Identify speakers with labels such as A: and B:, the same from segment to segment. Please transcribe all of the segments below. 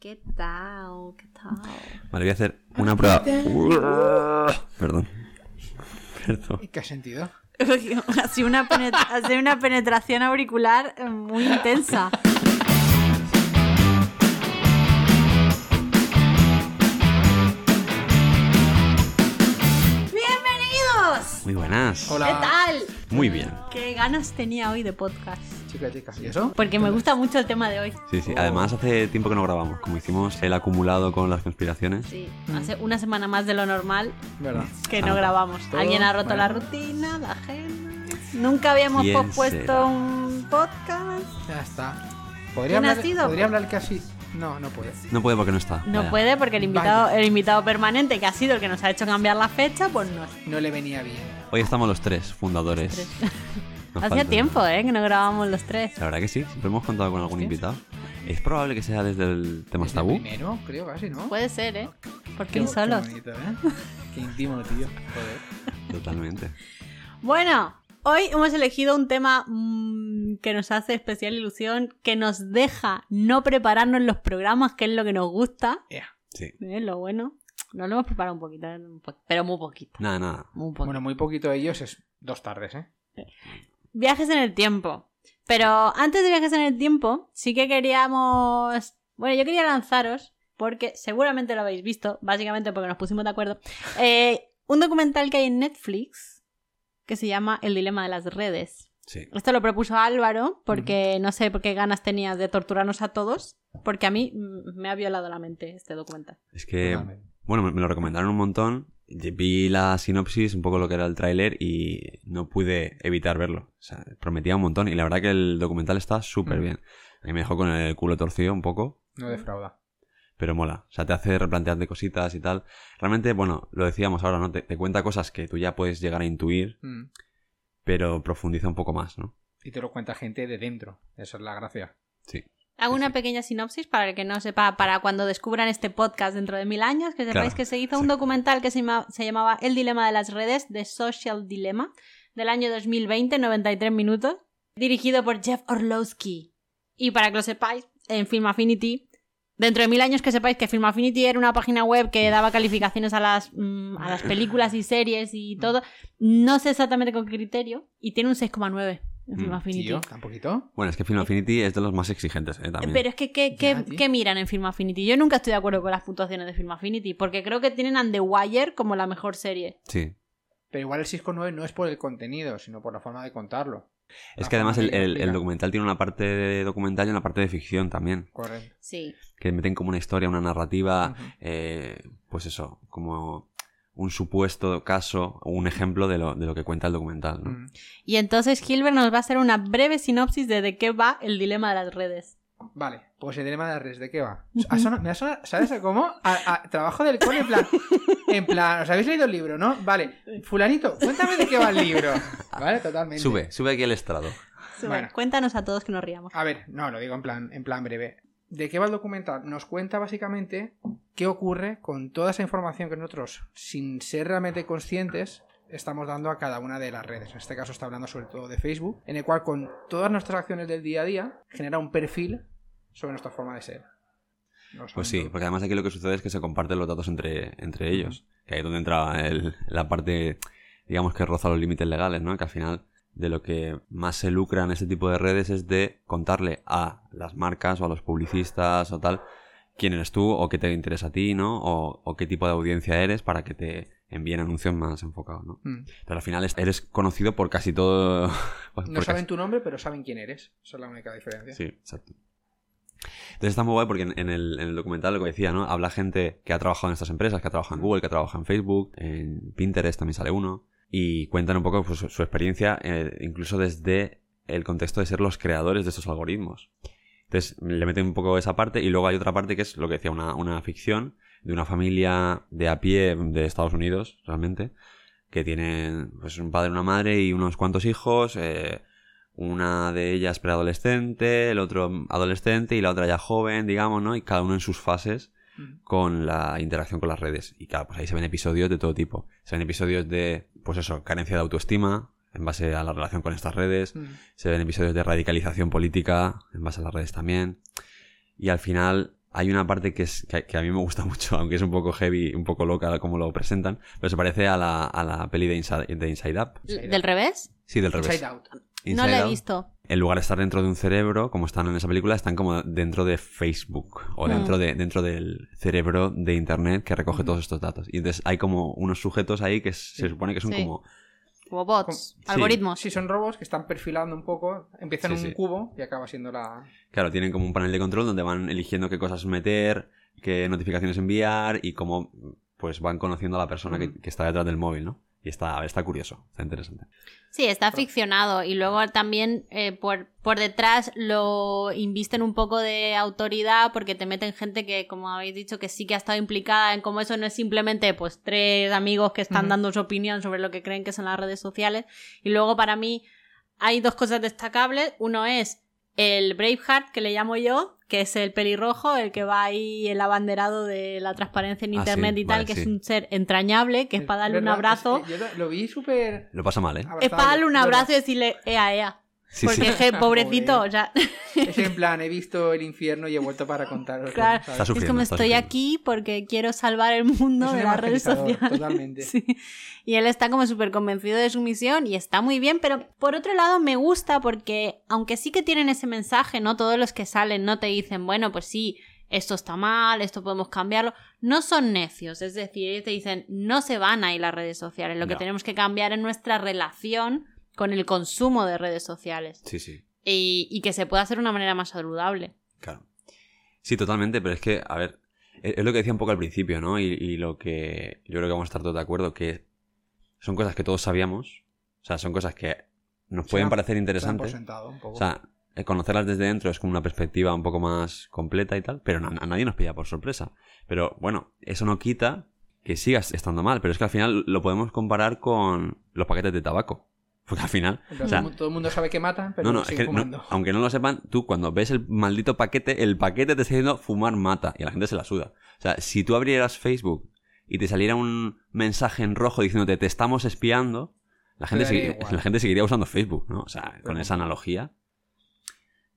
A: ¿Qué tal? ¿Qué tal?
B: Vale, voy a hacer una prueba. Perdón. Perdón.
C: ¿Qué has sentido?
A: Hace una, penet- ha sido una penetración auricular eh, muy intensa. ¡Bienvenidos!
B: Muy buenas.
A: ¿Qué
C: Hola.
A: tal?
B: Muy bien.
A: ¿Qué ganas tenía hoy de podcast?
C: Chica, chica, ¿y eso?
A: Porque me gusta mucho el tema de hoy.
B: Sí, sí.
C: Oh.
B: Además, hace tiempo que no grabamos. Como hicimos el acumulado con las conspiraciones.
A: Sí, hace una semana más de lo normal
C: ¿Verdad?
A: que no
B: Ah,
A: grabamos.
C: todo,
A: Alguien ha roto
C: bueno.
A: la rutina, la agenda. Nunca habíamos
B: ¿Quién
A: pospuesto
B: será?
A: un podcast.
C: Ya está. ¿Podría
A: ¿Quién ha
C: hablar,
A: sido?
C: ¿Podría hablar casi? No, no puede.
B: No puede porque no está.
A: No
B: Vaya.
A: puede porque el invitado, el invitado permanente que ha sido el que nos ha hecho cambiar la fecha, pues no.
C: No le venía bien.
B: Hoy estamos los tres fundadores. Nos
A: Hacía
B: faltan.
A: tiempo, ¿eh? Que no grabábamos los tres.
B: La verdad que sí. Siempre hemos contado con algún
A: Sí.
B: invitado. Es probable que sea desde el tema
C: Desde
B: tabú.
C: Primero, creo casi, ¿no?
A: Puede ser, ¿eh? Por
C: Qué,
A: fin
C: bo-
A: solos.
C: Qué bonito, ¿eh? Qué íntimo, tío. Joder.
B: Totalmente.
A: Bueno, hoy hemos elegido un tema mm, que nos hace especial ilusión, que nos deja no prepararnos los programas, que es lo que nos gusta.
C: Ea.
B: Sí.
A: ¿eh? Lo bueno. Nos lo hemos preparado un poquito, ¿eh? Un po- pero muy poquito.
B: Nada, nada.
A: Muy poquito.
C: Bueno, muy poquito de ellos es dos tardes, ¿eh?
A: Viajes en el tiempo. Pero antes de viajes en el tiempo, sí que queríamos. Bueno, yo quería lanzaros, porque seguramente lo habéis visto, básicamente porque nos pusimos de acuerdo. eh, un documental que hay en Netflix que se llama El dilema de las redes.
B: Sí.
A: Esto lo propuso Álvaro, porque no sé por qué ganas tenías de torturarnos a todos, porque a mí mm, me ha violado la mente este documental.
B: Es que
C: Totalmente.
B: Bueno, me, me lo recomendaron un montón. Ye- Vi la sinopsis, un poco lo que era el tráiler y no pude evitar verlo. O sea, prometía un montón y la verdad que el documental está súper
C: Mm.
B: bien. A mí me dejó con el culo torcido un poco,
C: No defrauda.
B: pero mola. O sea, te hace replantearte cositas y tal. Realmente, bueno, lo decíamos ahora, ¿no? Te, te cuenta cosas que tú ya puedes llegar a intuir,
C: Mm.
B: pero profundiza un poco más, ¿no?
C: Y te lo cuenta gente de dentro. Esa es la gracia.
B: Sí.
A: Hago
B: Sí,
A: una
B: sí.
A: pequeña sinopsis para el que no sepa, para cuando descubran este podcast dentro de mil años, que sepáis
B: Claro,
A: que se hizo un
B: exacto.
A: documental que se, llama- se llamaba El Dilema de las Redes, The Social Dilemma, del año 2020, 93 minutos, dirigido por Jeff Orlowski. Y para que lo sepáis, en Film Affinity, dentro de mil años que sepáis que Film Affinity era una página web que daba calificaciones a las, mm, a las películas y series y
B: Mm.
A: todo, no sé exactamente con qué criterio, y tiene un 6,9 en Film
B: Mm,
A: Affinity.
C: Tío, tampoco.
B: Bueno, es que Film Affinity es de los más exigentes, ¿eh? También.
A: Pero es que, ¿qué,
C: Ya,
A: qué-
C: tío.
A: qué miran en Film Affinity? Yo nunca estoy de acuerdo con las puntuaciones de Film Affinity, porque creo que tienen And The Wire como la mejor serie.
B: Sí.
C: Pero igual el 6,9 no es por el contenido, sino por la forma de contarlo.
B: Es
C: La
B: que además
C: forma
B: el,
C: que
B: el- el
C: explica.
B: documental tiene una parte de documental y una parte de ficción también.
C: Correcto.
A: Sí.
B: Que meten como una historia, una narrativa,
C: Ujú.
B: eh, pues eso, como un supuesto caso o un ejemplo de lo, de lo que cuenta el documental. ¿no?
C: Mm.
A: Y entonces Hilbert nos va a hacer una breve sinopsis de de qué va el dilema de las redes.
C: Vale, pues el dilema de las redes, ¿de qué va?
A: Ujú.
C: Ha sonado- me ha sonado, ¿sabes a cómo? A, a trabajo del cole, en plan, en plan, os habéis leído el libro, ¿no? Vale, fulanito, cuéntame de qué va el libro. Vale, totalmente.
B: Sube, sube aquí al estrado.
A: Sube,
C: Bueno.
A: Cuéntanos a todos que nos riamos.
C: A ver, no, lo digo en plan, en plan breve. ¿De qué va el documental? Nos cuenta básicamente qué ocurre con toda esa información que nosotros, sin ser realmente conscientes, estamos dando a cada una de las redes. En este caso está hablando sobre todo de Facebook, en el cual con todas nuestras acciones del día a día genera un perfil sobre nuestra forma de ser. Nos
B: Pues sí,
C: han-
B: porque además aquí lo que sucede es que se comparten los datos entre, entre ellos. Que ahí es donde entra el- la parte, digamos que roza los límites legales, ¿no? Que al final de lo que más se lucra en este tipo de redes es de contarle a las marcas o a los publicistas o tal quién eres tú o qué te interesa a ti, ¿no? O, o qué tipo de audiencia eres para que te envíen anuncios más enfocados, ¿no?
C: Mm.
B: Pero al final es- eres conocido por casi todo. por
C: No
B: casi-
C: saben tu nombre, pero saben quién eres. Esa es la única diferencia.
B: Sí, exacto. Entonces está muy guay porque en, en el, en el documental lo que decía, ¿no? Habla gente que ha trabajado en estas empresas, que ha trabajado en Google, que ha trabajado en Facebook, en Pinterest también sale uno. Y cuentan un poco pues, su, su experiencia, eh, incluso desde el contexto de ser los creadores de estos algoritmos. Entonces le meten un poco esa parte y luego hay otra parte que es lo que decía, una, una ficción de una familia de a pie de Estados Unidos, realmente, que tienen pues, un padre, una madre y unos cuantos hijos, eh, una de ellas preadolescente, el otro adolescente y la otra ya joven, digamos, ¿no? Y cada uno en sus fases
C: Mm.
B: con la interacción con las redes. Y claro, pues ahí se ven episodios de todo tipo. Se ven episodios de, pues eso, carencia de autoestima en base a la relación con estas redes.
C: Mm.
B: Se ven episodios de radicalización política en base a las redes también. Y al final hay una parte que, es, que, que a mí me gusta mucho, aunque es un poco heavy, un poco loca como lo presentan, pero se parece a la, a la peli de Inside, de Inside Up.
C: Inside
A: ¿Del
C: Out.
A: revés?
B: Sí, del revés.
C: Inside Out.
A: no
B: Inside
A: la he
B: Out.
A: visto.
B: En lugar de estar dentro de un cerebro, como están en esa película, están como dentro de Facebook o
A: Mm.
B: dentro, de, dentro del cerebro de Internet que recoge
C: Ujú.
B: todos estos datos. Y entonces hay como unos sujetos ahí que se supone que son
A: Sí.
B: como...
A: Como bots, algoritmos.
C: Sí, son robos que están perfilando un poco, empiezan
B: Sí,
C: en un
B: sí.
C: cubo y acaba siendo la...
B: Claro, tienen como un panel de control donde van eligiendo qué cosas meter, qué notificaciones enviar y cómo pues van conociendo a la persona que,
C: Ujú.
B: que está detrás del móvil, ¿no? Y está, está curioso, está interesante.
A: Sí, está ficcionado y luego también eh, por, por detrás lo invisten un poco de autoridad porque te meten gente que, como habéis dicho, que sí que ha estado implicada en cómo eso no es simplemente pues tres amigos que están
C: Ujú.
A: dando su opinión sobre lo que creen que son las redes sociales. Y luego para mí hay dos cosas destacables. Uno es el Braveheart, que le llamo yo, que es el pelirrojo, el que va ahí el abanderado de la transparencia en
B: Ah, sí,
A: internet y tal,
B: vale,
A: que es
B: sí.
A: un ser entrañable, que es para darle un
C: ¿Verdad?
A: abrazo.
C: Es- yo lo- lo vi súper...
B: Lo pasa mal, ¿eh?
A: Es para darle un abrazo y decirle, ea, ea.
B: Sí,
A: Ah, Porque,
B: sí.
A: je, pobrecito,
C: Pobre.
A: o sea,
C: Es en plan, he visto el infierno y he vuelto para contaros.
A: Claro.
B: Está
A: es
B: sufriendo,
A: como
B: está
A: estoy
B: sufriendo.
A: aquí porque quiero salvar el mundo
C: Es
A: de
C: un
A: las redes
C: evangelizador,
A: sociales.
C: totalmente.
A: Sí. Y él está como súper convencido de su misión y está muy bien, pero por otro lado me gusta porque, aunque sí que tienen ese mensaje, no todos los que salen no te dicen, bueno, pues sí, esto está mal, esto podemos cambiarlo. No son necios, es decir, ellos te dicen, no se van a ir las redes sociales, lo que
B: No.
A: tenemos que cambiar es nuestra relación con el consumo de redes sociales.
B: Sí, sí.
A: y, y que se pueda hacer de una manera más saludable.
B: Claro. Sí, totalmente, pero es que, a ver, e-, es es lo que decía un poco al principio, ¿no? Y, y lo que yo creo que vamos a estar todos de acuerdo, que son cosas que todos sabíamos, o sea, son cosas que nos
C: Se
B: pueden
C: dan-
B: parecer
C: Por
B: interesantes.
C: sentado, un poco.
B: O sea, eh, conocerlas desde dentro es como una perspectiva un poco más completa y tal, pero na- a nadie nos pilla por sorpresa. Pero bueno, eso no quita que sigas estando mal, pero es que al final lo podemos comparar con los paquetes de tabaco. Porque al final
C: En plan,
B: o sea-
C: todo el mundo sabe que matan, pero
B: no, no, es
C: siguen
B: que no-
C: fumando.
B: aunque no lo sepan, tú cuando ves el maldito paquete, el paquete te está diciendo fumar mata y a la gente se la suda. O sea, si tú abrieras Facebook y te saliera un mensaje en rojo diciéndote te estamos espiando, la gente,
C: daría
B: seguiría,
C: igual.
B: la gente seguiría usando Facebook, ¿no? O sea, con
C: Pero-
B: esa analogía.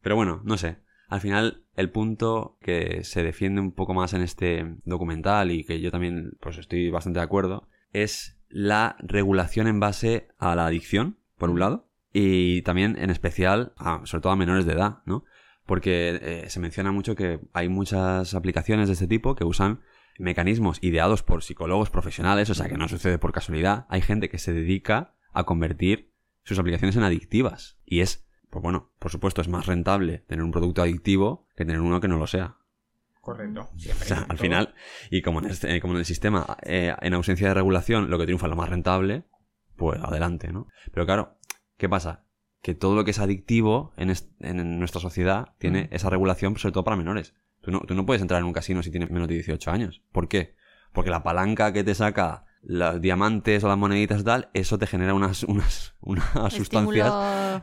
B: Pero bueno, no sé. Al final, el punto que se defiende un poco más en este documental y que yo también pues estoy bastante de acuerdo es la regulación en base a la adicción, por un lado, y también en especial, a- sobre todo a menores de edad, ¿no? Porque eh, se menciona mucho que hay muchas aplicaciones de este tipo que usan mecanismos ideados por psicólogos profesionales, o sea que no sucede por casualidad. Hay gente que se dedica a convertir sus aplicaciones en adictivas. Y es, pues bueno, por supuesto, es más rentable tener un producto adictivo que tener uno que no lo sea.
C: Correcto. siempre,
B: O sea,
C: todo.
B: al final, y como en, este- como en el sistema, eh, en ausencia de regulación, lo que triunfa es lo más rentable, pues adelante, ¿no? Pero claro, ¿qué pasa? Que todo lo que es adictivo en, est- en nuestra sociedad tiene esa regulación, sobre todo para menores. Tú no, tú no puedes entrar en un casino si tienes menos de 18 años. ¿Por qué? Porque la palanca que te saca los diamantes o las moneditas y tal, eso te genera unas, unas, unas sustancias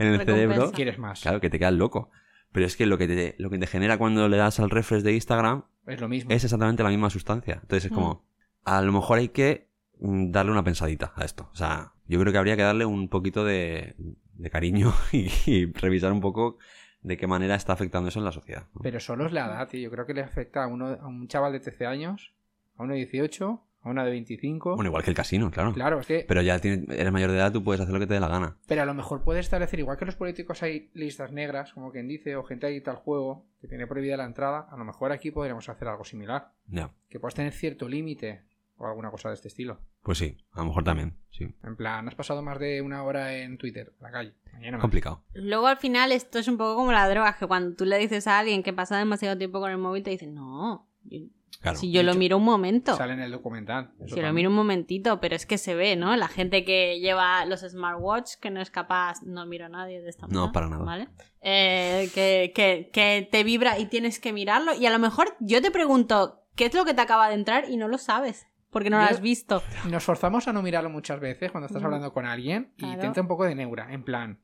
B: en el cerebro.
C: Quieres más.
B: claro, que te quedas loco. Pero es que lo que te, lo que te genera cuando le das al refresh de Instagram
C: Es lo mismo.
B: es exactamente la misma sustancia. Entonces es como, a lo mejor hay que mm, darle una pensadita a esto. O sea, yo creo que habría que darle un poquito de, de cariño y, y revisar un poco de qué manera está afectando eso en la sociedad. ¿no?
C: Pero solo es la edad, tío. Yo creo que le afecta a, uno, a un chaval de 13 años, a uno de 18, a uno de 25.
B: Bueno, igual que el casino, claro.
C: claro, es que. Pero,
B: Pero ya tiene- eres mayor de edad, tú puedes hacer lo que te dé la gana.
C: a lo mejor puede establecer, igual que los políticos hay listas negras, como quien dice, o gente adicta al juego, que tiene prohibida la entrada, a lo mejor aquí podríamos hacer algo similar.
B: Ya.
C: Que puedas tener cierto límite o alguna cosa de este estilo.
B: Pues sí, a lo mejor también. Sí.
C: En plan, has pasado más de una hora en Twitter, en la calle. Mañana más.
B: Complicado.
A: Luego al final esto es un poco como la droga, que cuando tú le dices a alguien que pasa demasiado tiempo con el móvil, te dicen, no,
B: Claro.
A: si yo lo miro un momento,
C: Sale en el documental. Eso
A: si lo
C: también.
A: miro un momentito, pero es que se ve, ¿no? La gente que lleva los smartwatch, que no es capaz, no miro a nadie de esta manera.
B: No, para nada.
A: ¿Vale? Eh, que, que- que te vibra y tienes que mirarlo, y a lo mejor yo te pregunto, ¿qué es lo que te acaba de entrar? Y no lo sabes, porque no lo
C: Yo-
A: has visto.
C: Nos forzamos a no mirarlo muchas veces cuando estás
A: Mm.
C: hablando con alguien y
A: Claro.
C: te entra un poco de neura, en plan,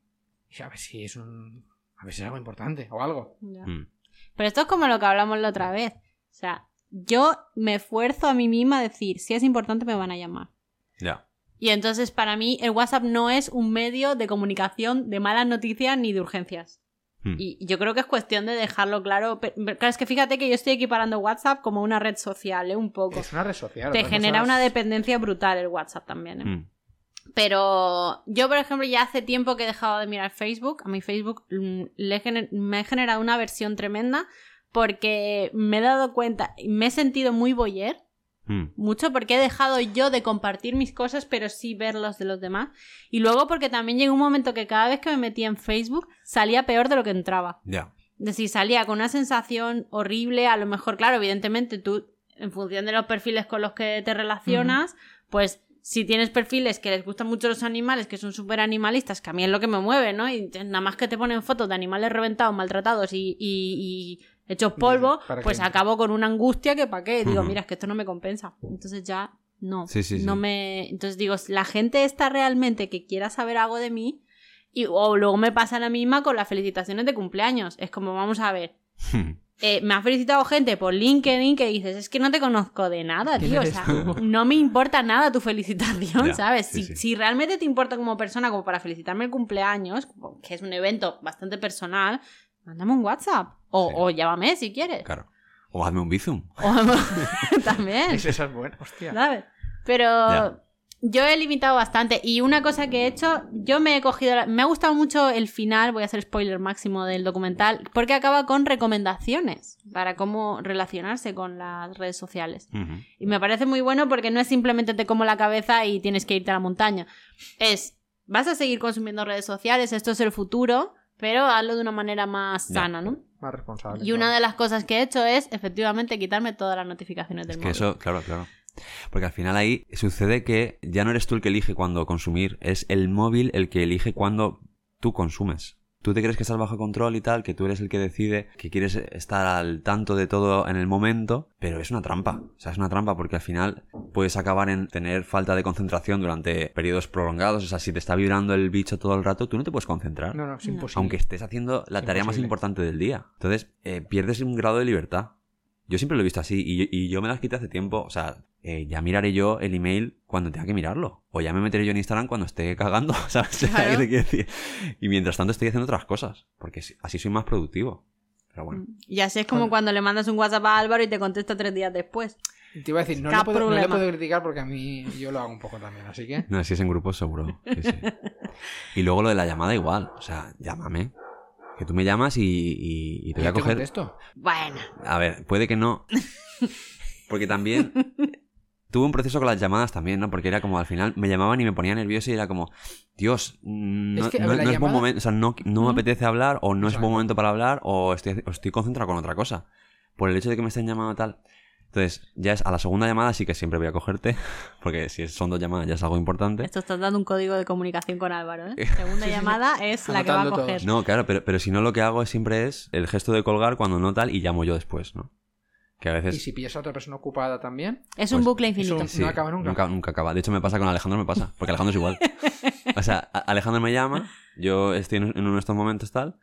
C: "Y a ver si es un... a ver si es algo importante o algo.
A: Ya.
B: Mm.
A: Pero esto es como lo que hablamos la otra vez. O sea, yo me esfuerzo a mí misma a decir, si es importante me van a llamar.
B: Ya.
A: Y entonces para mí el WhatsApp no es un medio de comunicación de malas noticias ni de urgencias.
B: Hmm.
A: Y yo creo que es cuestión de dejarlo claro. Pero, claro, es que fíjate que yo estoy equiparando WhatsApp como una red social, ¿eh? un poco.
C: Es una red social.
A: Te
C: otra
A: genera
C: cosa
A: una
C: es-
A: dependencia brutal el WhatsApp también. ¿eh?
B: Mm.
A: Pero yo, por ejemplo, ya hace tiempo que he dejado de mirar Facebook. A mi Facebook mm, le he gener- me he generado una versión tremenda porque me he dado cuenta, y me he sentido muy boyer
B: Mm.
A: mucho porque he dejado yo de compartir mis cosas, pero sí ver los de los demás. Y luego porque también llegó un momento que cada vez que me metía en Facebook salía peor de lo que entraba.
B: Ya.
A: Es decir, salía con una sensación horrible, a lo mejor, claro, evidentemente tú, en función de los perfiles con los que te relacionas, pues si tienes perfiles que les gustan mucho los animales, que son súper animalistas, que a mí es lo que me mueve, ¿no? Y te- nada más que te ponen fotos de animales reventados, maltratados y, y- y hechos polvo,
C: para
A: pues
C: qué.
A: acabo con una angustia que para qué. Digo,
B: Ujú.
A: mira, es que esto no me compensa. Entonces ya no.
B: Sí, sí, sí.
A: no me... Entonces digo, la gente está realmente que quiera saber algo de mí, y, o luego me pasa la misma con las felicitaciones de cumpleaños. Es como, vamos a ver.
B: Hmm.
A: eh, me ha felicitado gente por LinkedIn que dices, es que no te conozco de nada,
C: ¿Quién
A: tío. O
C: eres
A: sea,
C: tú?
A: no me importa nada tu felicitación,
B: Ya,
A: ¿sabes?
B: sí,
A: si,
B: sí.
A: si realmente te importa como persona, como para felicitarme el cumpleaños, que es un evento bastante personal, mándame un WhatsApp. O,
B: Sí.
A: o llámame si quieres.
B: Claro. O hazme un bizum.
A: O- también.
C: Es- Esa es buena. Hostia.
A: ¿sabes? Pero
B: Ya.
A: yo he limitado bastante. Y una cosa que he hecho, yo me he cogido. la- Me ha gustado mucho el final, voy a hacer spoiler máximo del documental, porque acaba con recomendaciones para cómo relacionarse con las redes sociales.
B: Ujú.
A: Y me parece muy bueno porque no es simplemente te como la cabeza y tienes que irte a la montaña. Es, vas a seguir consumiendo redes sociales, esto es el futuro, pero hazlo de una manera más
B: Ya.
A: sana, ¿no?
C: Más responsable.
A: Y una de las cosas que he hecho es, efectivamente, quitarme todas las notificaciones del
B: Es que
A: móvil.
B: eso, claro, claro. Porque al final ahí sucede que ya no eres tú el que elige cuándo consumir, es el móvil el que elige cuándo tú consumes. Tú te crees que estás bajo control y tal, que tú eres el que decide, que quieres estar al tanto de todo en el momento, pero es una trampa. O sea, es una trampa porque al final puedes acabar en tener falta de concentración durante periodos prolongados. O sea, si te está vibrando el bicho todo el rato, tú no te puedes concentrar.
C: No, no, es
A: No.
C: imposible.
B: Aunque estés haciendo la
C: Es
B: tarea más
C: imposible.
B: importante del día. Entonces, eh, pierdes un grado de libertad. Yo siempre lo he visto así y, y yo me las quité hace tiempo. O sea, eh, ya miraré yo el email cuando tenga que mirarlo. O ya me meteré yo en Instagram cuando esté cagando, ¿sabes?
A: Claro.
B: ¿Qué te quiero decir? Y mientras tanto estoy haciendo otras cosas, porque si- así soy más productivo. Pero
C: Mm.
B: bueno.
A: Mm. Y así es como
C: Joder.
A: cuando le mandas un WhatsApp a Álvaro y te contesta tres días después.
C: Te iba a decir, no
A: Cada
C: le, puedo, no le
A: problema.
C: puedo criticar porque a mí yo lo hago un poco también, así que.
B: No, si es en grupo seguro. Sí, sí. Y luego lo de la llamada igual. O sea, llámame. Que tú me llamas y, y- y te voy a coger.
C: esto?
A: Bueno,
B: A ver, puede que no. Porque también tuve un proceso con las llamadas también, ¿no? Porque era como al final me llamaban y me ponía nervioso y era como, Dios, mm, no
C: Es
B: es,
C: que, a
B: no,
C: ver, la
B: no es buen
C: llamada-
B: momento, o sea, no, no me
A: Ujú.
B: apetece hablar o no es
C: Exacto.
B: buen momento para hablar o estoy, o estoy concentrado con otra cosa. Por el hecho de que me estén llamando tal. Entonces, ya es a la segunda llamada sí que siempre voy a cogerte, porque si son dos llamadas ya es algo importante.
A: esto está dando un código de comunicación con Álvaro, ¿eh? Segunda llamada es la que va a
C: Anotando
A: coger.
B: No, claro, pero, pero si no lo que hago es, siempre es el gesto de colgar cuando no tal y llamo yo después, ¿no? Que a veces...
C: Y si pillas a otra persona ocupada también,
A: Es un
B: Pues-
A: bucle infinito.
C: Eso- No acaba nunca.
B: Nunca, acaba. De hecho, me pasa con Alejandro, me pasa. Porque Alejandro es igual. O sea, a- Alejandro me llama, yo estoy en en uno de estos momentos tal,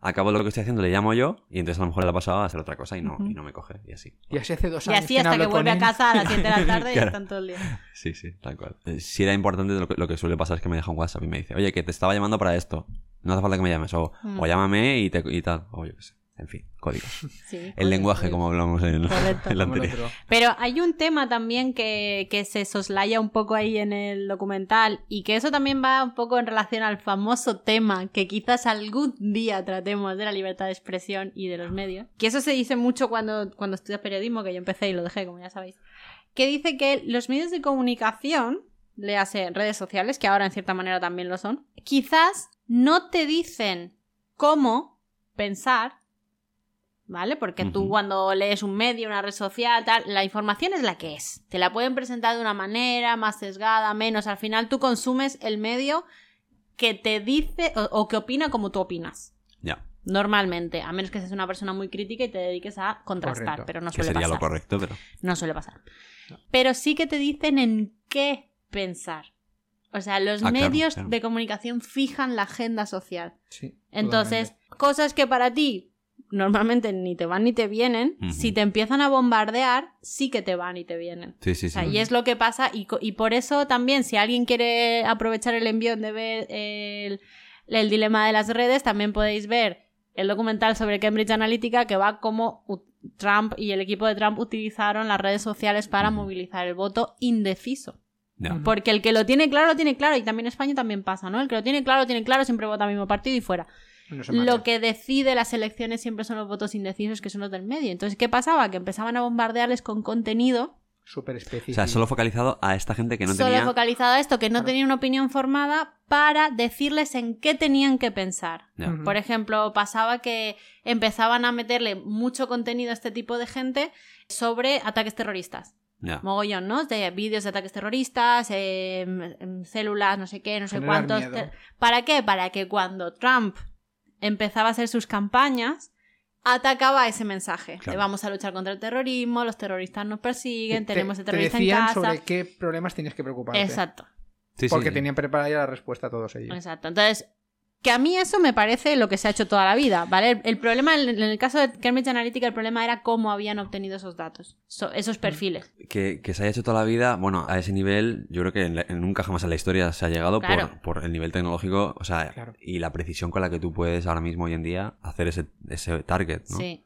B: acabo lo que estoy haciendo, le llamo yo, y entonces a lo mejor le ha pasado a hacer otra cosa y no, y no me coge, y así.
C: y así hace dos
A: Y
C: años.
A: así
C: no
A: hasta
C: hablo
A: que
C: con
A: vuelve a
C: él.
A: casa a las 7 de la tarde y
B: Claro.
A: están todo el día.
B: Sí, sí, tal cual. Eh, Si era importante, lo que, lo que suele pasar es que me deja un WhatsApp y me dice, oye, que te estaba llamando para esto, no hace falta que me llames, o,
A: Mm.
B: o llámame y, te, y tal, o yo qué sé. En fin, códigos.
A: Sí,
B: El
A: joder,
B: lenguaje,
A: joder.
B: como hablamos en el,
A: Correcto.
B: en la
C: Como el
B: anterior.
C: otro.
A: Pero hay un tema también que, que se soslaya un poco ahí en el documental y que eso también va un poco en relación al famoso tema que quizás algún día tratemos de la libertad de expresión y de los medios. Que eso se dice mucho cuando, cuando estudias periodismo, que yo empecé y lo dejé, como ya sabéis. Que dice que los medios de comunicación, le hacen redes sociales, que ahora en cierta manera también lo son, quizás no te dicen cómo pensar, ¿vale? Porque tú
B: Ujú.
A: cuando lees un medio, una red social, tal, la información es la que es. Te la pueden presentar de una manera más sesgada, menos. Al final tú consumes el medio que te dice o, o que opina como tú opinas.
B: Ya,
A: Normalmente, a menos que seas una persona muy crítica y te dediques a contrastar,
C: Correcto.
A: pero no
B: que
A: suele
B: sería
A: pasar.
B: lo correcto, pero...
A: No suele pasar. Pero sí que te dicen en qué pensar. O sea, los
B: Ah, claro,
A: medios
B: claro.
A: de comunicación fijan la agenda social.
C: Sí,
A: Entonces,
C: totalmente.
A: cosas que para ti normalmente ni te van ni te vienen,
B: Ujú.
A: si te empiezan a bombardear, sí que te van y te vienen.
B: Sí, sí,
A: O
B: sí.
A: sea, y es lo que pasa, y, co- y por eso también, si alguien quiere aprovechar el envión de ver el, el dilema de las redes, también podéis ver el documental sobre Cambridge Analytica que va como Trump y el equipo de Trump utilizaron las redes sociales para
B: Ujú.
A: movilizar el voto indeciso.
B: Ya.
C: Mm.
A: Porque el que lo tiene claro, lo tiene claro. Y también en España también pasa, ¿no? El que lo tiene claro, lo tiene claro, siempre vota al mismo partido y fuera.
C: No se
A: Lo
C: mata.
A: que decide las elecciones siempre son los votos indecisos, que son los del medio. Entonces, ¿qué pasaba? Que empezaban a bombardearles con contenido
C: Súper específico.
B: O sea, solo focalizado a esta gente que no
A: solo
B: tenía.
A: focalizado a esto, que no
C: Claro.
A: tenían una opinión formada para decirles en qué tenían que pensar.
B: Ya.
C: Ujú.
A: Por ejemplo, pasaba que empezaban a meterle mucho contenido a este tipo de gente sobre ataques terroristas.
B: ya.
A: Mogollón, ¿no? De vídeos de ataques terroristas, eh, em, células, no sé qué, no sé
C: Generar
A: cuántos.
C: miedo.
A: te- ¿Para qué? Para que cuando Trump empezaba a hacer sus campañas, atacaba ese mensaje. De
B: Claro.
A: vamos a luchar contra el terrorismo, los terroristas nos persiguen,
C: Te-
A: tenemos el
C: te
A: terrorista en
C: decían
A: casa.
C: sobre qué problemas tienes que preocuparte.
A: Exacto.
B: Sí, sí.
C: Porque tenían preparada ya la respuesta a todos ellos.
A: Exacto. Entonces, que a mí eso me parece lo que se ha hecho toda la vida, ¿vale? El, el problema, en, en el caso de Cambridge Analytica, el problema era cómo habían obtenido esos datos, so-
B: Mm,
A: esos perfiles.
B: Que, que se haya hecho toda la vida, bueno, a ese nivel, yo creo que en la- en nunca jamás en la historia se ha llegado por-
A: Claro.
B: por, el nivel tecnológico, o sea,
C: Claro.
B: y la precisión con la que tú puedes ahora mismo hoy en día hacer ese, ese target, ¿no?
A: Sí.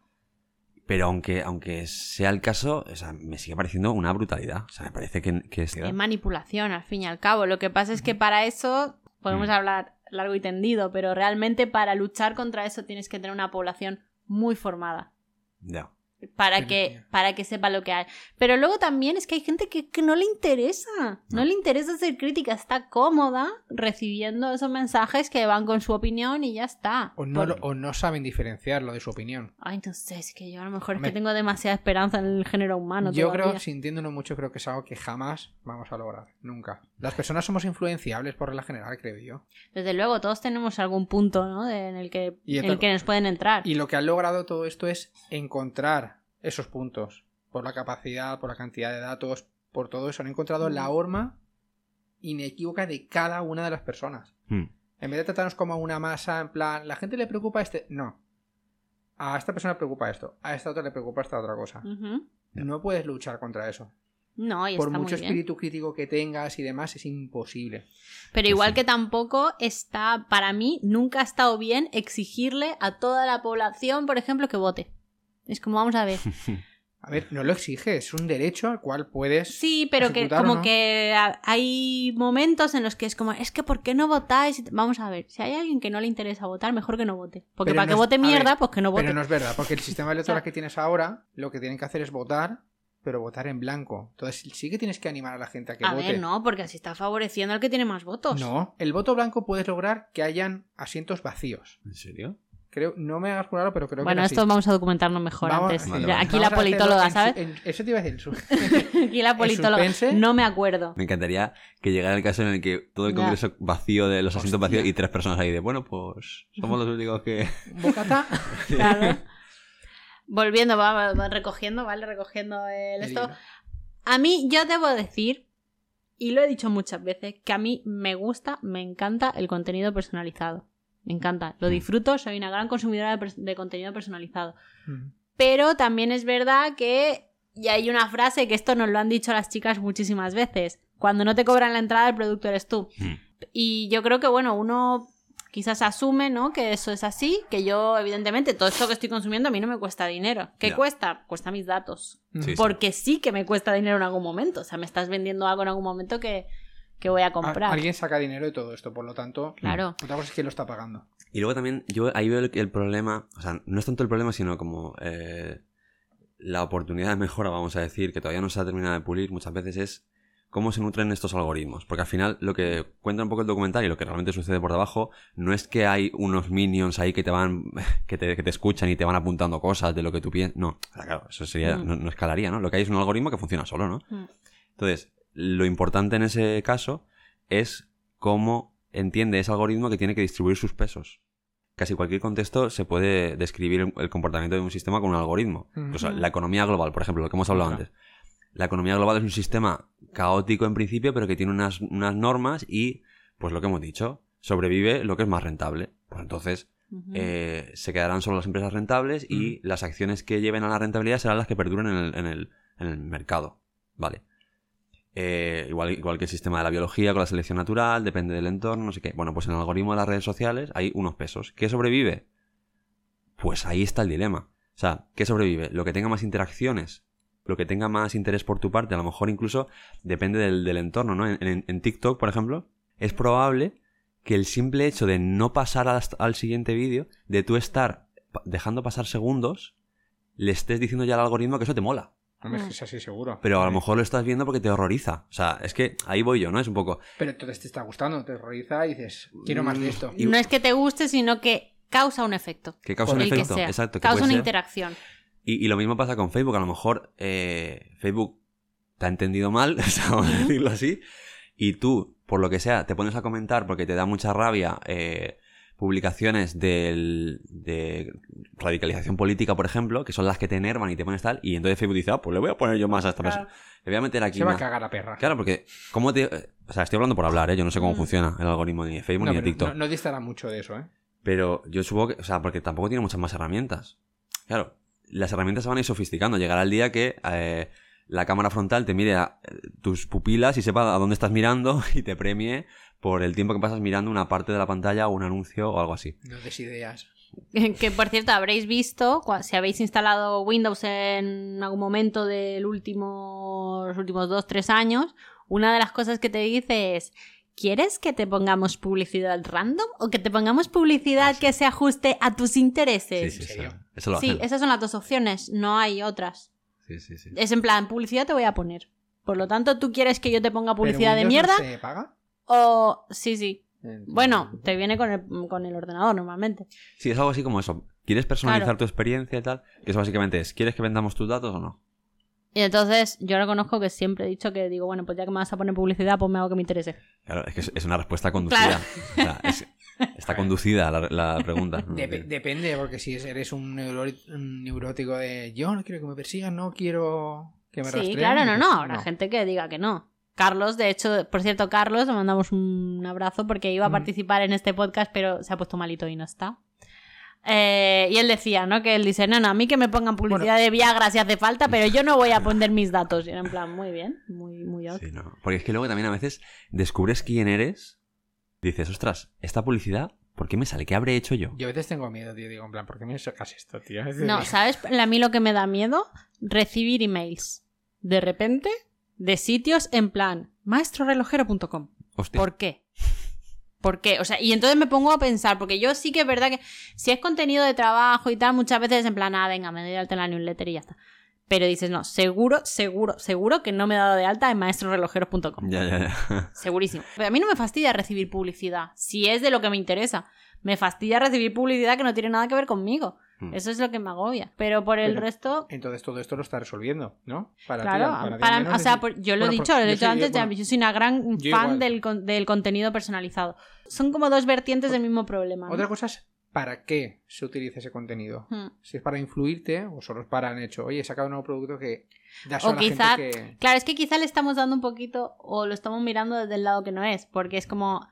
B: Pero aunque, aunque sea el caso, o sea, me sigue pareciendo una brutalidad. O sea, me parece que, que es-
A: Es manipulación, al fin y al cabo. Lo que pasa es que para eso podemos
B: Mm.
A: hablar largo y tendido, pero realmente para luchar contra eso tienes que tener una población muy formada.
B: Ya.
A: Para
C: Sí,
A: que,
C: sí.
A: para que sepa lo que hay. Pero luego también es que hay gente que, que no le interesa. No
B: No.
A: le interesa hacer crítica. Está cómoda recibiendo esos mensajes que van con su opinión y ya está.
C: O no,
A: Por-
C: lo- o no saben diferenciarlo de su opinión.
A: Ay, no sé, es que yo a lo mejor es
C: Hombre.
A: que tengo demasiada esperanza en el género humano.
C: Yo
A: todavía.
C: creo, sintiéndolo mucho, creo que es algo que jamás vamos a lograr. Nunca. Las personas somos influenciables por regla general, creo yo.
A: Desde luego, todos tenemos algún punto ¿no? de- en, el que,
C: Y
A: en el
C: otra-
A: que nos pueden entrar.
C: Y lo que han logrado todo esto es encontrar esos puntos. Por la capacidad, por la cantidad de datos, por todo eso. Han encontrado
A: Mm.
C: la horma inequívoca de cada una de las personas.
B: Hmm.
C: En vez de tratarnos como una masa, en plan, la gente le preocupa este. No. A esta persona le preocupa esto. A esta otra le preocupa esta otra cosa.
A: Ujú.
C: No puedes luchar contra eso.
A: No, y
C: Por
A: está
C: mucho
A: muy bien.
C: espíritu crítico que tengas y demás, es imposible.
A: Pero
B: Pues
A: igual
B: sí.
A: que tampoco está, para mí, nunca ha estado bien exigirle a toda la población, por ejemplo, que vote. Es como, vamos a ver.
C: A ver, no lo exige, es un derecho al cual puedes.
A: Sí, pero que
C: Ejecutar,
A: como
C: ¿no?
A: que a- hay momentos en los que es como, es que ¿por qué no votáis? Vamos a ver, si hay alguien que no le interesa votar, mejor que no vote. Porque
C: Pero
A: para
C: no
A: que
C: es-
A: vote
C: a
A: mierda,
C: ver,
A: pues que no vote.
C: Pero no es verdad, porque el sistema electoral
A: sea-
C: que tienes ahora, lo que tienen que hacer es votar, pero votar en blanco. Entonces sí que tienes que animar a la gente a que
A: a
C: vote.
A: ver, no, porque así está favoreciendo al que tiene más votos.
C: No, el voto blanco puedes lograr que hayan asientos vacíos.
B: ¿En serio?
C: Creo, no me hagas curarlo, pero creo
A: bueno,
C: que era
A: esto
C: así.
A: vamos a documentarnos mejor
C: Vamos-
A: antes.
B: Vale,
A: Ya,
B: vale.
A: Aquí
C: Vamos
A: la
C: a hacerlo
A: politóloga,
C: en su-
A: ¿sabes?
C: en- eso te iba a decir. su-
A: Aquí la politóloga.
C: suspense.
A: No me acuerdo.
B: Me encantaría que llegara el caso en el que todo el
A: Ya.
B: congreso vacío de los asientos
C: Hostia.
B: vacíos y tres personas ahí de, bueno, pues somos los únicos que.
C: Bocata.
A: Claro. Volviendo, va, va recogiendo, ¿vale? Recogiendo el esto. A mí, yo debo decir, y lo he dicho muchas veces, que a mí me gusta, me encanta el contenido personalizado. Me encanta, lo disfruto, soy una gran consumidora de, pers- de contenido personalizado.
C: Mm.
A: Pero también es verdad que, y hay una frase que esto nos lo han dicho las chicas muchísimas veces, cuando no te cobran la entrada, el producto eres tú.
B: Hmm.
A: Y yo creo que, bueno, uno quizás asume, ¿no? Que eso es así, que yo, evidentemente, todo esto que estoy consumiendo a mí no me cuesta dinero. ¿Qué
B: Ya.
A: cuesta? Cuesta mis datos.
B: Sí, sí.
A: Porque sí que me cuesta dinero en algún momento. O sea, me estás vendiendo algo en algún momento que, que voy
B: Ah,
A: a comprar.
C: A- Alguien saca dinero de todo esto, por lo tanto,
A: Claro.
C: otra cosa es que lo está pagando.
B: Y luego también, yo ahí veo el, el problema, o sea, no es tanto el problema, sino como eh, la oportunidad de mejora, vamos a decir, que todavía no se ha terminado de pulir muchas veces, es cómo se nutren estos algoritmos. Porque al final, lo que cuenta un poco el documental y lo que realmente sucede por debajo, no es que hay unos minions ahí que te van, que te, que te escuchan y te van apuntando cosas de lo que tú piensas. No, o sea, claro, eso sería,
A: Mm.
B: no, no escalaría, ¿no? Lo que hay es un algoritmo que funciona solo, ¿no?
A: Mm.
B: Entonces, lo importante en ese caso es cómo entiende ese algoritmo que tiene que distribuir sus pesos. Casi cualquier contexto se puede describir el comportamiento de un sistema con un algoritmo.
C: Ujú.
B: O sea, la economía global, por ejemplo, lo que hemos hablado
C: Claro.
B: antes. La economía global es un sistema caótico en principio, pero que tiene unas, unas normas y, pues lo que hemos dicho, sobrevive lo que es más rentable. Pues entonces,
A: Ujú.
B: eh, se quedarán solo las empresas rentables y las acciones que lleven a la rentabilidad serán las que perduren en el, en el- en el mercado. Vale. Eh, igual, igual que el sistema de la biología con la selección natural, depende del entorno, no sé qué. Bueno, pues en el algoritmo de las redes sociales hay unos pesos. ¿Qué sobrevive? Pues ahí está el dilema. O sea, ¿qué sobrevive? ¿Lo que tenga más interacciones? ¿Lo que tenga más interés por tu parte? A lo mejor incluso depende del, del entorno, ¿no? En, en- en TikTok, por ejemplo, es probable que el simple hecho de no pasar al, al siguiente vídeo, de tú estar pa- dejando pasar segundos, le estés diciendo ya al algoritmo que eso te mola.
C: Hombre, es
A: Mm.
C: que es así seguro.
B: Pero a lo mejor lo estás viendo porque te horroriza. O sea, es que ahí voy yo, ¿no? Es un poco...
C: Pero entonces te está gustando, te horroriza y dices, quiero más de esto.
B: Mm, Y-
A: No es que te guste, sino que causa un efecto.
B: Que causa un
A: el
B: efecto.
A: que sea.
B: Exacto. que
A: causa
B: puede
A: una
B: ser.
A: interacción.
B: Y, y lo mismo pasa con Facebook. A lo mejor eh, Facebook te ha entendido mal, o sea, vamos a decirlo así, y tú, por lo que sea, te pones a comentar porque te da mucha rabia eh, publicaciones del- de radicalización política, por ejemplo, que son las que te enervan y te pones tal, y entonces Facebook dice, ah, pues le voy a poner yo más a esta persona. Le voy a meter aquí
C: Se va a
B: más.
C: cagar la perra.
B: Claro, porque, ¿cómo te...? eh, O sea, estoy hablando por hablar, ¿eh? Yo no sé cómo
A: Mm.
B: funciona el algoritmo ni de Facebook
C: no,
B: ni de
C: pero
B: TikTok.
C: no- no distará mucho de eso, ¿eh?
B: Pero yo supongo que, o sea, porque tampoco tiene muchas más herramientas. Claro, las herramientas se van a ir sofisticando. Llegará el día que eh, la cámara frontal te mire a, eh, tus pupilas y sepa a dónde estás mirando y te premie por el tiempo que pasas mirando una parte de la pantalla o un anuncio o algo así.
C: No des ideas.
A: Que por cierto, habréis visto, cua- si habéis instalado Windows en algún momento de último, los últimos 2-3 años, una de las cosas que te dice es: ¿Quieres que te pongamos publicidad random o que te pongamos publicidad que se ajuste a tus intereses?
C: Ah, sí. ¿En serio?
B: Eso, eso lo
A: Sí,
B: hacen.
A: esas son las dos opciones, no hay otras.
B: Sí, sí, sí.
A: Es en plan, publicidad te voy a poner. Por lo tanto, ¿tú quieres que yo te ponga publicidad de
C: Pero Windows
A: mierda?
C: No ¿Se paga? Eh,
A: O. Sí, sí.
C: Entonces-
A: Bueno, te viene con el, con el ordenador normalmente.
B: Sí, es algo así como eso. ¿Quieres personalizar
A: Claro.
B: tu experiencia y tal? Que eso básicamente es, ¿quieres que vendamos tus datos o no?
A: Y entonces yo reconozco que siempre he dicho que digo, bueno, pues ya que me vas a poner publicidad, pues me hago que me interese.
B: Claro, es que es- es una respuesta conducida. O sea, es- está conducida la, la pregunta.
C: Dep- depende, porque si es- eres un, neuro- un neurótico de yo no quiero que me persigan, no quiero que me
A: Sí,
C: rastreen",
A: claro, no,
C: dices,
A: no. Habrá gente que diga que no. Carlos, de hecho, por cierto, Carlos, le mandamos un abrazo porque iba a
C: Mm.
A: participar en este podcast, pero se ha puesto malito y no está. Eh, y él decía, ¿no? Que él dice, no, no, a mí que me pongan publicidad de Viagra si hace falta, pero yo no voy a poner mis datos. Y era en plan, muy bien, muy, muy ok.
B: Sí, no. Porque es que luego también a veces descubres quién eres, dices, ostras, esta publicidad, ¿por qué me sale? ¿Qué habré hecho yo?
C: Yo a veces tengo miedo, tío. Digo, en plan, ¿por qué me sacas esto, tío? Es
A: No,
C: decir,
A: ¿sabes? A mí lo que me da miedo, recibir emails de repente de sitios en plan maestrorelojero.com.
B: Hostia.
A: ¿Por qué? ¿Por qué? O sea, y entonces me pongo a pensar, porque yo sí que es verdad que si es contenido de trabajo y tal, muchas veces en plan, ah, venga, me doy de alta en la newsletter y ya está. Pero dices, no, seguro, seguro, seguro que no me he dado de alta en maestrorrelojeros.com.
B: Ya, ya, ya.
A: Segurísimo. Pero a mí no me fastidia recibir publicidad, si es de lo que me interesa. Me fastidia recibir publicidad que no tiene nada que ver conmigo.
B: Mm.
A: Eso es lo que me agobia. Pero por el
C: Pero-
A: resto,
C: Entonces todo esto lo está resolviendo, ¿no? Para ti,
A: claro,
C: para ti al
A: para-
C: menos,
A: o
C: es
A: sea,
C: decir,
A: por- yo lo he
C: bueno,
A: dicho,
C: por-
A: lo he
C: yo
A: dicho
C: soy-
A: antes,
C: bueno,
A: yo soy una gran
C: yo
A: fan
C: igual.
A: del, con- del contenido personalizado. Son como dos vertientes del mismo problema. ¿no?
C: Otra cosa es para qué se utiliza ese contenido.
A: Hmm.
C: Si es para influirte o solo es para han hecho, oye, he sacado un nuevo producto que da
A: O
C: solo a la
A: quizá-
C: gente que...
A: Claro, es que quizá le estamos dando un poquito o lo estamos mirando desde el lado que no es, porque es como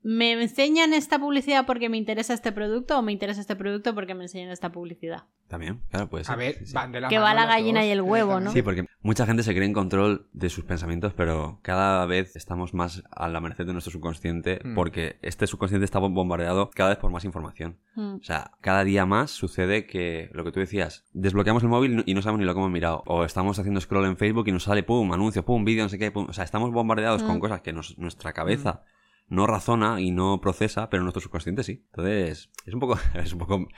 A: me enseñan esta publicidad porque me interesa este producto o me interesa este producto porque me enseñan esta publicidad.
B: También, claro, puede ser.
C: A ver,
B: Sí, sí.
C: van de la
A: Que
C: mano
A: va la
C: las
A: gallina
C: dos,
A: y el huevo, ¿no?
B: Sí, porque mucha gente se cree en control de sus pensamientos, pero cada vez estamos más a la merced de nuestro subconsciente
C: Mm.
B: porque este subconsciente está bombardeado cada vez por más información.
A: Mm.
B: O sea, cada día más sucede que lo que tú decías, desbloqueamos el móvil y no sabemos ni lo que hemos mirado. O estamos haciendo scroll en Facebook y nos sale pum, anuncios, pum, vídeo, no sé qué, pum. O sea, estamos bombardeados con
A: Mm.
B: cosas que nos- nuestra cabeza no razona y no procesa, pero nuestro subconsciente sí. Entonces, es un poco, es un poco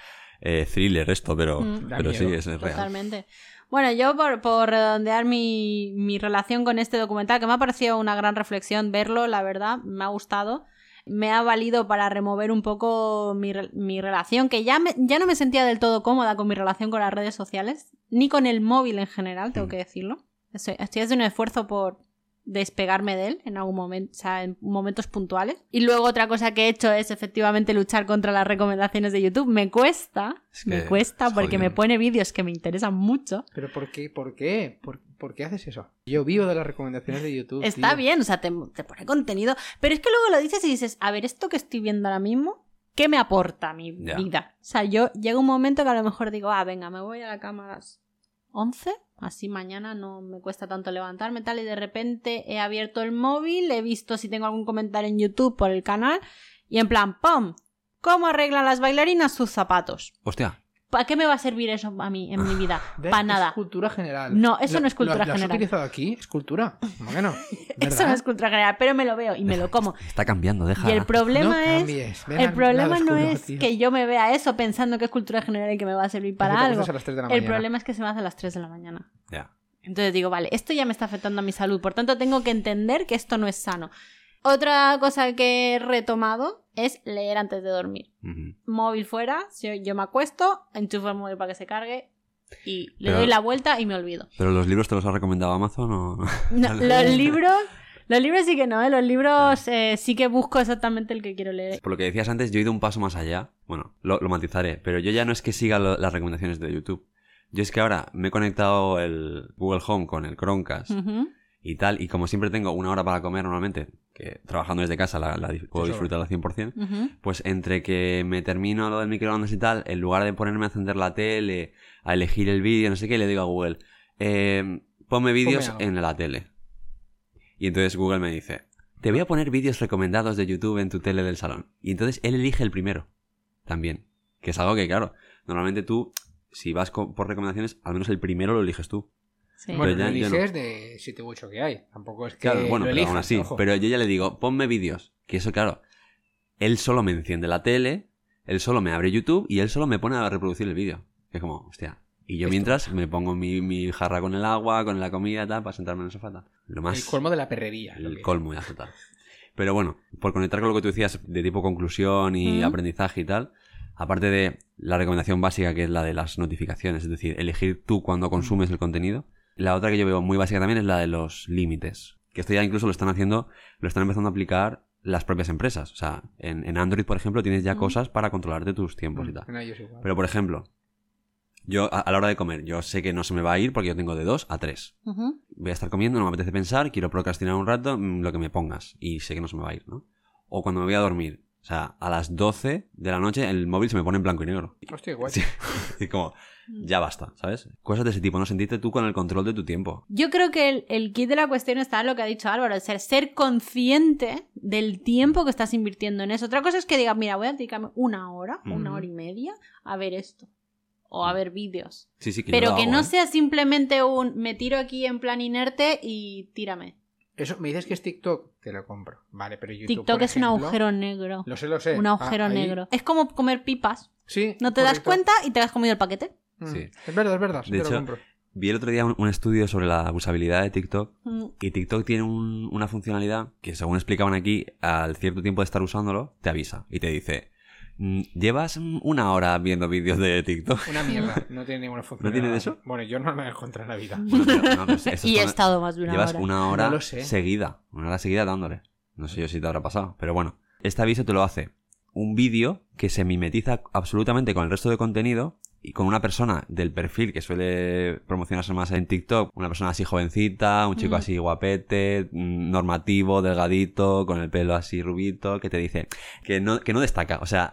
B: eh, thriller esto, pero,
A: Mm.
C: Da
B: pero sí,
C: miedo.
B: es, es real.
A: Totalmente. Bueno, yo por, por redondear mi, mi relación con este documental, que me ha parecido una gran reflexión verlo, la verdad, me ha gustado. Me ha valido para remover un poco mi, re- mi relación, que ya, me- ya no me sentía del todo cómoda con mi relación con las redes sociales, ni con el móvil en general, tengo
B: Mm.
A: que decirlo. Estoy, estoy haciendo un esfuerzo por despegarme de él en algún momento, o sea, en momentos puntuales. Y luego otra cosa que he hecho es efectivamente luchar contra las recomendaciones de YouTube. Me cuesta,
B: Es que
A: me cuesta
B: es
A: porque me
B: jodido.
A: pone vídeos que me interesan mucho.
C: Pero ¿por qué? ¿Por qué? ¿Por, por qué haces eso? Yo vivo de las recomendaciones de YouTube.
A: Está
C: tío.
A: bien, o sea, te, te pone contenido, pero es que luego lo dices y dices, a ver, esto que estoy viendo ahora mismo, ¿qué me aporta a mi
B: Ya.
A: vida? O sea, yo llega un momento que a lo mejor digo, ah, venga, me voy a la cama a las 11, así mañana no me cuesta tanto levantarme, tal, y de repente he abierto el móvil, he visto si tengo algún comentario en YouTube por el canal, y en plan, ¡pum! ¿Cómo arreglan las bailarinas sus zapatos?
B: Hostia,
A: ¿Para qué me va a servir eso a mí en mi vida?
C: ¿Ves?
A: Para nada.
C: Ah, Es cultura general.
A: No, eso no es cultura
C: lo- lo has
A: general.
C: utilizado aquí? Es cultura. ¿Cómo que no?
A: Eso no
C: ¿Verdad?
A: es cultura general, pero me lo veo y me lo como.
B: Está cambiando, deja.
A: Y el
C: No
A: problema es.
C: cambies, ven
A: el
C: al
A: problema
C: lado
A: no
C: oscuro,
A: es
C: tío.
A: que yo me vea eso pensando que es cultura general y que me va a servir para
C: Eso te
A: algo.
C: acuestas a las tres de la
A: El
C: mañana.
A: problema es que se me hace a las 3 de la mañana.
B: Ya.
A: Entonces digo, vale, esto ya me está afectando a mi salud, por tanto tengo que entender que esto no es sano. Otra cosa que he retomado es leer antes de dormir.
B: Ujú.
A: Móvil fuera, yo, yo me acuesto, enchufo el móvil para que se cargue y le
B: Pero-
A: doy la vuelta y me olvido.
B: Pero los libros te los ha recomendado Amazon o.
A: No,
B: Dale.
A: los libros, los libros sí que no, ¿eh? los libros eh, sí que busco exactamente el que quiero leer.
B: Por lo que decías antes, yo he ido un paso más allá. Bueno, lo, lo matizaré, pero yo ya no es que siga lo- las recomendaciones de YouTube. Yo es que ahora me he conectado el Google Home con el Chromecast
A: Ujú.
B: y tal, y como siempre tengo una hora para comer normalmente, que trabajando desde casa la, la di- puedo
C: Sí,
B: disfrutar al 100%,
A: Ujú.
B: pues entre que me termino lo del microondas y tal, en lugar de ponerme a encender la tele, a elegir el vídeo, no sé qué, le digo a Google, eh, ponme vídeos
C: algo.
B: en la tele. Y entonces Google me dice, te voy a poner vídeos recomendados de YouTube en tu tele del salón. Y entonces él elige el primero también. Que es algo que, claro, normalmente tú, si vas co- por recomendaciones, al menos el primero lo eliges tú.
A: Sí.
B: Pero
C: Bueno,
B: ya-
C: lo
B: ya no.
C: eliges de 7 u 8 que hay. Tampoco es que
B: Claro, bueno,
C: lo
B: pero
C: elijas,
B: aún así.
C: ojo.
B: Pero yo ya le digo, ponme vídeos. Que eso, claro, él solo me enciende la tele, él solo me abre YouTube y él solo me pone a reproducir el vídeo. Que es como, hostia. Y yo
C: Esto.
B: mientras me pongo mi, mi jarra con el agua, con la comida, tal, para sentarme en el sofá, tal. Lo más.
C: El colmo de la perrería. lo
B: el
C: que es.
B: colmo, ya total. Pero bueno, por conectar con lo que tú decías de tipo conclusión y
A: Ujú.
B: aprendizaje y tal, aparte de la recomendación básica que es la de las notificaciones, es decir, elegir tú cuando consumes el contenido, la otra que yo veo muy básica también es la de los límites, que esto ya incluso lo están haciendo, lo están empezando a aplicar las propias empresas. O sea, en, en Android, por ejemplo, tienes ya
A: Ujú.
B: cosas para controlarte tus tiempos pues, y tal.
C: No, yo soy igual.
B: Pero por ejemplo, yo a, a la hora de comer, yo sé que no se me va a ir porque yo tengo de 2 a 3
A: Ujú.
B: voy a estar comiendo, no me apetece pensar, quiero procrastinar un rato, mm, lo que me pongas. Y sé que no se me va a ir, ¿no? O cuando me voy a dormir. O sea, a las 12 de la noche el móvil se me pone en blanco y negro.
C: Hostia, guay.
B: Sí. Y como, ya basta, ¿sabes? Cosas de ese tipo, no sentirte tú con el control de tu tiempo.
A: Yo creo que el, el kit de la cuestión está en lo que ha dicho Álvaro, el ser, ser consciente del tiempo que estás invirtiendo en eso. Otra cosa es que digas, mira, voy a dedicarme una hora,
B: Mm.
A: una hora y media a ver esto o a ver vídeos.
B: Sí, sí, que yo
A: Pero
B: lo
A: que
B: hago,
A: no
B: ¿eh?
A: sea simplemente un me tiro aquí en plan inerte y tírame.
C: Eso, me dices que es TikTok, te lo compro. Vale, pero YouTube.
A: TikTok
C: por
A: es un
C: ejemplo,
A: agujero negro.
C: Lo sé, lo sé.
A: Un agujero
C: Ah, ahí-
A: negro. Es como comer pipas.
C: Sí.
A: No te das
C: correcto.
A: cuenta y te has comido el paquete.
C: Mm,
B: Sí.
C: Es verdad, es verdad. sí
B: De
C: te lo
B: hecho,
C: compro.
B: Vi el otro día un, un estudio sobre la abusabilidad de TikTok
A: Mm,
B: y TikTok tiene un- una funcionalidad que, según explicaban aquí, al cierto tiempo de estar usándolo, te avisa y te dice, mm, llevas mm, una hora viendo vídeos de TikTok.
C: Una mierda. No tiene ninguna función.
B: ¿No tiene eso?
C: Bueno, yo no me encontré en la vida.
A: Mm.
B: Bueno, pero- no, pero esto es
A: y he
B: con-
A: estado más de una
B: Llevas
A: hora.
B: una hora
C: No lo sé.
B: seguida. Una hora seguida dándole. No sé yo si te habrá pasado. Pero bueno, este aviso te lo hace un vídeo que se mimetiza absolutamente con el resto de contenido y con una persona del perfil que suele promocionarse más en TikTok. Una persona así jovencita, un chico
A: Mm.
B: así guapete, mm, normativo, delgadito, con el pelo así rubito, que te dice que no, que no destaca. O sea,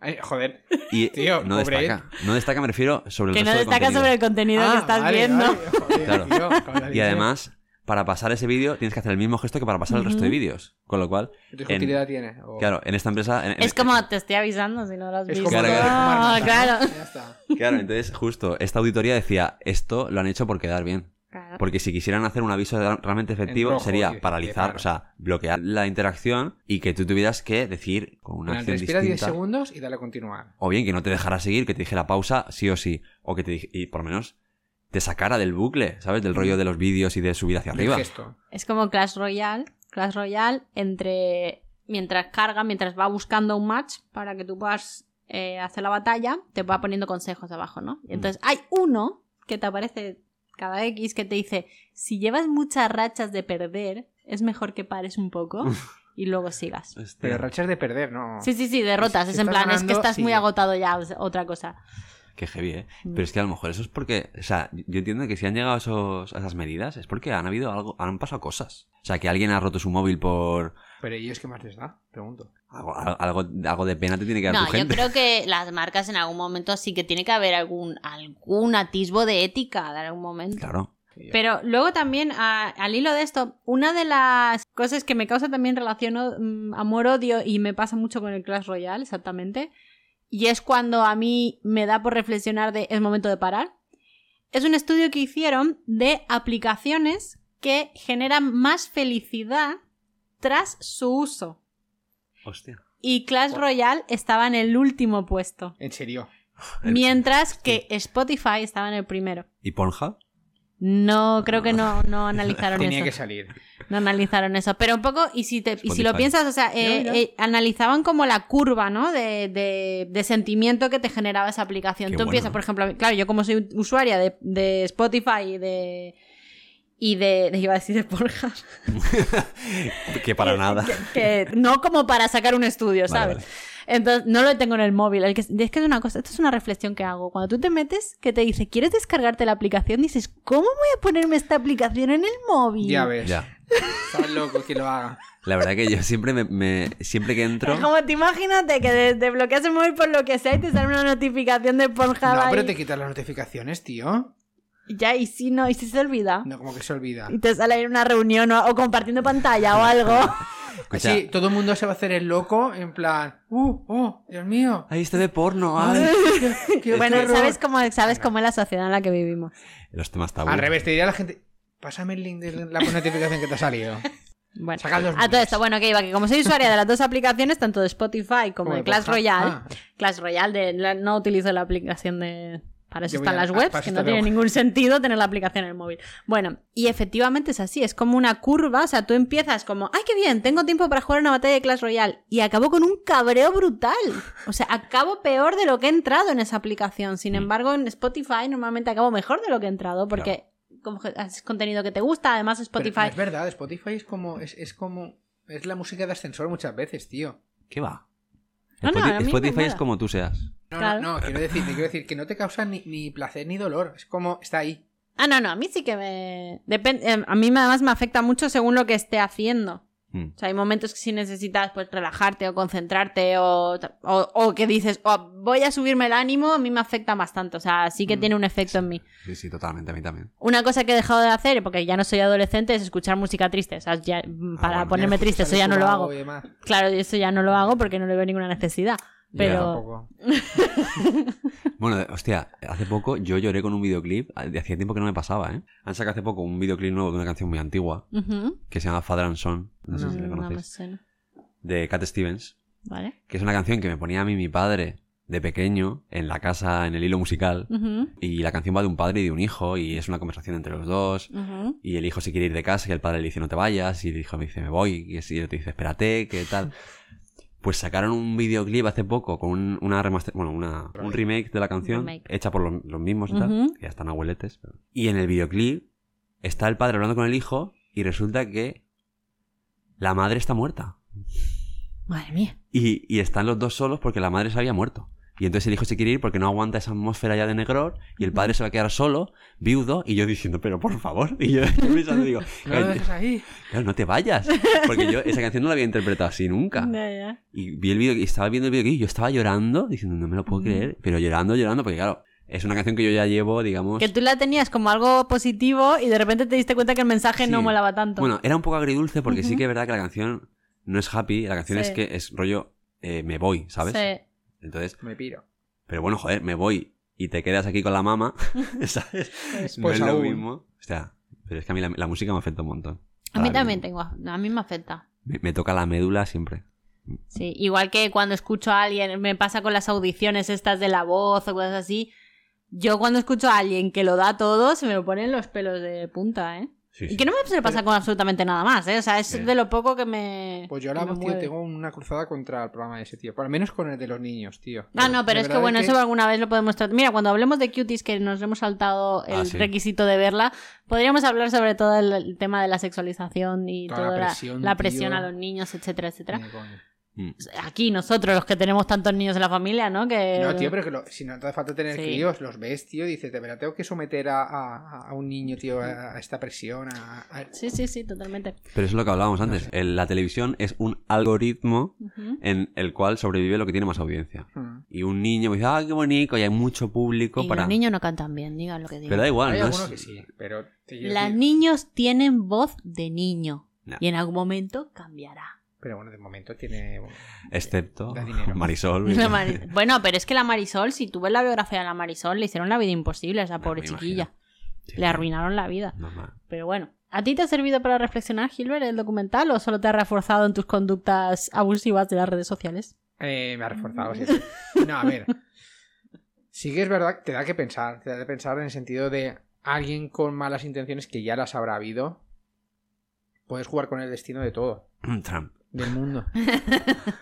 C: Ay, Eh, joder.
B: y
C: Tío,
B: no
C: pobre.
B: destaca. No destaca, me refiero, sobre el
A: Que no
B: resto de
A: destaca
B: contenido.
A: sobre el contenido que
C: Ah,
A: estás
C: vale,
A: viendo.
C: vale, joder,
B: Claro.
C: tío, con
B: Y
C: la leche.
B: además, para pasar ese vídeo tienes que hacer el mismo gesto que para pasar el resto de
A: Ujú.
B: vídeos. Con lo cual,
C: Entonces, ¿qué
B: en-
C: utilidad tiene? O-
B: claro, en esta empresa. en- en-
A: Es como te estoy avisando si no lo has
C: Es
A: visto.
C: como
B: Claro,
C: lo de
B: claro.
C: fumar
A: Ah,
C: mota, ¿no?
A: claro.
C: Ya está.
B: Claro, entonces, justo, esta auditoría decía: esto lo han hecho por quedar bien.
A: Claro.
B: Porque si quisieran hacer un aviso ra- realmente efectivo,
C: En rojo,
B: sería
C: sí,
B: paralizar,
C: claro.
B: o sea, bloquear la interacción y que tú tuvieras que decir con una
C: Bueno,
B: acción
C: Respira 10
B: distinta.
C: segundos y dale a continuar.
B: O bien que no te dejara seguir, que te dijera pausa, sí o sí. O que te dij- y por lo menos te sacara del bucle, ¿sabes? Del rollo de los vídeos y de subir hacia
C: Mm. Del
B: arriba.
C: gesto.
A: Es como Clash Royale. Clash Royale entre... Mientras carga, mientras va buscando un match para que tú puedas eh, hacer la batalla, te va poniendo consejos abajo, ¿no?
B: Mm.
A: Y Entonces hay uno que te aparece cada X que te dice, si llevas muchas rachas de perder, es mejor que pares un poco y luego sigas.
B: Hostia.
C: Pero rachas de perder, ¿no?
A: Sí, sí, sí, derrotas.
C: Si
A: es en
C: estás
A: plan, es que
C: ganando,
A: estás muy
C: sigue.
A: agotado ya, o sea, otra cosa.
B: Qué heavy, ¿eh?
A: Mm.
B: Pero es que a lo mejor eso es porque, o sea, yo entiendo que si han llegado a, esos- a esas medidas es porque han habido algo, han pasado cosas. O sea, que alguien ha roto su móvil por
C: Pero ellos qué más les da, pregunto.
B: algo, algo, algo de pena te tiene que dar
A: No,
B: tu
A: yo
B: gente.
A: creo que las marcas en algún momento sí que tiene que haber algún, algún atisbo de ética en algún momento.
B: Claro.
A: Pero luego también, a- al hilo de esto, una de las cosas que me causa también relaciono mm, amor-odio y me pasa mucho con el Clash Royale, exactamente, y es cuando a mí me da por reflexionar de es momento de parar, es un estudio que hicieron de aplicaciones que generan más felicidad tras su uso.
B: Hostia.
A: Y Clash Royale estaba en el último puesto,
C: En serio.
B: El-
A: mientras que Spotify estaba en el primero.
B: ¿Y Pornhub?
A: No, creo que no, no
B: Ah.
A: analizaron
C: Tenía
A: eso.
C: que salir.
A: No analizaron eso. Pero un poco, y si, te, y si
B: Spotify.
A: lo piensas, o sea, eh,
C: Ya, ya.
A: eh, analizaban como la curva, ¿no? De, de- de sentimiento que te generaba esa aplicación.
B: Qué
A: Tú
B: bueno,
A: empiezas,
B: ¿no?
A: por ejemplo, a mí- claro, yo como soy u- usuaria de, de Spotify y de. Y de, de- Iba a decir de Pornhub.
B: que para nada.
A: Que, que no como para sacar un estudio,
B: Vale,
A: ¿sabes?
B: vale.
A: Entonces, no lo tengo en el móvil. El que, es que es una cosa, esto es una reflexión que hago. Cuando tú te metes, que te dice, ¿quieres descargarte la aplicación? Dices, ¿cómo voy a ponerme esta aplicación en el móvil?
C: Ya ves.
B: Ya.
C: Estás loco que lo haga.
B: La verdad que yo siempre me, me- siempre que entro.
A: Es como te imagínate que de- desbloqueas el móvil por lo que sea y te sale una notificación de Pornhub
C: No,
A: ahí.
C: pero te quitas las notificaciones, tío.
A: Ya, y si no, y si se olvida.
C: No, como que se olvida.
A: Y te sale ahí en una reunión o, o compartiendo pantalla o algo.
B: Escucha,
C: Así todo el mundo se va a hacer el loco en plan, ¡uh! ¡oh! ¡Dios mío!
B: Ahí está de este porno. ay.
C: qué- qué
A: bueno,
C: horror".
A: sabes cómo, sabes cómo es la sociedad en la que vivimos.
B: Los temas tabú.
C: Al revés, te diría la gente, pásame el link de la notificación que te ha salido.
A: Bueno.
C: Saca dos
A: A Ah, todo
C: links.
A: esto, bueno, que iba, que como soy usuaria de las dos aplicaciones, tanto de Spotify como
C: Como
A: de
C: de
A: Clash
C: Pornhub.
A: Royale,
C: Ah.
A: Clash Royale de- la- no utilizo la aplicación de... Para eso
C: Yo voy
A: están
C: a-
A: las
C: a-
A: webs,
C: para
A: que
C: eso
A: no
C: está la
A: tiene
C: web.
A: ningún sentido tener la aplicación en el móvil. Bueno, y efectivamente es así, es como una curva, o sea, tú empiezas como, ay, qué bien, tengo tiempo para jugar una batalla de Clash Royale, y acabo con un cabreo brutal. O sea, acabo peor de lo que he entrado en esa aplicación.
C: Mm.
A: Sin embargo, en Spotify normalmente acabo mejor de lo que he entrado, porque como que es contenido que te gusta, además
C: Pero
A: Spotify...
C: no es verdad, Spotify es como, es, es como, es la música de ascensor muchas veces, tío.
B: ¿Qué va?
A: No, no,
B: Spoti-
A: a mí me
B: Spotify es
A: mola.
B: como tú seas.
C: No,
A: Claro.
C: no, no, quiero decir, te quiero decir que no te causa ni, ni placer ni dolor. Es como, está ahí.
A: Ah, no, no, a mí sí que me... Depen- eh, a mí me- además me afecta mucho según lo que esté haciendo.
B: Mm.
A: O sea, hay momentos que sí necesitas pues relajarte o concentrarte o, o, o que dices, "Oh, voy a subirme el ánimo, a mí me afecta bastante. O sea, sí que
C: Mm.
A: tiene un efecto en mí.
B: Sí, sí, totalmente. A mí también.
A: Una cosa que he dejado de hacer, porque ya no soy adolescente, es escuchar música triste. O sea, ya, mm,
B: Ah,
A: para
B: bueno,
A: ponerme
C: Ya,
A: triste, eso
C: sales
A: ya no lo
C: fumado
A: hago.
C: y demás.
A: Claro, eso ya no lo hago porque no le veo ninguna necesidad.
B: Yo
A: Pero
C: Tampoco.
B: Bueno, de- hostia, hace poco yo lloré con un videoclip. ah, de Hacía tiempo que no me pasaba, ¿eh? Han sacado hace poco un videoclip nuevo de una canción muy antigua
A: Ujú.
B: que se llama Father and Son. No, sé
C: No,
B: si la
A: Mm, no me
B: conocéis.
A: suena.
B: De Cat Stevens.
A: ¿Vale?
B: que es una canción que me ponía a mí mi padre de pequeño en la casa, en el hilo musical.
A: Ujú,
B: Y la canción va de un padre y de un hijo, y es una conversación entre los dos.
A: ujú.
B: Y el hijo se quiere ir de casa, y el padre le dice no te vayas, y el hijo me dice me voy, y así, y el te dice espérate, ¿qué tal? Pues sacaron un videoclip hace poco con un- una remaster, bueno, una, un remake de la canción
A: Remake.
B: hecha por los, los mismos y tal,
A: Ujú.
B: que ya están abueletes. pero- Y en el videoclip está el padre hablando con el hijo, y resulta que la madre está muerta.
A: Madre mía.
B: Y, y están los dos solos porque la madre se había muerto. Y entonces el hijo se quiere ir porque no aguanta esa atmósfera ya de negror y el padre se va a quedar solo, viudo, y yo diciendo, pero por favor. Y yo pensando, digo,
C: No lo
B: "Claro,
C: dejes ahí.
B: claro, no te vayas. Porque yo esa canción no la había interpretado así nunca.
A: Ya, ya.
B: Y vi el vídeo, y estaba viendo el vídeo y yo estaba llorando, diciendo, no me lo puedo
A: Mm.
B: creer, pero llorando, llorando, porque claro, es una canción que yo ya llevo, digamos...
A: Que tú la tenías como algo positivo y de repente te diste cuenta que el mensaje no
B: Sí.
A: molaba tanto.
B: Bueno, era un poco agridulce porque sí
A: Ujú.
B: que es verdad que la canción no es happy, la canción
A: Sí.
B: es que es rollo, eh, me voy, ¿sabes?
A: Sí.
B: Entonces...
C: Me piro.
B: Pero bueno, joder, me voy y te quedas aquí con la mama, ¿sabes? no
C: Pues
B: es lo
C: aún.
B: mismo. O sea, pero es que a mí la, la música me afecta un montón.
A: A mí
B: Ahora
A: también
B: mismo.
A: tengo, a mí me afecta.
B: Me, me toca la médula siempre.
A: Sí, igual que cuando escucho a alguien, me pasa con las audiciones estas de la voz o cosas así. Yo cuando escucho a alguien que lo da todo, se me lo ponen los pelos de punta, ¿eh?
B: Sí,
A: Y que no me se pasa con absolutamente nada más, ¿eh? O sea, es
B: Bien.
A: de lo poco que me.
C: Pues yo la
A: que me
C: voz, tío,
A: mueve.
C: tengo una cruzada contra el programa de ese tío. Por lo menos con el de los niños, tío.
A: Ah, no, pero
C: De
A: es que
C: verdad
A: bueno, eso alguna vez lo podemos tratar. Mira, cuando hablemos de cuties, que nos hemos saltado el
B: Ah, sí.
A: requisito de verla, podríamos hablar sobre todo el, el tema de la sexualización y
C: Toda la
A: toda la la presión,
C: presión, tío.
A: a los niños, etcétera, etcétera. Pues
C: Ni coña.
B: Mm.
A: Aquí nosotros, los que tenemos tantos niños en la familia, ¿no? Que...
C: No, tío, pero que lo- si no te hace falta tener
A: Eh, Sí.
C: críos, los ves, tío, y dices, de verdad tengo que someter a, a- a un niño, tío, a, a esta presión, a, a-
A: Sí, sí, sí, totalmente.
B: Pero eso es lo que hablábamos antes. El- la televisión es un algoritmo
A: Ujú.
B: en el cual sobrevive lo que tiene más audiencia.
C: Hmm.
B: Y un niño dice, ah, qué bonito, y hay mucho público
A: Y
B: para...
A: los niños no cantan bien, digan lo que digan.
B: Pero da igual,
C: Hay
B: ¿no?
C: algunos
B: Es-
C: que sí, pero... te quiero
A: Los
C: decir-
A: niños tienen voz de niño.
B: No.
A: Y en algún momento cambiará.
C: Pero bueno, de momento tiene.
B: Excepto
C: Da dinero.
B: Marisol.
A: La Mari- Bueno, pero es que la Marisol, si tú ves la biografía de la Marisol, le hicieron la vida imposible a esa
B: Me-
A: pobre
B: me
A: chiquilla.
B: Sí.
A: Le arruinaron la vida.
B: Normal.
A: Pero bueno, ¿a ti te ha servido para reflexionar, Gilbert, el documental o solo te ha reforzado en tus conductas abusivas de las redes sociales?
C: Eh, me ha reforzado, sí. No, a ver. Sí que es verdad, te da que pensar. Te da que pensar en el sentido de alguien con malas intenciones que ya las habrá habido. Puedes jugar con el destino de todo,
B: Trump.
C: del mundo.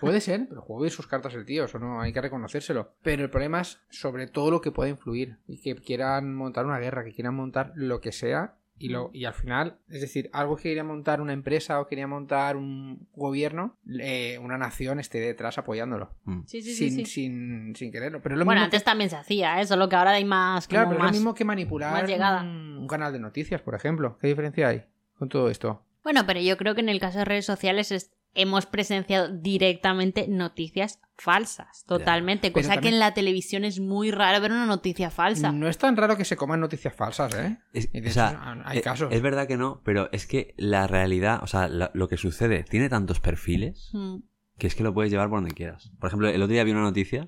C: Puede ser, pero juego de sus cartas el tío, eso no, hay que reconocérselo. Pero el problema es sobre todo lo que puede influir y que quieran montar una guerra, que quieran montar lo que sea y, lo, y al final, es decir, algo que quería montar una empresa o quería montar un gobierno, eh, una nación esté detrás apoyándolo
B: Mm.
A: Sí,
C: sin, sin, sin quererlo. Pero es lo
A: Bueno,
C: mismo que-
A: antes también se hacía, ¿eh? solo que ahora hay más...
C: claro,
A: como
C: pero es lo
A: más-
C: mismo que manipular
A: más llegada.
C: un, un canal de noticias, por ejemplo. ¿Qué diferencia hay con todo esto?
A: Bueno, pero yo creo que en el caso de redes sociales es- hemos presenciado directamente noticias falsas, totalmente.
C: Pero
A: Cosa que
C: también-
A: en la televisión es muy raro ver una noticia falsa.
C: No es tan raro que se coman noticias falsas, ¿eh?
B: Es-
C: Y de
B: o sea,
C: hecho, han- hay
B: eh,
C: casos.
B: Es verdad que no, pero es que la realidad, o sea, la- lo que sucede tiene tantos perfiles
A: Mm.
B: que es que lo puedes llevar por donde quieras. Por ejemplo, el otro día vi una noticia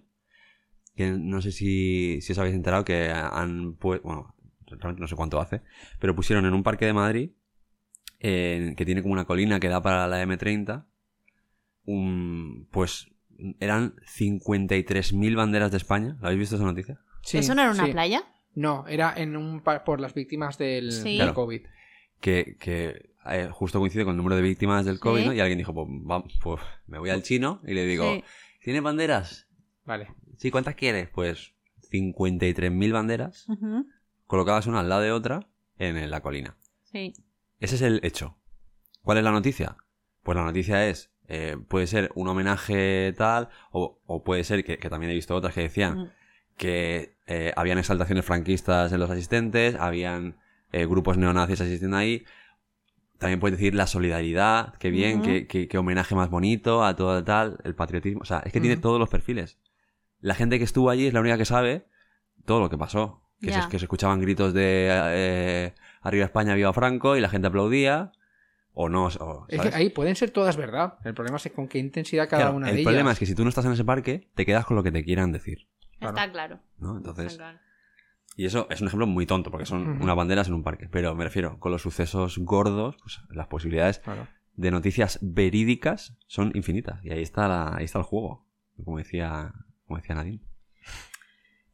B: que no sé si, si os habéis enterado que han puesto, bueno, realmente no sé cuánto hace, pero pusieron en un parque de Madrid eh, que tiene como una colina que da para la M30, un, pues eran 53.000 banderas de España. ¿Lo habéis visto esa noticia?
C: Sí,
A: ¿Eso no era una
C: sí.
A: playa?
C: No, era en un pa- por las víctimas del,
A: Sí.
C: del
B: Claro.
C: COVID.
B: que, que, eh, justo coincide con el número de víctimas del COVID,
A: Sí.
B: ¿no? Y alguien dijo, pues, va- pues me voy al chino y le digo,
A: Sí.
B: ¿tiene banderas?
C: Vale.
B: Sí, ¿cuántas quieres? Pues 53.000 banderas
A: Ujú.
B: colocadas una al lado de otra en la colina.
A: Sí.
B: Ese es el hecho. ¿Cuál es la noticia? Pues la noticia es, eh, puede ser un homenaje tal, o, o puede ser, que, que también he visto otras que decían,
A: Ujú.
B: que eh, habían exaltaciones franquistas en los asistentes, habían eh, grupos neonazis asistiendo ahí. También puedes decir la solidaridad, qué bien,
A: Ujú.
B: qué, qué- qué homenaje más bonito a todo tal, el patriotismo. O sea, es que tiene
C: Ujú.
B: todos los perfiles. La gente que estuvo allí es la única que sabe todo lo que pasó. Que,
A: Ya.
B: se, que se escuchaban gritos de eh, arriba España, viva Franco, y la gente aplaudía. O no, o- ¿sabes?
C: Es que ahí pueden ser todas verdad. El problema es con qué intensidad cada
B: Claro,
C: una de
B: el
C: ellas.
B: problema es que si tú no estás en ese parque, te quedas con lo que te quieran decir.
C: Claro.
A: Está claro.
B: ¿no?
A: Está
B: Entonces,
A: claro.
B: Y eso es un ejemplo muy tonto, porque son
C: Ujú.
B: unas banderas en un parque. Pero me refiero, con los sucesos gordos, pues, las posibilidades
C: Claro.
B: de noticias verídicas son infinitas. Y ahí está, la- ahí está el juego, como decía, como decía Nadine.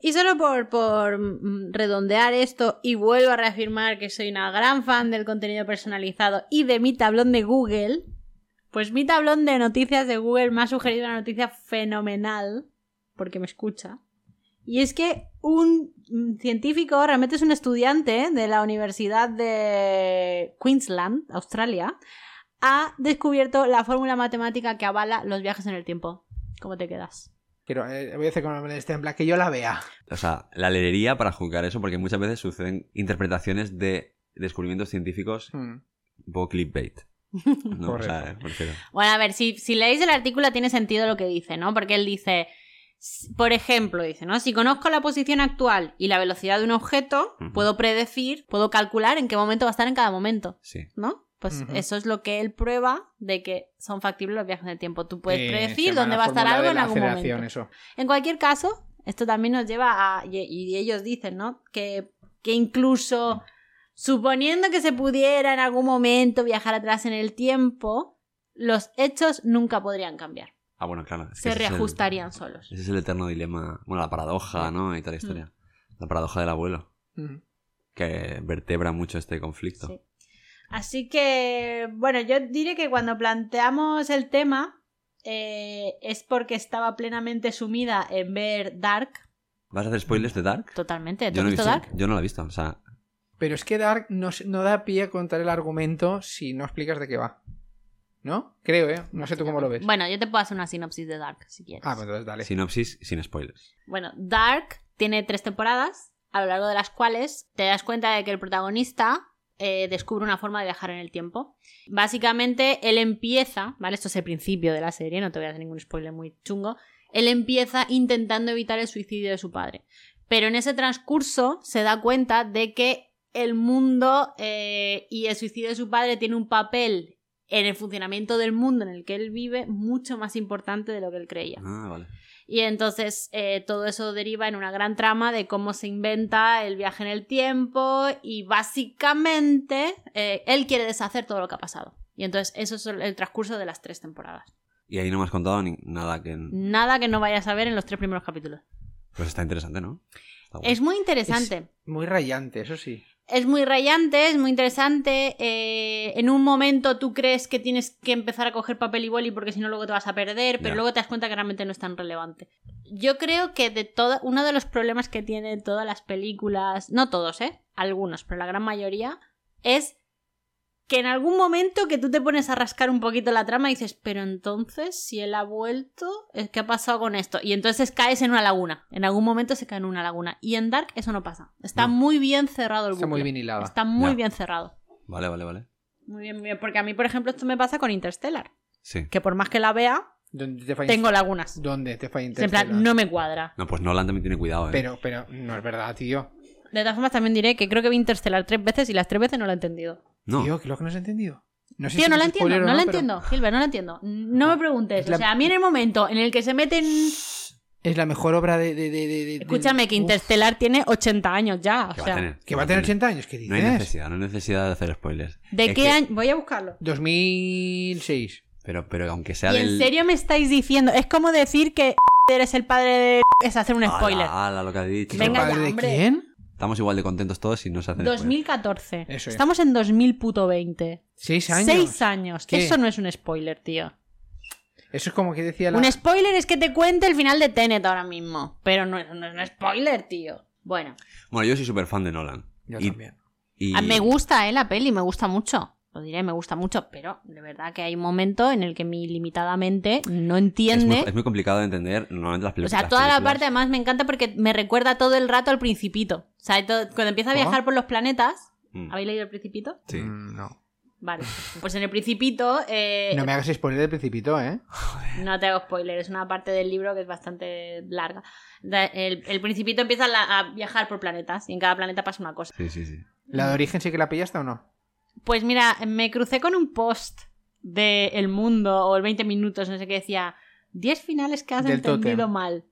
A: Y solo por, por mm, redondear esto y vuelvo a reafirmar que soy una gran fan del contenido personalizado y de mi tablón de Google, pues mi tablón de noticias de Google me ha sugerido una noticia fenomenal, porque me escucha. Y es que un mm, científico, realmente es un estudiante de la Universidad de Queensland, Australia, ha descubierto la fórmula matemática que avala los viajes en el tiempo. ¿Cómo te quedas?
C: Quiero, eh, voy a hacer con este en plan que yo la vea.
B: O sea, la leería para juzgar eso, porque muchas veces suceden interpretaciones de descubrimientos científicos
C: Hmm.
B: un poco clickbait. ¿no? O sea,
C: Correcto.
B: me refiero.
A: Bueno, a ver, si, si leéis el artículo tiene sentido lo que dice, ¿no? Porque él dice, s- por ejemplo, dice, ¿no? Si conozco la posición actual y la velocidad de un objeto,
B: Ujú.
A: puedo predecir, puedo calcular en qué momento va a estar en cada momento,
B: Sí.
A: ¿no? Pues
C: Ujú.
A: eso es lo que él prueba de que son factibles los viajes en el tiempo. Tú puedes
C: Eh, se
A: Pues predecir
C: llama
A: dónde
C: la
A: va a estar
C: fórmula
A: algo
C: de
A: en
C: la
A: algún
C: aceleración,
A: momento.
C: Eso.
A: En cualquier caso, esto también nos lleva a. Y, y ellos dicen, ¿no? Que, que incluso suponiendo que se pudiera en algún momento viajar atrás en el tiempo, los hechos nunca podrían cambiar.
B: Ah, bueno, claro. es
A: Se
B: que ese es el-
A: reajustarían Mm. solos.
B: Ese es el eterno dilema, bueno, la paradoja, ¿no? Y tal historia. La paradoja del abuelo,
C: Hmm.
B: que vertebra mucho este conflicto.
A: Sí. Así que, bueno, yo diré que cuando planteamos el tema eh, es porque estaba plenamente sumida en ver Dark.
B: ¿Vas a hacer spoilers de Dark?
A: Totalmente. ¿Tú
B: Yo
A: has
B: no, he
A: visto
B: visto-
A: Dark?
B: yo no la he visto, o sea,
C: Pero es que Dark no, se- no da pie a contar el argumento si no explicas de qué va. ¿No? Creo, ¿eh? No sé tú cómo lo ves.
A: Bueno, yo te puedo hacer una sinopsis de Dark si quieres.
C: Ah, pues entonces dale.
B: sinopsis sin spoilers.
A: Bueno, Dark tiene tres temporadas, a lo largo de las cuales te das cuenta de que el protagonista eh, descubre una forma de viajar en el tiempo. Básicamente, él empieza, ¿vale? Esto es el principio de la serie, no te voy a hacer ningún spoiler muy chungo. Él empieza intentando evitar el suicidio de su padre. Pero en ese transcurso se da cuenta de que el mundo eh, y el suicidio de su padre tiene un papel en el funcionamiento del mundo en el que él vive mucho más importante de lo que él creía.
B: Ah, vale.
A: Y entonces eh, todo eso deriva en una gran trama de cómo se inventa el viaje en el tiempo y básicamente eh, él quiere deshacer todo lo que ha pasado. Y entonces eso es el el transcurso de las tres temporadas.
B: Y ahí no me has contado ni nada que...
A: Nada que no vayas a ver en los tres primeros capítulos.
B: Pues está interesante, ¿no? Está guay.
A: Es muy interesante.
C: Muy rayante, eso sí.
A: Es muy rayante, es muy interesante. eh, en un momento tú crees que tienes que empezar a coger papel y boli porque si no luego te vas a perder, pero
B: Ya.
A: luego te das cuenta que realmente no es tan relevante. Yo creo que de toda, uno de los problemas que tienen todas las películas, no todos, ¿eh? Algunos, pero la gran mayoría, es que en algún momento que tú te pones a rascar un poquito la trama y dices, pero entonces, si él ha vuelto, ¿eh, ¿qué ha pasado con esto? Y entonces caes en una laguna. En algún momento se cae en una laguna. Y en Dark eso no pasa. Está
B: No.
A: muy bien cerrado el
C: Está muy
A: bucle.
C: vinilada.
A: Está muy
B: Ah, Ya.
A: bien cerrado.
B: Vale, vale, vale.
A: Muy bien, muy bien. Porque a mí, por ejemplo, esto me pasa con Interstellar.
B: Sí.
A: Que por más que la vea,
C: ¿Dónde
B: Pues
C: te falla
A: tengo lagunas.
C: ¿Dónde te falla
A: Es En plan,
C: Interstellar?
A: no me cuadra.
B: No, pues Nolan también tiene cuidado, ¿eh?
C: Pero, pero no es verdad, tío.
A: De todas formas, también diré que creo que vi Interstellar tres veces y las tres veces no la he entendido.
B: No.
C: Tío, ¿qué es lo que no has entendido?
B: Pues
C: No sé
A: Tío,
C: si
A: no la
C: es
A: entiendo,
C: spoiler o
A: no la
C: pero
A: entiendo, Gilbert, no la entiendo. No me preguntes.
C: Es la-
A: O sea, a mí en el momento en el que se meten.
C: Es la mejor obra de. de, de, de- de-
A: Escúchame, que
C: Uf,
A: Interstellar tiene 80 años ya. O
B: Que va a
A: sea,
B: tener.
C: Que va a tener 80 años, ¿qué
B: No hay
C: dices?
B: necesidad, no hay necesidad de hacer spoilers.
A: ¿de
B: Es
A: qué
B: que-
A: año? Voy a buscarlo.
C: 2006.
B: Pero, pero aunque sea
A: ¿Y
B: del...
A: en serio me estáis diciendo? Es como decir que eres el padre de. Es hacer un spoiler.
B: Ala, ala, lo que ha dicho.
A: Venga
C: ¿Padre
A: ya,
C: de
A: hombre.
C: quién?
B: Estamos igual de contentos todos si no se hacen spoilers.
A: 2014.
C: Eso es.
A: Estamos en 2020.
C: ¿Seis años?
A: Seis años.
C: ¿Qué?
A: Eso no es un spoiler, tío.
C: Eso es como que decía la.
A: Un spoiler es que te cuente el final de Tenet ahora mismo. Pero no, no es un spoiler, tío. Bueno,
B: Bueno, yo soy súper fan de Nolan.
C: Yo
B: y,
C: también.
B: y-
A: a- me gusta, ¿eh? La peli, me gusta mucho. Lo diré, me gusta mucho. Pero de verdad que hay un momento en el que mi limitada mente no
B: Es muy,
A: entiende.
B: es muy complicado de entender normalmente
A: ¿eh?
B: las
A: O
B: películas.
A: sea, toda la parte además me encanta porque me recuerda todo el rato al principito. O sea, todo- cuando empieza a
C: ¿Cómo?
A: viajar por los planetas.
B: Mm,
A: ¿Habéis leído el principito?
B: Sí.
C: Mm, no.
A: Vale. Pues en el principito... eh,
C: No me hagas spoiler del Principito, ¿eh?
A: No te hago spoiler, es una parte del libro que es bastante larga. Da- El, el principito empieza la- a viajar por planetas y en cada planeta pasa una cosa.
B: sí, sí, sí.
C: ¿La de origen sí que la pillaste o no?
A: Pues mira, me crucé con un post de El Mundo o el 20 minutos, no sé qué decía, 10 finales que has
C: Del
A: entendido
C: tótem.
A: mal.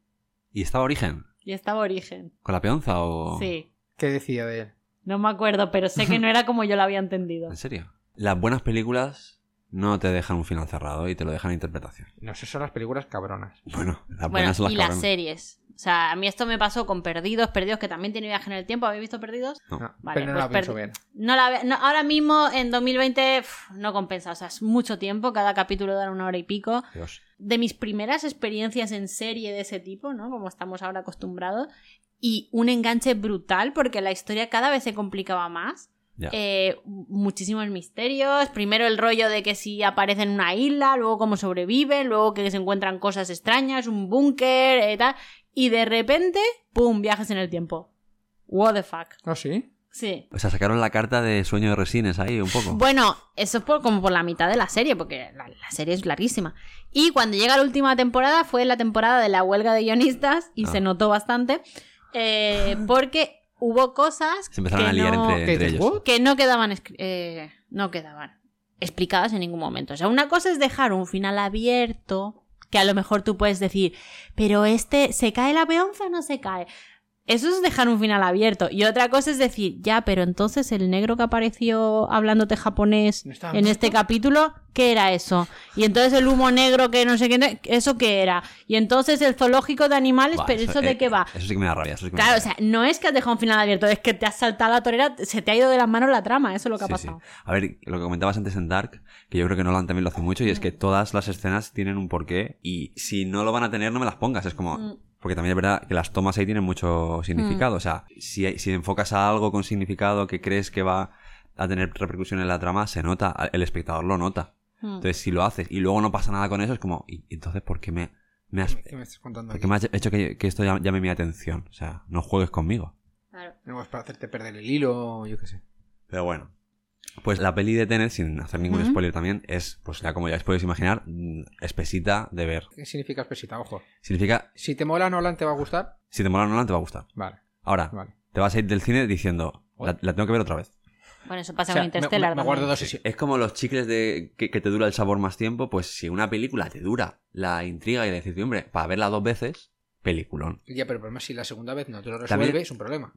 B: ¿Y estaba Origen?
A: Y estaba origen.
B: ¿Con la peonza o...?
A: Sí,
C: ¿Qué decía de él?
A: no me acuerdo, pero sé que no era como yo lo había entendido.
B: ¿En serio? Las buenas películas no te dejan un final cerrado y te lo dejan a interpretación.
C: No, eso son las películas cabronas.
B: Bueno, las
A: Bueno,
B: buenas son las
A: y
B: cabronas.
A: las series. O sea, a mí esto me pasó con Perdidos, Perdidos que también tiene viaje en el tiempo. ¿Habéis visto Perdidos?
B: No.
C: No,
A: Vale,
C: pero no
A: pues
C: la pienso
A: perd-
C: ver.
A: No la ve- no, ahora mismo en 2020 pf, no compensa, o sea, es mucho tiempo, cada capítulo da una hora y pico.
B: Dios.
A: De mis primeras experiencias en serie de ese tipo, ¿no? Como estamos ahora acostumbrados, y un enganche brutal porque la historia cada vez se complicaba más.
B: Ya.
A: Eh, muchísimos misterios. Primero el rollo de que si aparecen en una isla, luego cómo sobreviven, luego que se encuentran cosas extrañas, un búnker, eh, tal. Y de repente, ¡pum! Viajes en el tiempo. What the fuck.
C: ¿Oh, sí?
A: Sí.
B: O sea, sacaron la carta de Sueño de Resines ahí un poco.
A: Bueno, eso es por, como por la mitad de la serie, porque la, la serie es larguísima. Y cuando llega la última temporada, fue la temporada de la huelga de guionistas, y
B: Ah.
A: se notó bastante, eh, porque hubo cosas
B: Se empezaron
A: que,
B: a liar
A: no,
B: entre,
C: ¿Qué
B: entre
C: dices,
B: ellos.
C: what?
A: que no quedaban escri- eh, no quedaban explicadas en ningún momento. O sea, una cosa es dejar un final abierto, que a lo mejor tú puedes decir, pero este, ¿se cae la peonza o no se cae? Eso es dejar un final abierto. Y otra cosa es decir, ya, pero entonces el negro que apareció hablándote japonés
C: ¿No estaba
A: en este
C: muerto?
A: capítulo, ¿qué era eso? Y entonces el humo negro que no sé qué, ¿eso qué era? Y entonces el zoológico de animales,
B: Buah,
A: pero eso, de
B: eh,
A: qué va?
B: Eso sí que me da rabia. Eso sí que me da
A: Claro, o
B: rabia.
A: sea, no es que has dejado un final abierto, es que te has saltado la torera, se te ha ido de las manos la trama, eso es lo que ha
B: Sí,
A: pasado.
B: sí. A ver, lo que comentabas antes en Dark, que yo creo que Nolan también lo hace mucho, y es que todas las escenas tienen un porqué, y si no lo van a tener, no me las pongas. Es como.
A: Mm.
B: Porque también es verdad que las tomas ahí tienen mucho significado. O sea, si, hay- si enfocas a algo con significado que crees que va a tener repercusión en la trama, se nota, a- el espectador lo nota.
A: Mm.
B: Entonces, si lo haces y luego no pasa nada con eso, es como, ¿y entonces por qué me, me has,
C: ¿Qué me estás contando
B: por
C: aquí?
B: qué me has hecho que, que esto llame mi atención? O sea, no juegues conmigo.
A: Claro.
C: No, es para hacerte perder el hilo, yo qué sé.
B: Pero bueno. Pues la peli de Tenet, sin hacer ningún
A: Ujú.
B: spoiler también, es, pues ya como ya os podéis imaginar, mm, espesita de ver.
C: ¿Qué significa espesita? Ojo.
B: Significa,
C: Si te mola Nolan, ¿te va a gustar?
B: si te mola Nolan, te va a gustar.
C: Vale,
B: Ahora,
C: vale.
B: te vas a ir del cine diciendo, la, la tengo que ver otra vez.
A: Bueno, eso pasa
C: O sea,
A: con
C: me-
A: Interstellar.
C: me, me
A: también.
C: guardo dos sesiones.
B: Es como los chicles de que, que te dura el sabor más tiempo, pues si una película te dura la intriga y la incertidumbre para verla dos veces, peliculón.
C: Ya, pero el problema es si la segunda vez no te lo resuelve,
B: También-
C: es un problema.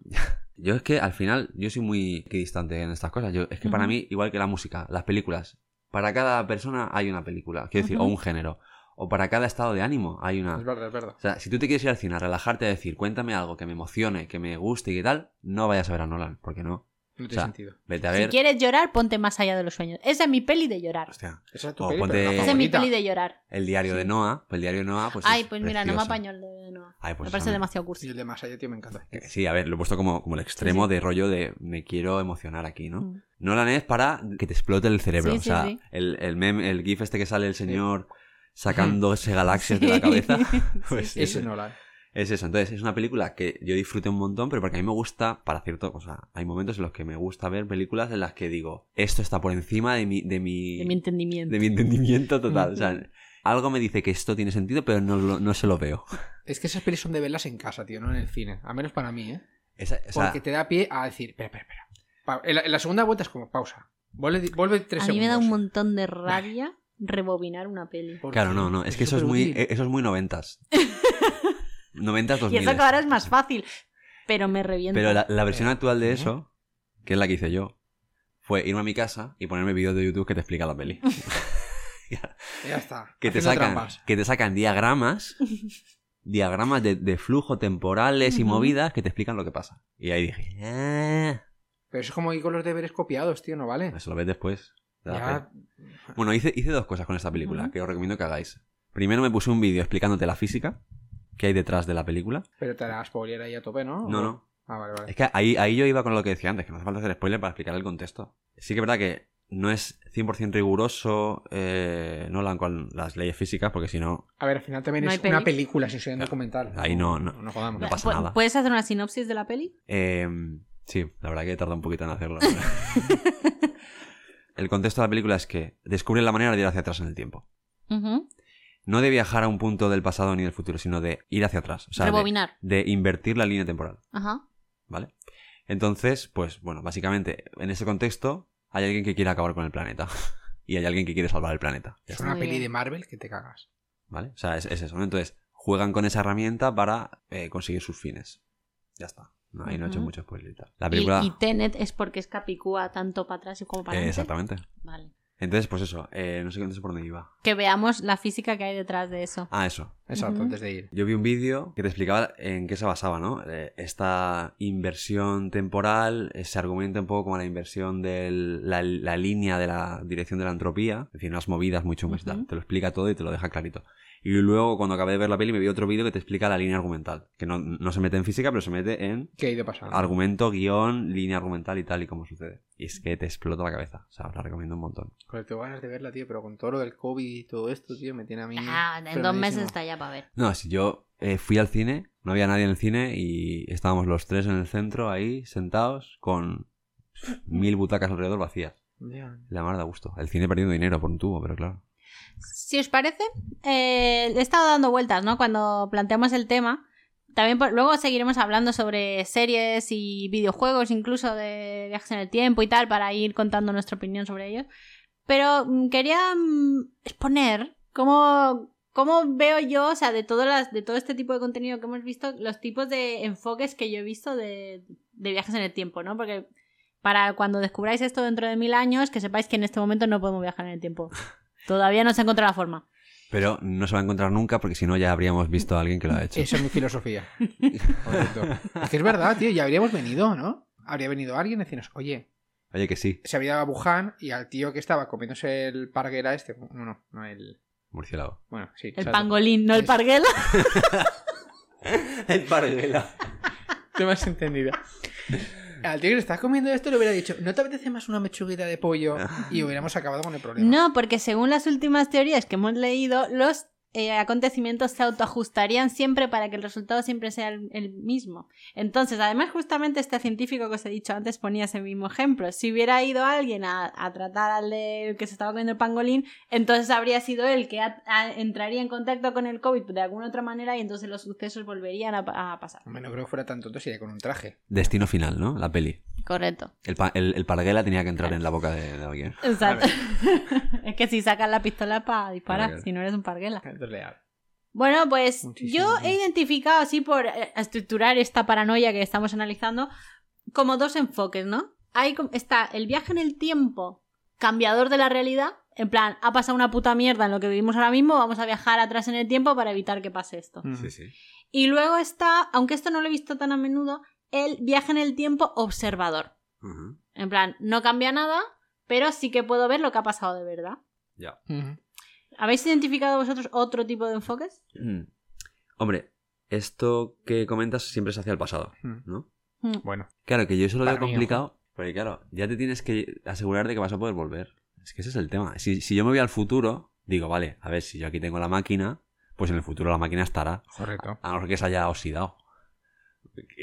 B: Yo es que al final, yo soy muy equidistante en estas cosas. Yo, es que para
A: Ujú.
B: mí, igual que la música, las películas, para cada persona hay una película, quiero decir,
A: Ujú.
B: o un género. O para cada estado de ánimo hay una.
C: Es verdad, es verdad.
B: O sea, si tú te quieres ir al cine a relajarte a decir, cuéntame algo que me emocione, que me guste y que tal, no vayas a ver a Nolan, porque no.
C: No tiene
B: sea,
C: sentido.
B: Vete a
A: Si
B: ver.
A: quieres llorar, ponte más allá de los sueños. Esa es mi peli de llorar.
B: Hostia,
C: Esa es tu
B: o
C: peli,
B: ponte-
C: pero la
A: Esa es mi
C: favorita.
A: peli de llorar.
B: el diario de Noah, pues el diario de Noah, pues.
A: Ay,
B: es
A: pues mira, no me
B: precioso.
A: apañó el de Noah.
B: Ay, pues
A: me parece
B: a mí-
A: demasiado
C: Y
A: cursi.
C: el de más allá, tío, me encanta.
B: Eh, Sí, a ver, lo he puesto como, como el extremo
A: sí.
B: de rollo de me quiero emocionar aquí, ¿no?
A: Mm.
B: Nolan es para que te explote el cerebro.
A: Sí,
B: o
A: sí,
B: sea,
A: sí.
B: El, el meme, el gif este que sale el señor sacándose galaxias de
A: Sí.
B: la cabeza.
A: Sí,
B: Pues
A: sí.
B: es,
C: Ese no la.
B: es eso. Entonces, es una película que yo disfruté un montón, pero porque a mí me gusta, para cierto, o sea, hay momentos en los que me gusta ver películas en las que digo, esto está por encima de mi, de mi,
A: De mi entendimiento.
B: de mi entendimiento total. O sea, algo me dice que esto tiene sentido, pero no, lo- no se lo veo.
C: Es que esas pelis son de verlas en casa, tío, no en el cine. A menos para mí, ¿eh?
B: Esa- o sea,
C: Porque te da pie a decir, espera, espera, espera. Pa- en, la, en la segunda vuelta es como pausa. Vuelve, vuelve tres
A: a
C: segundos.
A: mí me da un montón de rabia rebobinar una peli.
C: Porque
B: Claro, no, no. Es que eso es muy, eh,
C: superútil.
B: eso es muy noventas. Noventas, dos
A: Y eso que ahora es más fácil. Pero me revienta.
B: Pero la, la versión
C: Eh,
B: actual de
C: ¿eh?
B: eso, que es la que hice yo, fue irme a mi casa y ponerme vídeos de YouTube que te explica la peli.
C: Ya está.
B: que, te
C: haciendo
B: sacan,
C: trampas.
B: que te sacan diagramas, diagramas de, de flujo temporales y
A: Ujú.
B: movidas que te explican lo que pasa. Y ahí dije, "Ah".
C: Pero eso es como ir con los deberes copiados, tío, no vale.
B: eso lo ves después. Pues te da pena.
C: Ya,
B: Bueno, hice, hice dos cosas con esta película
A: Ujú.
B: que os recomiendo que hagáis. Primero me puse un vídeo explicándote la física que hay detrás de la película.
C: pero te la spoiler ahí a tope,
A: Oh.
C: ¿no?
B: No, no.
C: Ah, vale, vale.
B: Es que ahí, ahí yo iba con lo que decía antes, que no hace falta hacer spoiler para explicar el contexto. Sí que es verdad que no es 100% riguroso eh, Nolan con las leyes físicas, porque si no,
C: A ver, al final también
A: No
C: es
A: hay peli.
C: una película sin ser un documental.
B: Ahí no, no.
C: No jodamos.
B: No pasa
A: ¿Pu-
B: nada.
A: ¿Puedes hacer una sinopsis de la peli?
B: eh, sí, la verdad que tarda un poquito en hacerlo. el contexto de la película es que descubren la manera de ir hacia atrás en el tiempo.
A: Ujú.
B: No de viajar a un punto del pasado ni del futuro, sino de ir hacia atrás. O sea, de,
A: rebobinar.
B: de invertir la línea temporal.
A: Ajá.
B: ¿Vale? Entonces, pues bueno, básicamente, en ese contexto, hay alguien que quiere acabar con el planeta. Y hay alguien que quiere salvar el planeta. Ya
C: Es
B: está,
C: una
A: Muy
C: peli
A: bien.
C: de Marvel que te cagas.
B: ¿Vale? O sea, es, es eso, ¿no? Entonces, juegan con esa herramienta para eh, conseguir sus fines. Ya está. No, ahí no he hecho
A: Ujú.
B: mucho spoiler y tal. La
A: Y,
B: película.
A: y Tenet es porque es Capicúa tanto para atrás como para
B: eh,
A: adelante.
B: exactamente.
A: Vale.
B: Entonces, pues eso, eh, no sé no sé por dónde iba.
A: Que veamos la física que hay detrás de eso.
B: Ah, eso.
C: Exacto,
A: Ujú.
C: antes de ir.
B: Yo vi un vídeo que te explicaba en qué se basaba, ¿no? Eh, esta inversión temporal eh, se argumenta un poco como la inversión de la, la línea de la dirección de la entropía, en fin, unas movidas muy chungas y
A: Ujú.
B: tal. Te lo explica todo y te lo deja clarito. Y luego, cuando acabé de ver la peli, me vi otro vídeo que te explica la línea argumental, que no, no se mete en física, pero se mete en
C: ¿Qué ha ido pasando?
B: argumento, guión, línea argumental y tal y cómo sucede. Y es que te explota la cabeza. O sea, os la recomiendo un montón.
C: Joder, tengo ganas de verla, tío, pero con todo lo del COVID y todo esto, tío, me tiene a mí.
A: Ah, en dos
C: frenadísimo.
A: meses está ya para ver.
B: No, si yo eh, fui al cine, no había nadie en el cine y estábamos los tres en el centro ahí sentados con mil butacas alrededor vacías.
C: Ya.
B: La mar da gusto. El cine perdiendo dinero por un tubo, pero claro.
A: Si os parece, eh, le he estado dando vueltas, ¿no? Cuando planteamos el tema. También por- luego seguiremos hablando sobre series y videojuegos, incluso de viajes en el tiempo y tal, para ir contando nuestra opinión sobre ellos. Pero mm, quería mm, exponer cómo, cómo veo yo, o sea, de, todas las, de todo este tipo de contenido que hemos visto, los tipos de enfoques que yo he visto de, de viajes en el tiempo, ¿no? Porque para cuando descubráis esto dentro de mil años, que sepáis que en este momento no podemos viajar en el tiempo. Todavía no se ha encontrado la forma.
B: Pero no se va a encontrar nunca porque si no ya habríamos visto a alguien que lo ha hecho.
C: Esa es mi filosofía. Por cierto. es que es verdad, tío, ya habríamos venido, ¿no? Habría venido alguien y decirnos, oye,
B: Oye, que sí,
C: se había ido a Wuhan y al tío que estaba comiéndose el parguera este. No, no, no, el.
B: murciélago.
C: Bueno, sí.
A: El
C: ¿sabes?
A: pangolín, no el
C: Es-
A: parguela.
B: El parguela.
C: Te me has entendido. Al tío que le estaba comiendo esto le hubiera dicho, ¿no te apetece más una mechuguita de pollo? Y hubiéramos acabado con el problema.
A: No, porque según las últimas teorías que hemos leído, los eh, acontecimientos se autoajustarían siempre para que el resultado siempre sea el, el mismo. Entonces, además, justamente este científico que os he dicho antes ponía ese mismo ejemplo. Si hubiera ido alguien a, a tratar al de que se estaba comiendo el pangolín, entonces habría sido él que a- a- entraría en contacto con el COVID de alguna otra manera y entonces los sucesos volverían a, pa- a pasar.
C: Hombre, no creo que fuera tan tonto si iría con un traje.
B: Destino final, ¿no? La peli.
A: Correcto.
B: El, pa- el, el parguela tenía que entrar en la boca de, de alguien.
A: Exacto. es que si sacas la pistola para disparar,
B: Parguela.
A: si no eres un parguela.
C: Entonces, leal.
A: Bueno, pues
C: Muchísimo
A: yo
C: bien.
A: he identificado así por eh, estructurar esta paranoia que estamos analizando como dos enfoques, ¿no? Ahí está el viaje en el tiempo, cambiador de la realidad, en plan, ha pasado una puta mierda en lo que vivimos ahora mismo, vamos a viajar atrás en el tiempo para evitar que pase esto.
C: Mm,
B: sí.
A: Y luego está, aunque esto no lo he visto tan a menudo, el viaje en el tiempo observador.
B: Ujú.
A: En plan, no cambia nada, pero sí que puedo ver lo que ha pasado de verdad.
B: Ya.
C: Ujú.
A: ¿Habéis identificado vosotros otro tipo de enfoques?
B: Mm. Hombre, esto que comentas siempre es hacia el pasado,
C: Ujú.
B: ¿no?
A: Mm.
C: Bueno,
B: Claro, que yo eso lo veo
C: Para mí,
B: complicado. Porque claro, ya te tienes que asegurar de que vas a poder volver. Es que ese es el tema. Si, si yo me voy al futuro, digo, vale, a ver, si yo aquí tengo la máquina, pues en el futuro la máquina estará.
C: correcto.
B: A no ser que se haya oxidado.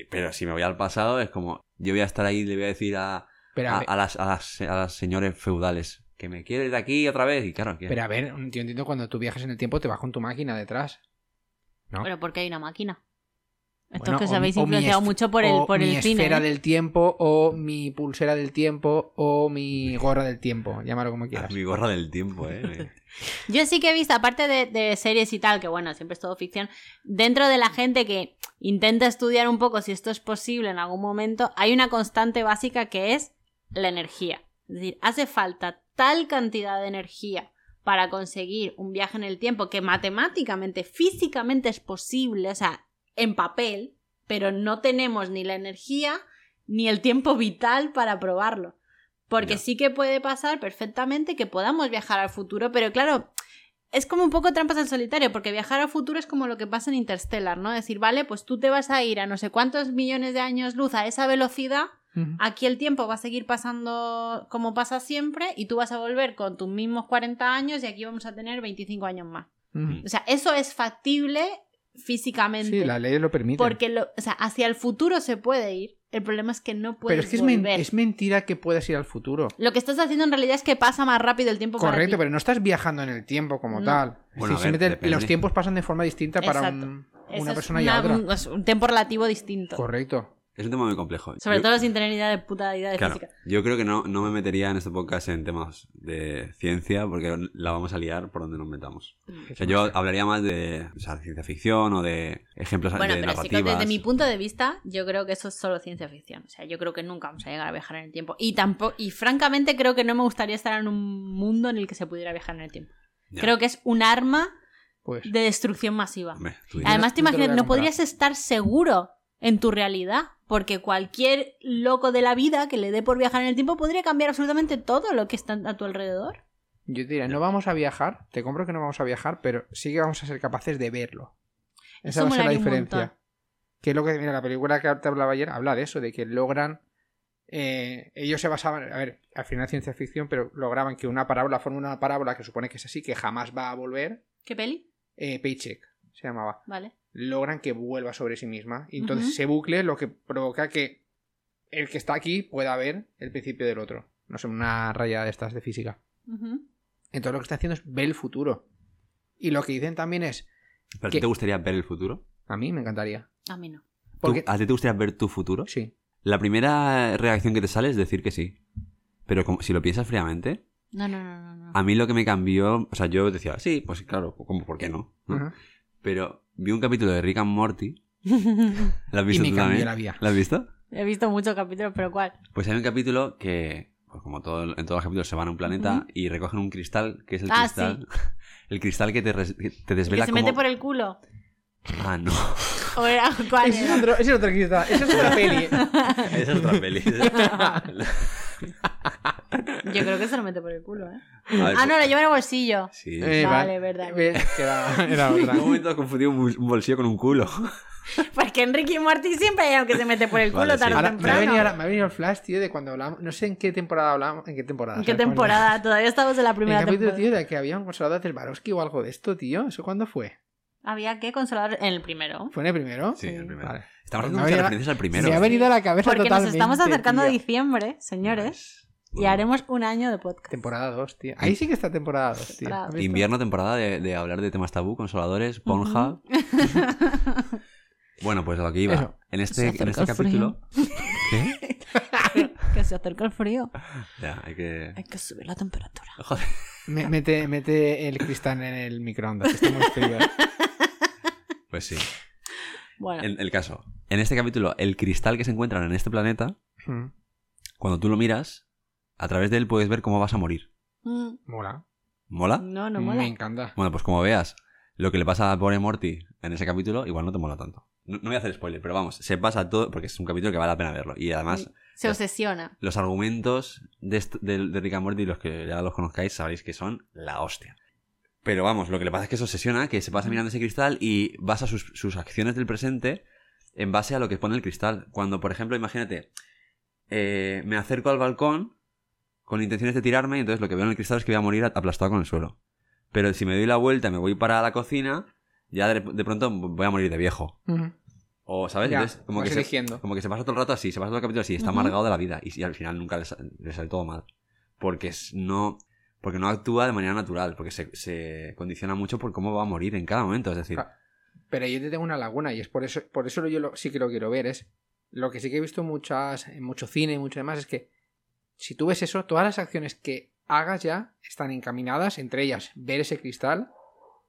B: Pero si me voy al pasado, es como, yo voy a estar ahí y le voy a decir a,
C: Pero a,
B: a,
C: ver,
B: a las, a, las, a las señores feudales que me quieres de aquí otra vez. Y claro, que...
C: pero a ver, yo entiendo cuando tú viajas en el tiempo te vas con tu máquina detrás. ¿no?
A: Pero porque hay una máquina. Esto
C: Bueno,
A: es que os
C: o-
A: habéis
C: o mi
A: influenciado
C: esf-
A: mucho por el,
C: o
A: por
C: mi
A: el cine.
C: esfera
A: ¿eh?
C: del tiempo, o mi pulsera del tiempo, o mi gorra del tiempo, llámalo como
B: Ah,
C: quieras.
B: mi gorra del tiempo, ¿eh?
A: Yo sí que he visto, aparte de, de series y tal, que bueno, siempre es todo ficción, dentro de la gente que intenta estudiar un poco si esto es posible en algún momento, hay una constante básica que es la energía. Es decir, hace falta tal cantidad de energía para conseguir un viaje en el tiempo que matemáticamente, físicamente es posible, o sea, en papel, pero no tenemos ni la energía ni el tiempo vital para probarlo. Porque
B: Ya.
A: sí que puede pasar perfectamente que podamos viajar al futuro, pero claro, es como un poco trampas al solitario, porque viajar al futuro es como lo que pasa en Interstellar, ¿no? Decir, vale, pues tú te vas a ir a no sé cuántos millones de años luz a esa velocidad,
C: Ujú.
A: aquí el tiempo va a seguir pasando como pasa siempre y tú vas a volver con tus mismos 40 años y aquí vamos a tener 25 años más.
C: Ujú.
A: O sea, eso es factible físicamente.
C: Sí, las leyes lo permiten.
A: Porque lo- o sea, hacia el futuro se puede ir. El problema es que no puedes
C: pero es que es, men-
A: volver.
C: es mentira que puedas ir al futuro.
A: Lo que estás haciendo en realidad es que pasa más rápido el tiempo para
C: Correcto,
A: ti.
C: pero no estás viajando en el tiempo como
A: No.
C: tal. Es
B: Bueno, a
C: decir, simplemente
B: ver, depende.
C: los tiempos pasan de forma distinta para un-
A: Eso
C: una
A: es
C: persona y
A: una-
C: a otra.
A: un- es un tiempo relativo distinto.
C: Correcto.
B: Es un tema muy complejo.
A: Sobre
B: Yo-
A: todo sin tener idea de puta idea de
B: claro,
A: física.
B: yo creo que no, no me metería en este podcast en temas de ciencia porque la vamos a liar por donde nos metamos. O sea, yo hablaría más de o sea, ciencia ficción o de ejemplos
A: Bueno,
B: de
A: pero sí que
B: narrativas.
A: desde mi punto de vista, yo creo que eso es solo ciencia ficción. O sea, yo creo que nunca vamos a llegar a viajar en el tiempo. Y tampoco, y francamente creo que no me gustaría estar en un mundo en el que se pudiera viajar en el tiempo.
B: Ya.
A: Creo que es un arma
C: Pues,
A: de destrucción masiva.
B: Hombre, tú dirás.
A: Además, te
C: Tú te lo voy a
A: imaginas, no
C: comprar.
A: podrías estar seguro en tu realidad, porque cualquier loco de la vida que le dé por viajar en el tiempo podría cambiar absolutamente todo lo que está a tu alrededor.
C: yo te diría, no vamos a viajar, te compro que no vamos a viajar, pero sí que vamos a ser capaces de verlo. Esa
A: Eso
C: va a ser la
A: molaría un
C: diferencia.
A: montón.
C: Que es lo que, mira, la película que te hablaba ayer habla de eso, de que logran. eh, ellos se basaban, a ver, al final ciencia ficción, pero lograban que una parábola forme una parábola que supone que es así, que jamás va a volver.
A: ¿Qué peli?
C: eh, Paycheck se llamaba.
A: Vale.
C: logran que vuelva sobre sí misma. Y entonces
A: Ujú.
C: ese bucle lo que provoca que el que está aquí pueda ver el principio del otro. No sé, una raya de estas de física.
A: Ujú.
C: Entonces lo que está haciendo es ver el futuro. Y lo que dicen también es,
B: ¿Pero a ti
C: que-
B: te gustaría ver el futuro?
C: a mí me encantaría.
A: A mí no.
B: ¿Tú-
C: Porque
B: ¿A ti te gustaría ver tu futuro?
C: sí,
B: La primera reacción que te sale es decir que sí. Pero como, si lo piensas fríamente,
A: No, no, no, no. no.
B: a mí lo que me cambió, o sea, yo decía, sí, pues claro, ¿cómo, ¿por qué no? ¿No?
C: Ajá.
B: Pero vi un capítulo de Rick and Morty. ¿Lo has visto
C: y me
B: tú
C: cambió
B: también?
C: la vida.
B: ¿Lo has visto?
A: He visto muchos capítulos, pero ¿cuál?
B: Pues hay un capítulo que, pues como todo, en todos los capítulos, se van a un planeta
A: Ujú.
B: y recogen un cristal, que es el
A: Ah,
B: cristal. El cristal que te, res- que te
A: ¿El que
B: desvela
A: se mete
B: cómo-
A: por el culo?
B: Ah, no.
A: ¿O era cuál?
C: Ese es
A: era?
C: otro, ese es otro que está- esa es otra peli.
B: Esa es otra peli.
A: Ah, Yo creo que se lo mete por el culo, ¿eh?
B: A ver,
A: Ah,
C: pues.
A: no, lo lleva en el bolsillo.
B: Sí.
C: Eh,
A: Vale, verdad.
C: ¿Ves? Que era, era
B: En
C: otra.
B: un momento has confundido un bol- un bolsillo con un culo.
A: ¿Por que en Ricky Morty siempre hay algo que se mete por el culo
B: Vale, sí.
A: tarde o
C: Ahora, me, ha
A: temprano.
C: venido, ahora- me ha venido el flash, tío, de cuando hablamos. No sé en qué temporada hablamos. ¿En qué temporada?
A: ¿En qué
C: ¿sabes?
A: temporada? Todavía estamos en la
C: En el
A: primera
C: capítulo,
A: temporada.
C: tío, de que había un consolador del Baroski o algo de esto, tío. ¿Eso cuándo fue?
A: Había que consolar en el primero.
C: ¿Fue en el primero?
B: Sí, el primero.
C: Vale.
B: Estamos haciendo
C: Me ha
B: muchas
C: venido-
B: referencias al primero.
C: Me ha venido a la cabeza
A: Porque nos
C: totalmente.
A: estamos acercando a
C: tío.
A: diciembre, señores. Y
B: Pues, Bueno.
A: haremos un año de podcast.
C: Temporada 2, tío. Ahí sí que está temporada 2, tío.
A: Temporada
C: ¿Has visto?
B: Invierno, temporada de, de hablar de temas tabú, consoladores, ponja. bueno, pues a lo que iba.
C: Eso.
B: En
A: Se
B: este, en
A: acerca
B: este
A: el frío.
B: capítulo. ¿Qué?
A: que se acerca el frío.
B: Ya, hay que.
A: Hay que subir la temperatura.
B: Joder.
C: Me- mete, mete el cristal en el microondas. Está muy frío. ¿eh?
B: Pues sí.
A: Bueno,
B: El, el caso. En este capítulo, el cristal que se encuentran en este planeta,
C: Mm,
B: cuando tú lo miras, a través de él puedes ver cómo vas a morir.
A: Mm,
C: Mola.
B: ¿Mola?
A: no, no
C: Ah, Me
A: mola.
C: encanta.
B: Bueno, pues como veas, lo que le pasa a pobre Morty en ese capítulo, igual no te mola tanto. No, no voy a hacer spoiler, pero vamos, se pasa todo, porque es un capítulo que vale la pena verlo. Y además,
A: Se obsesiona.
B: los argumentos de, est- de, de Rick and Morty, los que ya los conozcáis, sabréis que son la hostia. Pero vamos, lo que le pasa es que se obsesiona, que se pasa mirando ese cristal y basa sus, sus acciones del presente en base a lo que pone el cristal. Cuando, por ejemplo, imagínate, eh, me acerco al balcón con intenciones de tirarme, y entonces lo que veo en el cristal es que voy a morir aplastado con el suelo. Pero si me doy la vuelta y me voy para la cocina, ya de, de pronto voy a morir de viejo.
C: Mm.
B: O, ¿sabes?
C: Ya, pues
B: Entonces, como
C: vas
B: que se,
C: eligiendo.
B: como que se pasa todo el rato así, se pasa todo el capítulo así, está
A: Ujú.
B: amargado de la vida y, y al final nunca le, sa- le sale todo mal. Porque es- no porque no actúa de manera natural, porque se, se condiciona mucho por cómo va a morir en cada momento. Es decir,
C: Claro. Pero yo te tengo una laguna y es por eso, por eso yo lo- sí que lo quiero ver. Es lo que sí que he visto muchas, en mucho cine y mucho demás es que si tú ves eso, todas las acciones que hagas ya están encaminadas, entre ellas ver ese cristal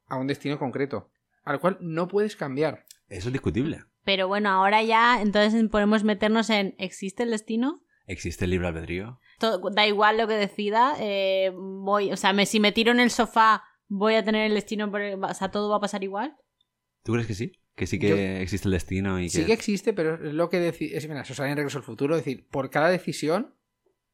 C: a un destino concreto, al cual no puedes cambiar.
B: eso es discutible.
A: Pero bueno, ahora ya, entonces podemos meternos en ¿existe el destino?
B: ¿Existe el libre albedrío?
A: Todo- da igual lo que decida, eh, voy, o sea, me, si me tiro en el sofá, voy a tener el destino, por el- o sea, todo va a pasar igual.
B: ¿Tú crees que sí? Que sí que
C: Yo-
B: existe el destino y
C: Sí que
B: que...
C: existe, pero es lo que deci- es mira, eso sale en Regreso al Futuro, es decir, por cada decisión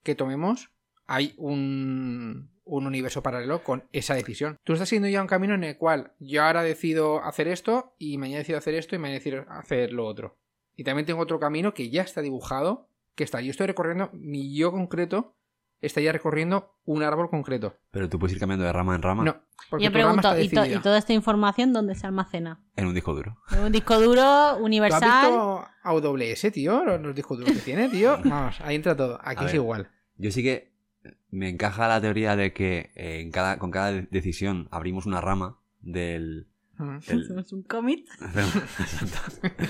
C: que tomemos hay un, un universo paralelo con esa decisión. Tú estás yendo ya un camino en el cual yo ahora decido hacer esto y mañana decido hacer esto y mañana decido hacer lo otro. Y también tengo otro camino que ya está dibujado, que está, yo estoy recorriendo, mi yo concreto está ya recorriendo un árbol concreto.
B: Pero tú puedes ir cambiando de rama en rama
C: No, porque
A: Yo
C: tu rama
A: pregunto,
C: está
A: ¿y, to-
C: decidida.
A: y toda esta información dónde se almacena?
B: en un disco duro.
A: ¿En un disco duro
C: ¿Tú has
A: universal?
C: visto AWS, tío? Los, los discos duros que tiene, tío. Vamos, ahí entra todo. Aquí
B: A
C: es
B: ver.
C: igual.
B: Yo sí que me encaja la teoría de que eh, en cada, con cada decisión abrimos una rama del,
C: Mm.
B: del,
A: Hacemos un commit.
B: Pero- Exacto.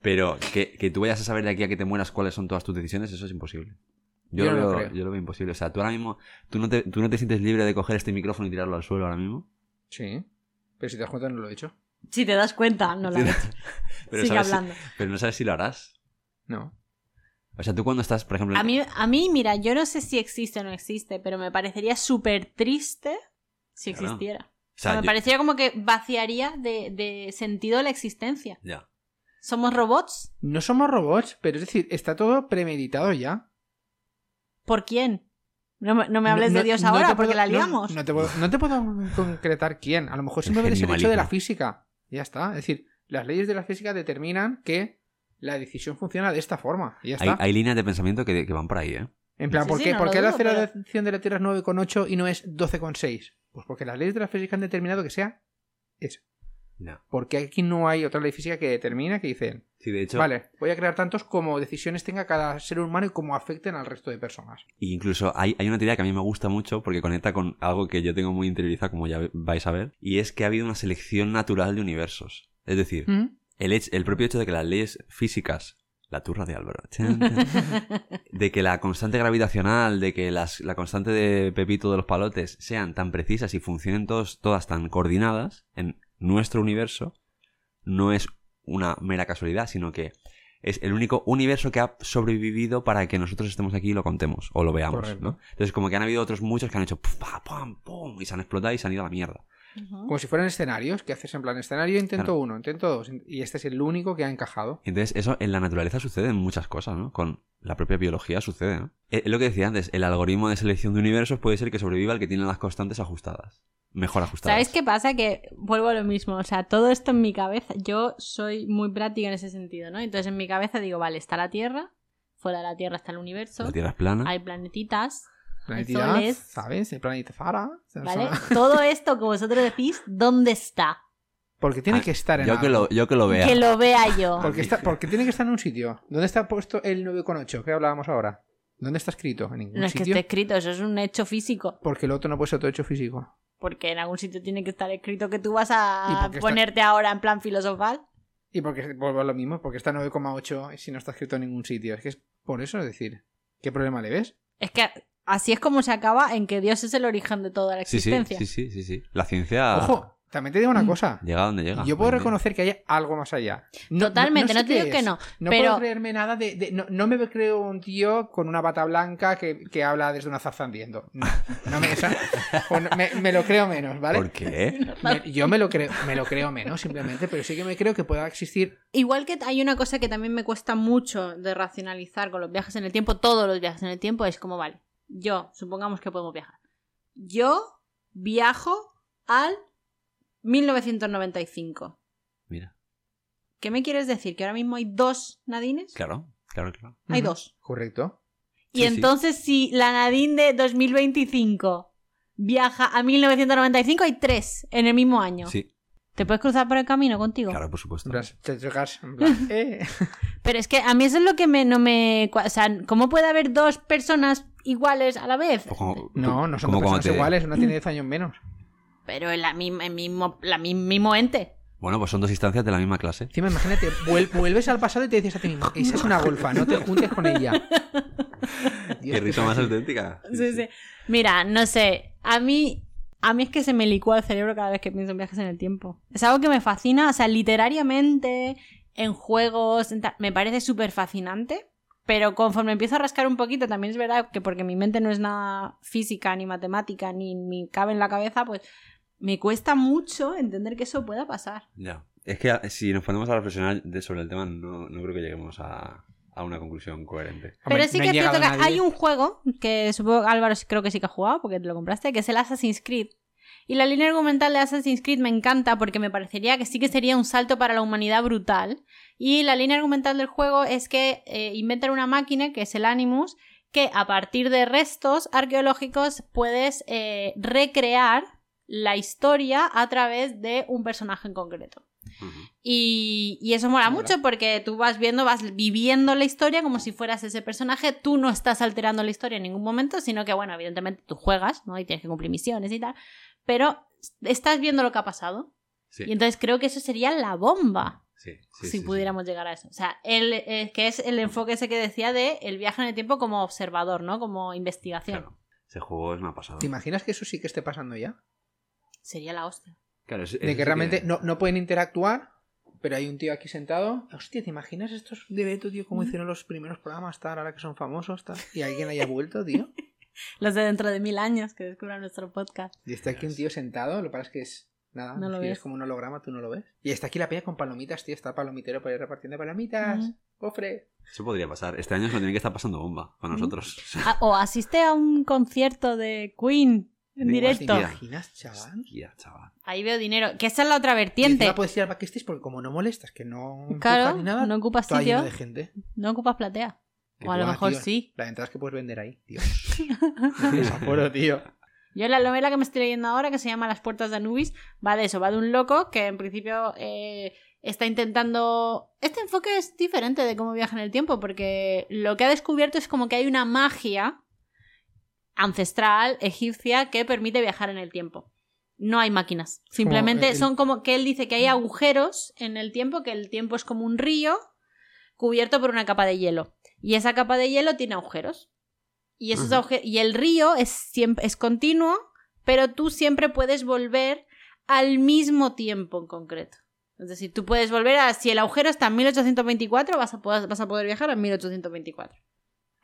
B: Pero que, que tú vayas a saber de aquí a que te mueras cuáles son todas tus decisiones, eso es imposible. Yo,
C: Yo no
B: lo,
C: lo
B: veo,
C: creo.
B: yo lo veo imposible. O sea, tú ahora mismo, tú no, te, tú no te sientes libre de coger este micrófono y tirarlo al suelo ahora mismo.
C: Sí. Pero si te das cuenta, no lo he dicho.
A: Si te das cuenta, no la
B: Sí,
A: ves.
B: pero,
A: Sigue
B: sabes si-
A: hablando.
B: pero no sabes si lo harás.
C: No.
B: O sea, tú cuando estás, por ejemplo,
A: A mí, a mí, mira, yo no sé si existe o no existe, pero me parecería súper triste si
B: Claro.
A: existiera.
B: o
A: O sea,
B: sea,
A: me
B: yo-
A: parecería como que vaciaría de, de sentido la existencia.
B: ya.
A: ¿Somos robots?
C: No somos robots, pero es decir, está todo premeditado ya.
A: ¿Por quién? No me, no me hables
C: No-
A: de Dios
C: no- no
A: ahora
C: te
A: porque
C: puedo-
A: la
C: no-
A: liamos.
C: No, te puedo, no te puedo concretar quién. A lo mejor
B: El
C: simplemente es el
B: genio
C: hecho de la
B: maligno.
C: física. Ya está. Es decir, las leyes de la física determinan que la decisión funciona de esta forma. Y ya
B: Hay,
C: está.
B: hay líneas de pensamiento que, que van por ahí, ¿eh?
C: En plan,
A: Sí,
C: ¿por
A: sí,
C: qué,
A: no
C: por
A: lo
C: qué la
A: dudo, pero-
C: aceleración de la Tierra es 9,8 y no es 12,6? Pues porque las leyes de la física han determinado que sea eso.
B: No.
C: Porque aquí no hay otra ley física que determina que dicen,
B: Sí, de hecho,
C: vale, voy a crear tantos como decisiones tenga cada ser humano y cómo afecten al resto de personas.
B: Y incluso hay, hay una teoría que a mí me gusta mucho porque conecta con algo que yo tengo muy interiorizado, como ya vais a ver, y es que ha habido una selección natural de universos. Es decir,
C: ¿Mm?
B: el, hech- el propio hecho de que las leyes físicas, la turra de Álvaro, chan, chan, de que la constante gravitacional, de que las- la constante de Pepito de los palotes sean tan precisas y funcionen todos, todas tan coordinadas en nuestro universo, no es una mera casualidad, sino que es el único universo que ha sobrevivido para que nosotros estemos aquí y lo contemos o lo veamos.
C: Correcto.
B: ¿no? Entonces, como que han habido otros muchos que han hecho puf, pa, pam, pum, y se han explotado y se han ido a la mierda.
A: Ujú.
C: Como si fueran escenarios, que haces en plan, escenario intento
B: Claro.
C: uno, intento dos, y este es el único que ha encajado.
B: Entonces, eso en la naturaleza sucede en muchas cosas, ¿no? Con la propia biología sucede, Eh, ¿no? Es es lo que decía antes, el algoritmo de selección de universos puede ser que sobreviva el que tiene las constantes ajustadas. mejor ajustadas.
A: ¿Sabes qué pasa? Que vuelvo a lo mismo, o sea, todo esto en mi cabeza, yo soy muy práctica en ese sentido, ¿no? Entonces en mi cabeza digo, vale, está la Tierra, fuera de la Tierra está el universo,
B: La Tierra es plana.
A: hay planetitas,
C: Planetidad,
A: sol es-
C: ¿sabes? El planeta Fara.
A: ¿vale? todo esto que vosotros decís, ¿dónde está?
C: Porque tiene
B: Ah,
C: que estar en
B: yo, que
C: algo.
B: lo, yo que lo vea.
A: Que lo vea yo.
C: Porque, está, porque tiene que estar en un sitio. ¿Dónde está puesto el 9,8 que hablábamos ahora? ¿Dónde está escrito? En ningún
A: No es que este-
C: sitio.
A: esté escrito, eso es un hecho físico.
C: Porque el otro no puede ser otro hecho físico.
A: Porque en algún sitio tiene que estar escrito que tú vas
C: ¿Y
A: a
C: por qué está-
A: ponerte ahora en plan filosofal.
C: Y porque vuelvo a lo mismo, porque está 9,8 si no está escrito en ningún sitio. Es que es por eso, es decir, ¿qué problema le ves?
A: Es que así es como se acaba en que Dios es el origen de toda la
B: Sí, sí,
A: existencia.
B: sí, sí, sí, sí. La ciencia
C: Ojo, también te digo
A: Mm.
C: una cosa.
B: llega donde Ah. llega.
C: Yo puedo
B: También.
C: reconocer que hay algo más allá.
A: Totalmente, no,
C: sé
A: te
C: qué
A: digo que
C: es.
A: no.
C: No
A: pero-
C: puedo creerme nada de... de- no, no me creo un tío con una bata blanca que, que habla desde una zarza ardiendo. No, no me, o sea, o no- me- me lo creo menos, ¿vale?
B: ¿Por qué?
C: Me- yo me lo creo, me lo creo menos, simplemente, pero sí que me creo que pueda existir.
A: Igual que hay una cosa que también me cuesta mucho de racionalizar con los viajes en el tiempo, todos los viajes en el tiempo, es como, vale, yo, supongamos que podemos viajar. Yo viajo al 1995.
B: Mira,
A: ¿Qué me quieres decir? ¿Que ahora mismo hay dos Nadines?
B: claro, claro, claro.
A: Hay
C: Ujú.
A: dos.
B: Ah.
C: Correcto.
A: Y
B: Sí, sí.
A: entonces, si la Nadine de 2025 viaja a 1995, hay tres en el mismo año.
B: Sí,
A: ¿Te puedes cruzar por el camino contigo?
B: claro, por
C: En
B: supuesto.
C: plan, Te chocas. en plan, eh.
A: Pero es que a mí eso es lo que me, no me... cua- O sea, ¿cómo puede haber dos personas iguales a la vez?
B: Pues como-
C: No, no son
B: como
C: dos
B: cuando
C: personas
B: te-
C: iguales, una tiene 10 años menos.
A: Pero en la misma, el mismo, la mi- mismo ente.
B: Bueno, pues son dos instancias de la misma clase.
C: Encima, imagínate, vuel- vuelves al pasado y te dices a ti mismo, esa es una golfa, no te juntes con ella. Dios,
B: Qué risa más
C: fácil.
B: auténtica.
A: Sí, sí. Mira, no sé, a mí... A mí es que se me licúa el cerebro cada vez que pienso en viajes en el tiempo. Es algo que me fascina, o sea, literariamente, en juegos, en tal, me parece súper fascinante. Pero conforme empiezo a rascar un poquito, también es verdad que porque mi mente no es nada física, ni matemática, ni, ni cabe en la cabeza, pues me cuesta mucho entender que eso pueda pasar.
B: Ya. Es que a- si nos ponemos a reflexionar de- sobre el tema, no, no creo que lleguemos a, a una conclusión coherente.
C: Hombre,
A: Pero sí
C: no
A: que
C: ha
A: es cierto que
C: llegado nadie.
A: hay un juego que supongo que Álvaro creo que sí que ha jugado porque te lo compraste, que es el Assassin's Creed. Y la línea argumental de Assassin's Creed me encanta porque me parecería que sí que sería un salto para la humanidad brutal. Y la línea argumental del juego es que eh, inventan una máquina que es el Animus que a partir de restos arqueológicos puedes eh, recrear la historia a través de un personaje en concreto.
B: Ujú.
A: Y, y eso mola
C: Mola.
A: mucho porque tú vas viendo, vas viviendo la historia como si fueras ese personaje. Tú no estás alterando la historia en ningún momento, sino que, bueno, evidentemente tú juegas, ¿no? Y tienes que cumplir misiones y tal. Pero estás viendo lo que ha pasado.
B: Sí,
A: Y entonces creo que eso sería la bomba
B: sí, sí,
A: si
B: sí,
A: pudiéramos llegar a eso. O sea, el, eh, que es el enfoque ese que decía de el viaje en el tiempo como observador, ¿no? Como
B: sí.
A: investigación.
B: Claro. Ese juego es una pasada.
C: ¿Te imaginas que eso sí que esté pasando ya?
A: Sería la hostia.
B: Claro, es-
C: De
B: es-
C: que realmente no, no pueden interactuar, pero hay un tío aquí sentado. Hostia, ¿te imaginas estos de Beto, tío,
A: Mm.
C: cómo hicieron los primeros programas, tal, ahora que son famosos, tal? Y alguien haya vuelto, tío.
A: Los de dentro de mil años que descubran nuestro podcast.
C: Y está aquí un tío sentado, lo que pasa es que es. Nada,
A: No lo
C: es que
A: ves.
C: es como un holograma, tú no lo ves. Y está aquí la pilla con palomitas, tío, está palomitero para ir repartiendo palomitas.
A: Ujú.
C: Cofre.
B: Eso podría pasar. Este año se lo tiene que estar pasando bomba con
A: Ujú.
B: nosotros.
A: Ah, O asiste a un concierto de Queen en
B: Ni
A: directo.
C: ¿Te imaginas, chaval?
B: Hostia, chaval.
A: Ahí veo dinero. Que esa es la otra
C: Y
A: vertiente.
C: encima puedes ir al backstage porque como no molestas, que no empujas
A: Claro,
C: ni nada,
A: no ocupas
C: está lleno
A: sitio,
C: de gente.
A: no ocupas platea.
C: Que
A: O a lo
C: tú, ah,
A: mejor
C: tío,
A: sí.
C: Las entradas que puedes vender ahí, tío. Desaforo, tío.
A: Pues Yo la novela que me estoy leyendo ahora, que se llama Las puertas de Anubis, va de eso, va de un loco que en principio eh, está intentando... Este enfoque es diferente de cómo viaja en el tiempo, porque lo que ha descubierto es como que hay una magia ancestral egipcia que permite viajar en el tiempo. No hay máquinas. Simplemente
C: el-
A: son como que él dice que hay agujeros en el tiempo, que el tiempo es como un río cubierto por una capa de hielo. Y esa capa de hielo tiene agujeros. Y, esos
B: Ujú.
A: aguje- y el río es, siempre, es continuo, pero tú siempre puedes volver al mismo tiempo en concreto. Es decir, tú puedes volver a... Si el agujero está en 1824, vas a poder, vas a poder viajar a 1824.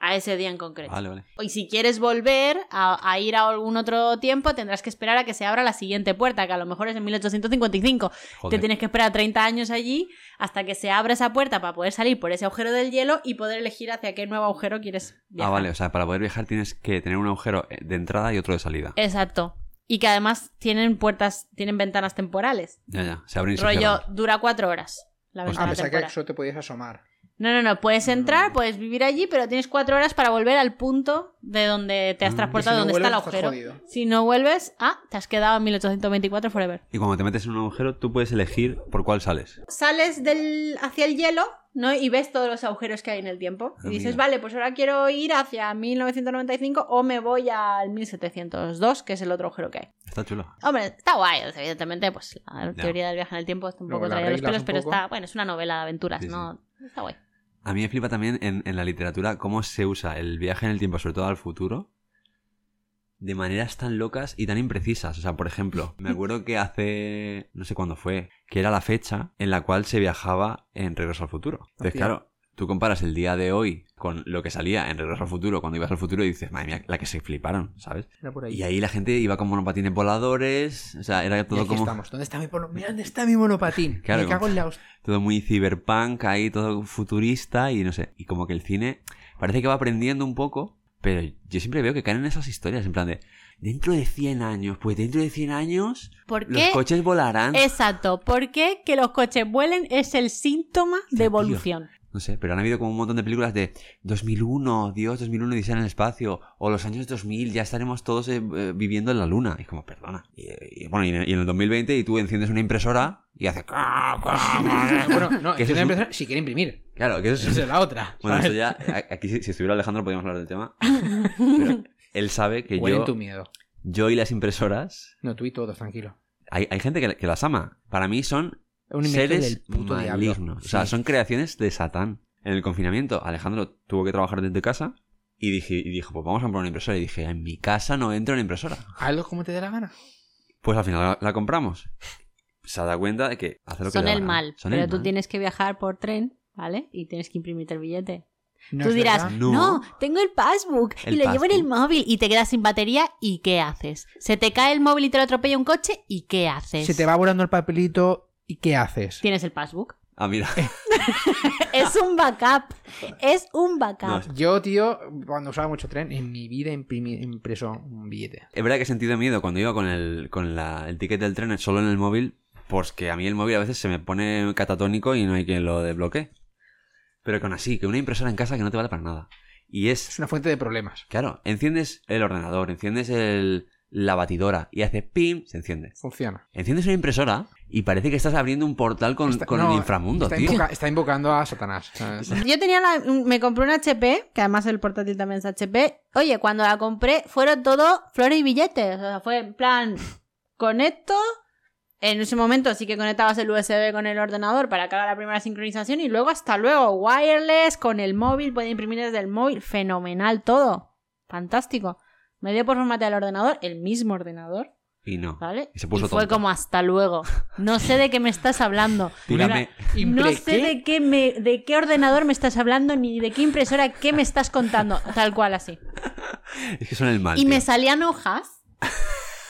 A: A ese día en concreto.
B: Vale, vale.
A: Y si quieres volver a, a ir a algún otro tiempo, tendrás que esperar a que se abra la siguiente puerta, que a lo mejor es en 1855. Te
B: Joder.
A: tienes que esperar 30 años allí hasta que se abra esa puerta para poder salir por ese agujero del hielo y poder elegir hacia qué nuevo agujero quieres viajar.
B: eh,
A: Eh,
B: Ah, vale. O sea, para poder viajar tienes que tener un agujero de entrada y otro de salida.
A: Exacto. y que además tienen puertas, tienen ventanas temporales.
B: Ya, ya. Se abren y se
A: Rollo,
B: cierran.
A: dura cuatro horas la
B: Hostia.
C: A
A: ventana
C: pesar que
A: temporal.
C: solo te podías asomar.
A: No, no, Ah, no, puedes entrar, puedes vivir allí, pero tienes cuatro horas para volver al punto de donde te
B: Ah.
A: has transportado,
C: Y si no
A: donde está el
C: vuelves, estás
A: agujero.
C: jodido.
A: Si no vuelves, ah, te has quedado en 1824 forever.
B: Y cuando te metes en un agujero, tú puedes elegir por cuál sales.
A: Sales del, hacia el hielo, ¿no? Y ves todos los agujeros que hay en el tiempo.
B: Ah,
A: y dices,
B: mira.
A: vale, pues ahora quiero ir hacia 1995 o me voy al 1702, que es el otro agujero que hay.
B: Está chulo.
A: Hombre, está guay, pues, evidentemente, pues la
B: Ya.
A: teoría del viaje en el tiempo está un
C: Luego
A: poco
C: la
A: traída de los
C: arreglas
A: pelos,
C: un
A: pero
C: poco.
A: está, bueno, es una novela de aventuras,
B: Sí, sí.
A: ¿no? Está guay.
B: A mí me flipa también en, en la literatura cómo se usa el viaje en el tiempo, sobre todo al futuro, de maneras tan locas y tan imprecisas. O sea, por ejemplo, me acuerdo que hace, no sé cuándo fue, que era la fecha en la cual se viajaba en Regreso al Futuro. Entonces,
C: Hostia.
B: claro, tú comparas el día de hoy con lo que salía en Regreso al Futuro cuando ibas al futuro y dices, madre mía, la que se fliparon, ¿sabes?
C: Era por ahí.
B: Y ahí la gente iba con monopatines voladores, o sea, era
C: Y
B: todo
C: aquí
B: como...
C: estamos. ¿Dónde está mi mono- Mira, ¿dónde está mi monopatín?
B: Claro,
C: Me cago en la hostia.
B: todo muy cyberpunk ahí, todo futurista y no sé. Y como que el cine parece que va aprendiendo un poco, pero yo siempre veo que caen en esas historias, en plan de dentro de 100 años, pues dentro de 100 años
A: ¿Por
B: los
A: qué?
B: coches volarán.
A: Exacto, porque que los coches vuelen es el síntoma
B: tío.
A: de evolución.
B: No sé, pero han habido como un montón de películas de 2001, Dios, 2001, Odisea en el espacio, o los años 2000, ya estaremos todos eh, eh, viviendo en la luna. Y es como, perdona. Y, y bueno, y en, y en el 2020 y tú enciendes una impresora y haces...
C: Bueno, no,
B: Que
C: es
B: eso
C: una
B: es un-
C: impresora- si quiere imprimir.
B: Claro, que eso es
C: Esa es la otra.
B: Bueno, eso
C: ¿sabes?
B: ya, a- aquí si, si estuviera Alejandro podríamos hablar del tema. Pero él sabe que
C: Huelen
B: yo,
C: tu miedo.
B: yo y las impresoras,
C: No, tú y todos, tranquilo.
B: hay, hay gente que, que las ama. Para mí son
C: Es Un invento
B: seres
C: del puto
B: malignos.
C: diablo.
B: O sea,
C: Sí.
B: son creaciones de Satán. En el confinamiento, Alejandro tuvo que trabajar desde casa y, dije, y dijo, pues vamos a comprar una impresora. Y dije, en mi casa no entro en impresora.
C: Hazlo como te dé la gana.
B: Pues al final la, la compramos. Se da cuenta de que hace lo que
A: Son
B: le da
A: el
B: la
A: mal,
B: gana. Son
A: pero
B: el
A: tú
B: mal.
A: tienes que viajar por tren, ¿vale? Y tienes que imprimirte el billete.
C: No
A: tú
C: es
A: dirás,
C: verdad.
B: No.
A: no. tengo el passbook
B: El
A: y lo llevo en el
B: passbook.
A: móvil y te quedas sin batería y ¿qué haces? Se te cae el móvil y te lo atropella un coche y ¿qué haces?
C: se te va volando el papelito y ¿qué haces?
A: Tienes el passbook.
B: Ah, mira.
A: es un backup. Es un backup.
B: No, es-
C: Yo, tío, cuando usaba mucho tren, en mi vida imprimí, impreso un billete.
B: Es verdad que he sentido miedo cuando iba con el, con la- el ticket del tren solo en el móvil, porque a mí el móvil a veces se me pone catatónico y no hay quien lo desbloquee. Pero que aún así, que una impresora en casa que no te vale para nada. Y
C: Es
B: es,
C: una fuente de problemas.
B: claro, enciendes el ordenador, enciendes el, la batidora y hace pim, se enciende.
C: Funciona.
B: Enciendes una impresora y parece que estás abriendo un portal con,
C: Está-
B: con
C: no,
B: el inframundo,
C: está
B: tío.
C: invoca- está invocando a Satanás. ¿sabes?
A: Yo tenía la, me compré un HP, que además el portátil también es HP. Oye, cuando la compré fueron todo flores y billetes. O sea, fue en plan, conecto. En ese momento sí que conectabas el USB con el ordenador para que haga la primera sincronización y luego hasta luego, wireless, con el móvil, puede imprimir desde el móvil. Fenomenal todo. Fantástico. Me dio por formatear el ordenador, el mismo ordenador,
B: Y no.
A: ¿vale?
B: Y se puso
A: fue
B: tonto.
A: como hasta luego. No sé de qué me estás hablando.
B: Tírame.
A: No
C: Impre-
A: sé
C: ¿qué?
A: de qué, me, de qué ordenador me estás hablando ni de qué impresora qué me estás contando. Tal cual así.
B: Es que son el mal.
A: Y me
B: tío.
A: salían hojas.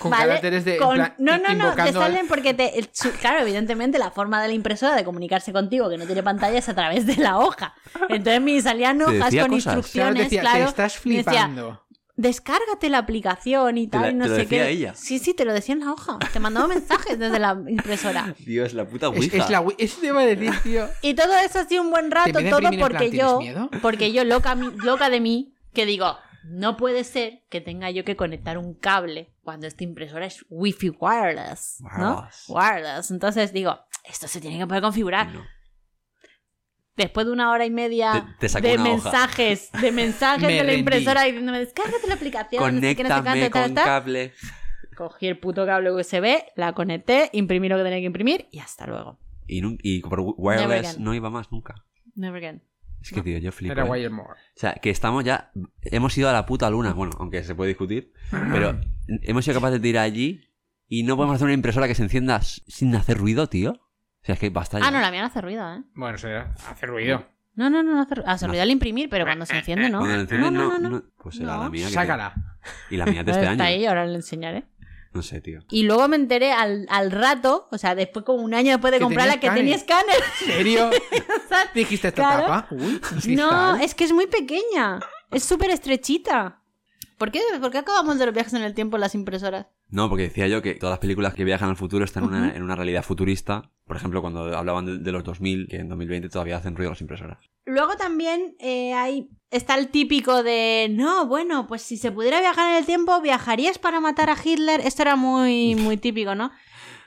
C: Con
A: ¿vale?
C: caracteres de. en
A: Con-
C: plan,
A: no, no, no. Te
C: invocando al-
A: salen porque te. el su- Claro, evidentemente la forma de la impresora de comunicarse contigo que no tiene pantalla es a través de la hoja. Entonces me salían hojas
B: decía
A: con
B: cosas.
C: Claro, te
A: instrucciones,
C: decía,
A: claro.
C: te estás
A: me decía,
C: flipando.
A: Descárgate la aplicación y
B: Te
A: tal,
B: la-
A: y no
B: te lo
A: sé
B: decía
A: qué.
B: ella.
A: Sí, sí, te lo decía en la hoja. Te mandaba mensajes desde la impresora.
B: Dios, la puta
C: Es,
B: Ouija.
C: es la. wi- Eso te iba a decir, tío.
A: Y todo eso así un buen
C: Te
A: rato,
C: empieza a
A: todo
C: imprimir en
A: porque
C: plan,
A: yo,
C: ¿tienes miedo?
A: porque yo loca, mi- loca de mí, que digo, no puede ser que tenga yo que conectar un cable cuando esta impresora es wifi wireless, ¿no?
B: Wireless.
A: Wireless. Entonces digo, esto se tiene que poder configurar.
B: No.
A: Después de una hora y media
B: Te- te sacó
A: de
B: una hoja.
A: mensajes, de mensajes
C: Me
A: de la
C: rendí.
A: impresora diciéndome, descárgate la aplicación, no sé qué, no sé cuánto,
B: Conéctame
A: tal,
B: con
A: tal".
B: cable.
A: Cogí el puto cable USB, la conecté, imprimí lo que tenía que imprimir y hasta luego.
B: Y, nun- y por wi-
A: Never
B: wireless
A: again.
B: no iba más nunca.
A: Never again.
B: Es que, tío, yo flipo.
C: Era
B: ¿eh?
C: Wiremore.
B: O sea, que estamos ya. Hemos ido a la puta luna. Bueno, aunque se puede discutir. Pero
C: Ah.
B: hemos sido capaces de ir allí y no podemos hacer una impresora que se encienda s- sin hacer ruido, tío. O sea, es que basta ya.
A: Ah, no, la mía no hace ruido, ¿eh?
C: Bueno, será. Hace ruido.
A: No, no, no, no hace, ah, se olvidó el imprimir, pero cuando se enciende, ¿no?
B: Cuando la enciendes,
A: no, no,
B: no,
A: no.
B: no- Pues será
A: No.
B: la mía. que
C: Sácala.
B: te- Y la mía de este
A: Está
B: año.
A: ahí, ahora le enseñaré.
B: No sé, tío.
A: Y luego me enteré al, al rato, o sea, después como un año después de
C: Que
A: comprarla,
C: tenía
A: que tenía escáner.
C: ¿En serio?
A: O sea,
C: Dijiste esta
A: Claro.
C: tapa. Uy,
A: no,
C: cristal.
A: es que es muy pequeña. Es súper estrechita. ¿Por qué, ¿Por qué acabamos de los viajes en el tiempo en las impresoras?
B: No, porque decía yo que todas las películas que viajan al futuro están en una, en una realidad futurista. Por ejemplo, cuando hablaban de, de los 2000, que en 2020 todavía hacen ruido las impresoras.
A: Luego también eh, hay, está el típico de, no, bueno, pues si se pudiera viajar en el tiempo, viajarías para matar a Hitler. Esto era muy, muy típico, ¿no?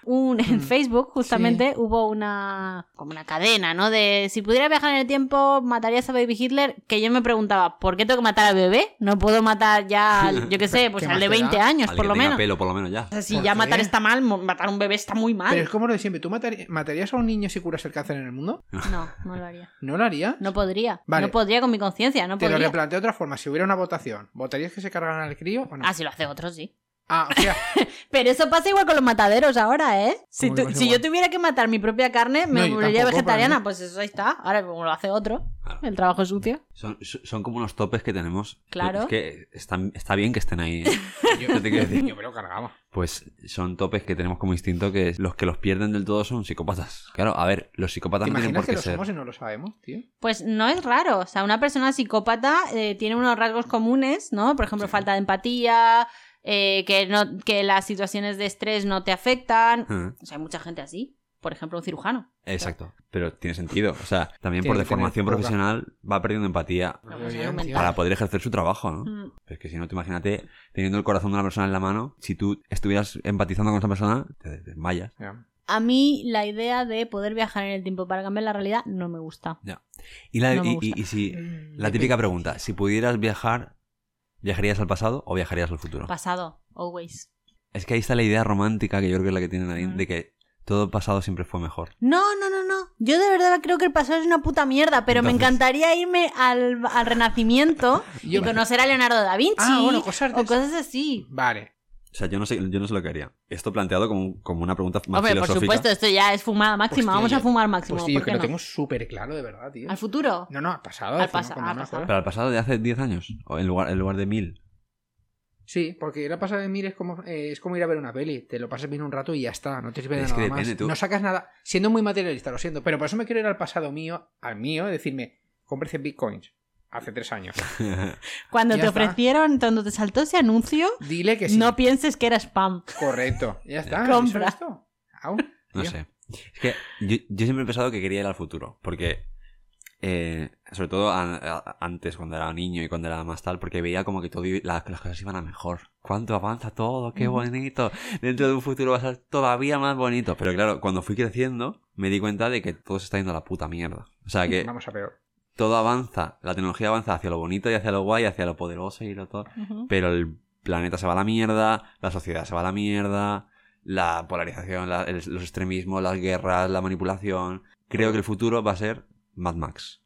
A: Un, en
C: Mm,
A: Facebook, justamente, hubo una, como una cadena, ¿no? De, si pudiera viajar en el tiempo, matarías a Baby Hitler. Que yo me preguntaba, ¿por qué tengo que matar al bebé? No puedo matar ya, al- yo qué sé, pues
C: ¿Qué
A: al
C: más
A: de
C: te
A: 20
C: da?
A: años,
B: Al
A: por
B: que
A: lo
B: tenga
A: menos.
B: pelo, por lo menos ya.
A: O sea, si
C: ¿Por
A: ya
C: qué?
A: matar está mal, mo- matar a un bebé está muy mal.
C: Pero es como lo de siempre. ¿Tú matar- matarías a un niño si curas el cáncer en el mundo?
A: No, no lo haría.
C: ¿No lo haría?
A: No podría.
C: Vale.
A: No podría con mi conciencia, no
C: Te lo
A: podría.
C: replanteo de otra forma. Si hubiera una votación, ¿votarías que se cargaran al crío o no?
A: Ah, si lo hace otro, sí.
C: Ah, o sea,
A: Pero eso pasa igual con los mataderos ahora, ¿eh? Si,
C: que
A: tu-
C: pasa
A: si
C: igual?
A: yo tuviera que matar mi propia carne, me
C: No, yo
A: volvería
C: tampoco, para
A: vegetariana.
C: mí.
A: Pues eso ahí está. Ahora, como lo hace otro,
B: Claro.
A: el trabajo es sucio.
B: Son, son como unos topes que tenemos.
A: Claro.
B: Es que están- está bien que estén ahí. ¿eh?
C: yo,
B: Yo te quiero decir.
C: yo me lo cargaba.
B: Pues son topes que tenemos como instinto que los que los pierden del todo son psicópatas. Claro, a ver, los
C: ¿Te
B: psicópatas no tienen
C: imaginas
B: por
C: que
B: qué
C: lo
B: ser.
C: somos y no lo sabemos, tío?
A: Pues no es raro. O sea, una persona psicópata eh, tiene unos rasgos comunes, ¿no? Por ejemplo,
B: Sí.
A: falta de empatía, eh, que, no, que las situaciones de estrés no te afectan.
B: Ajá,
A: O sea, hay mucha gente así. Por ejemplo, un cirujano.
B: Ah, Exacto. Pero tiene sentido. O sea, también
C: Tiene
B: por
C: que
B: deformación
C: tener poca.
B: profesional va perdiendo empatía
A: Pero
C: Muy
A: pues
C: bien,
A: argumental.
C: tío.
B: para poder ejercer su trabajo, ¿no?
A: Mm.
B: Es que si no, te imagínate teniendo el corazón de una persona en la mano, si tú estuvieras empatizando con esa persona, te desmayas.
C: Ya.
A: A mí la idea de poder viajar en el tiempo para cambiar la realidad no me gusta.
B: Y, la,
A: No me
B: y-
A: gusta.
B: y- y si, la
C: Dep-
B: típica pregunta, si pudieras viajar, ¿viajarías al pasado o viajarías al
C: Ah.
B: futuro?
A: Pasado, always.
B: Es que ahí está la idea romántica que yo creo que es la que tiene Nadine
A: Mm.
B: de que todo pasado siempre fue mejor.
A: No, no, no, no. Yo de verdad creo que el pasado es una puta mierda, pero me
B: Entonces-
A: encantaría irme al, al Renacimiento y
C: Yo-
A: conocer a Leonardo da Vinci
C: Ah, bueno, cosas de
A: o cosas así.
C: Vale. pues
B: O sea, yo no sé, yo no sé lo que haría. Esto planteado como, como una pregunta más
A: Hombre, por
B: filosófica.
A: supuesto, esto ya es fumada máxima.
C: Pues, tío,
A: Vamos a
C: yo-
A: fumar máximo.
C: Pues tío,
A: ¿por
C: que
A: qué
C: lo
A: no?
C: tengo súper claro, de verdad, tío.
A: ¿Al futuro?
C: No, no, al pasado.
A: Al
C: decimos,
A: pasa-
C: cuando
A: al
C: me
A: pasado.
C: acuerdo.
B: Pero al pasado de hace 10 años, o en lugar, en lugar de 1000.
C: Sí, porque ir al pasado de Mir es como, eh, es como ir a ver una peli. Te lo pasas bien un rato y ya está. No te sirve de
B: Es
C: nada
B: que
C: más.
B: depende, tú-
C: No sacas nada. Siendo muy materialista, lo siento. Pero por eso me quiero ir al pasado mío, al mío, y decirme, cómprese bitcoins. Hace tres años.
A: Cuando
C: Ya
A: te
C: está.
A: ofrecieron, cuando te saltó ese anuncio,
C: Dile que sí.
A: no pienses que era spam.
C: Correcto. Ya está.
A: Compra.
C: ¿eso era esto? Au,
B: No
C: tío.
B: sé. Es que yo, yo siempre he pensado que quería ir al futuro, porque eh, sobre todo a- a- antes cuando era niño y cuando era más tal, porque veía como que todo i- la- las cosas iban a mejor. Cuánto avanza todo, qué
A: Ujú.
B: bonito. Dentro de un futuro va a ser todavía más bonito. Pero claro, cuando fui creciendo me di cuenta de que todo se está yendo a la puta mierda. O sea que
C: Vamos a peor.
B: todo avanza, la tecnología avanza hacia lo bonito y hacia lo guay, hacia lo poderoso y lo todo
A: Ujú.
B: pero el planeta se va a la mierda, la sociedad se va a la mierda, la polarización, la- el- los extremismos, las guerras, la manipulación. Creo que el futuro va a ser Mad Max.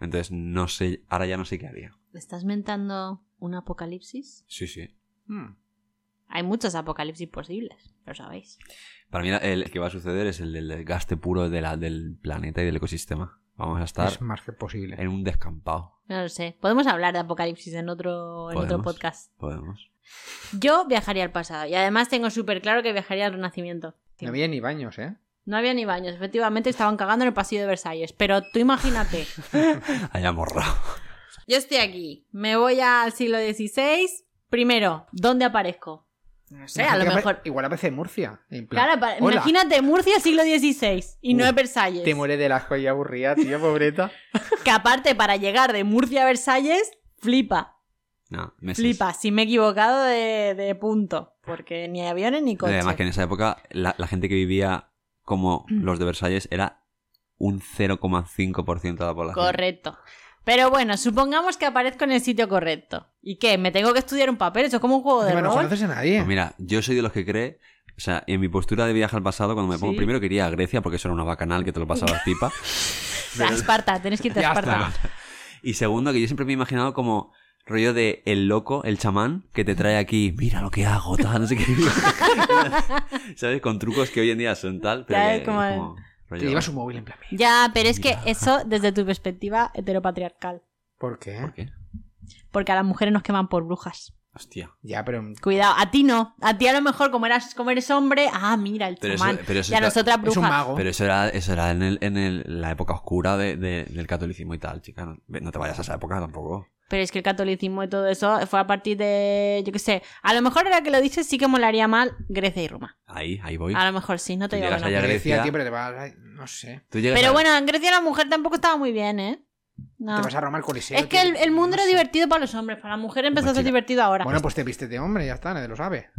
B: Entonces, no sé, ahora ya no sé qué haría.
A: ¿Estás mentando un apocalipsis?
B: Sí, sí.
C: Hmm.
A: Hay muchos apocalipsis posibles, lo sabéis.
B: Para mí, el que va a suceder es el del desgaste puro de la- del planeta y del ecosistema. Vamos a estar
C: Es más que posible.
B: en un descampado.
A: No lo sé. Podemos hablar de apocalipsis en otro, en otro
B: Podemos.
A: podcast.
B: Podemos.
A: Yo viajaría al pasado y además tengo súper claro que viajaría al Renacimiento.
C: No había ni baños, ¿eh?
A: No había ni baños, efectivamente estaban cagando en el pasillo de Versalles. Pero tú imagínate,
B: Allá morrado.
A: yo estoy aquí, me voy al siglo XVI. Primero, ¿dónde aparezco?
C: No
A: sé, a lo mejor-
C: Igual aparece en Murcia. En plan,
A: Claro, pa-
C: "Hola,
A: imagínate Murcia siglo XVI y no
C: Uh,
A: es Versalles.
C: Te mueres del asco y aburrida, tío, pobreta.
A: Que aparte para llegar de Murcia a Versalles, flipa,
B: No, meses.
A: flipa. Si me he equivocado de, de punto, porque ni aviones ni coches.
B: Además que en esa época la, la gente que vivía como los de Versalles era un 0,5% de la población.
A: Correcto. Pero bueno, supongamos que aparezco en el sitio correcto. ¿Y qué? ¿Me tengo que estudiar un papel? Eso es como un juego de
C: Encima no
A: rol.
C: conoces a nadie.
B: Pues mira, yo soy de los que cree, o sea, en mi postura de viaje al pasado, cuando me pongo
A: Sí.
B: primero que iría a Grecia, porque eso era una bacanal que te lo pasabas pipa.
A: A Esparta, tenés que irte a
C: Ya
A: Esparta.
C: está.
B: Y segundo, que yo siempre me he imaginado como rollo de el loco, el chamán, que te trae aquí, mira lo que hago, tal, no sé qué. ¿Sabes? Con trucos que hoy en día son tal, pero
A: Ya,
B: que
A: es como el-
B: rollo-
C: Te llevas un móvil en plan.
A: Ya, pero es que eso desde tu perspectiva heteropatriarcal.
C: ¿Por qué?
B: ¿Por qué?
A: Porque a las mujeres nos queman por brujas.
B: Hostia.
C: Ya, pero.
A: Cuidado, a ti no. A ti a lo mejor como eras, como eres hombre, ah, mira, el
B: Pero eso-
A: chamán.
B: pero eso
A: y a
B: está-
A: nosotras
C: Es un
A: brujas.
C: mago.
B: Pero eso era, eso era en, el- en el- la época oscura de- de- del catolicismo y tal, chica. No, no te vayas a esa época tampoco.
A: Pero es que el catolicismo y todo eso fue a partir de, yo qué sé, a lo mejor ahora que lo dices sí que molaría mal Grecia y Roma.
B: Ahí, ahí voy.
A: A lo mejor sí, no te
B: Tú
A: digo que
B: llegas allá
A: no.
B: a Grecia.
C: Grecia, tío, pero te vas. a- No sé.
B: Tú llegas
A: Pero
B: a-
A: bueno, en Grecia la mujer tampoco estaba muy bien, ¿eh? No.
C: Te vas a Roma al Coliseo.
A: Es que
C: tío.
A: el, el mundo
C: No
A: era
C: sé.
A: divertido para los hombres, para las mujeres empezó a ser
B: chica.
A: divertido ahora.
C: Bueno, pues te viste de hombre, ya está, nadie lo sabe.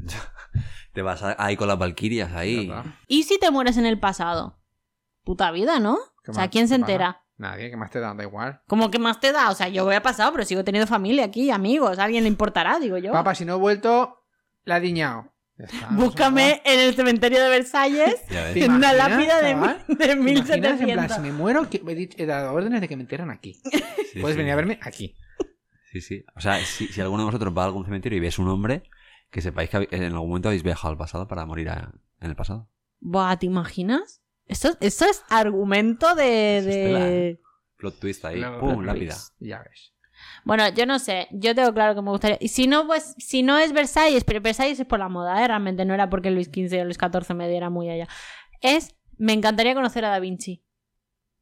B: Te vas a- ahí con las valquirias, ahí.
C: Ya está.
A: ¿Y si te mueres en el pasado? Puta vida, ¿no?
C: ¿Qué
A: O sea,
C: más?
A: ¿quién se
C: ¿Qué
A: entera?
C: pasa? Nadie, que más te da, da igual.
A: Como que más te da, o sea, yo voy a pasado, pero sigo teniendo familia aquí, amigos, a alguien le importará, digo yo.
C: Papá, si no he vuelto, la he diñado. Ya está, no pasa
A: Búscame en el cementerio de Versalles
B: Ya ves.
C: Sí.
A: en una
C: imaginas,
A: lápida de,
C: chaval?
A: mil- de
C: nada. ¿Te imaginas? En plan,
A: 1700.
C: si me muero, que he, dicho- he dado órdenes de que me enterran aquí.
B: Sí,
C: Puedes
B: sí.
C: venir a verme aquí.
B: Sí, sí. O sea, si, si alguno de vosotros va a algún cementerio y ves un hombre, que sepáis que habéis- en algún momento habéis viajado al pasado para morir a- en el pasado.
A: Buah, ¿te imaginas? Eso, eso es argumento de...
B: Eso es
A: de-
B: tela, ¿eh? Plot twist ahí.
C: Luego,
B: Pum,
C: Luis,
B: lápida.
C: Pues, Ya ves.
A: Bueno, yo no sé, yo tengo claro que me gustaría... Y si no, pues, si no es Versalles, pero Versalles es por la moda, ¿eh? realmente no era porque Luis XV o Luis XIV me diera muy allá. Es, me encantaría conocer a Da Vinci.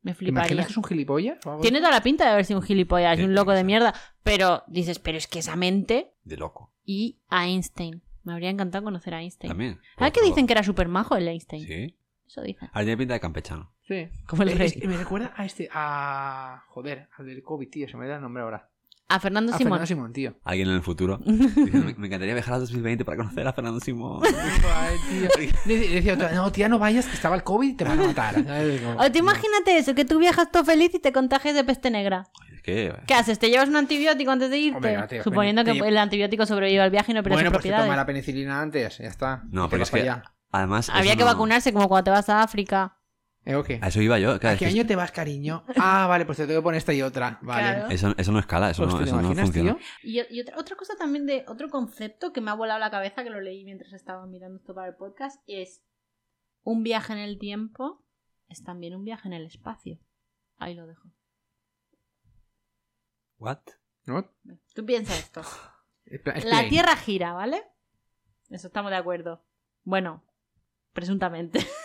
A: Me
C: ¿Te
A: fliparía.
C: imaginas que es un gilipollas? o algo?
A: Tiene toda la pinta de haber sido un gilipollas y
B: Sí,
A: un loco de
B: sí.
A: mierda. Pero dices, pero es que esa mente
B: De loco.
A: y a Einstein. Me habría encantado conocer a Einstein.
B: También.
A: ¿Sabes que Ah, dicen que era súper majo el Einstein?
B: Sí.
A: Eso dicen.
B: Ahora tiene pinta de campechano.
C: Sí.
A: Como el
C: Es-
A: rey.
C: es- me recuerda a este. A. Joder, al del COVID, tío. Se me da el nombre ahora.
A: A Fernando
C: A
A: Simón.
C: Fernando Simón, tío.
B: Alguien en el futuro. Diciendo, me, me encantaría viajar al 2020 para conocer a Fernando Simón.
C: Ay, tío. Le- le decía otra, no, tía, no vayas, que estaba el COVID y te van a matar. ¿sabes? Como-
A: O Oh, Ah, te imagínate eso, que tú viajas todo feliz y te contagias de peste negra.
B: es que.
A: ¿Qué haces? ¿Te llevas un antibiótico antes de irte?
C: Hombre, no, tío,
A: Suponiendo
C: te
A: que
C: lle-
A: el antibiótico sobrevive al viaje y no pierde
C: Bueno,
A: sus
C: pues que
A: propiedades.
C: toma la penicilina antes, ya está.
B: No, pero
C: pero
B: es que. Además.
A: Habría
B: eso
A: que
B: no-
A: vacunarse como cuando te vas a África.
B: A eso iba yo. Claro,
C: ¿A
B: es
C: ¿Eh, qué
B: que
C: año te vas, cariño? Ah, vale, pues te tengo que poner esta y otra. Vale.
A: Claro.
B: eso, eso no escala, eso, no,
C: Hostia, Pues ¿te
B: eso no
C: imaginas,
B: funciona.
C: tío?
A: Y, y otra, otra cosa también de otro concepto que me ha volado la cabeza, que lo leí mientras estaba mirando esto para el podcast, es un viaje en el tiempo es también un viaje en el espacio. Ahí lo dejo.
B: ¿What?
C: ¿No?
A: Tú piensas esto.
C: Es pla- es
A: La
C: plane.
A: Tierra gira, ¿vale? Eso estamos de acuerdo. Bueno, presuntamente.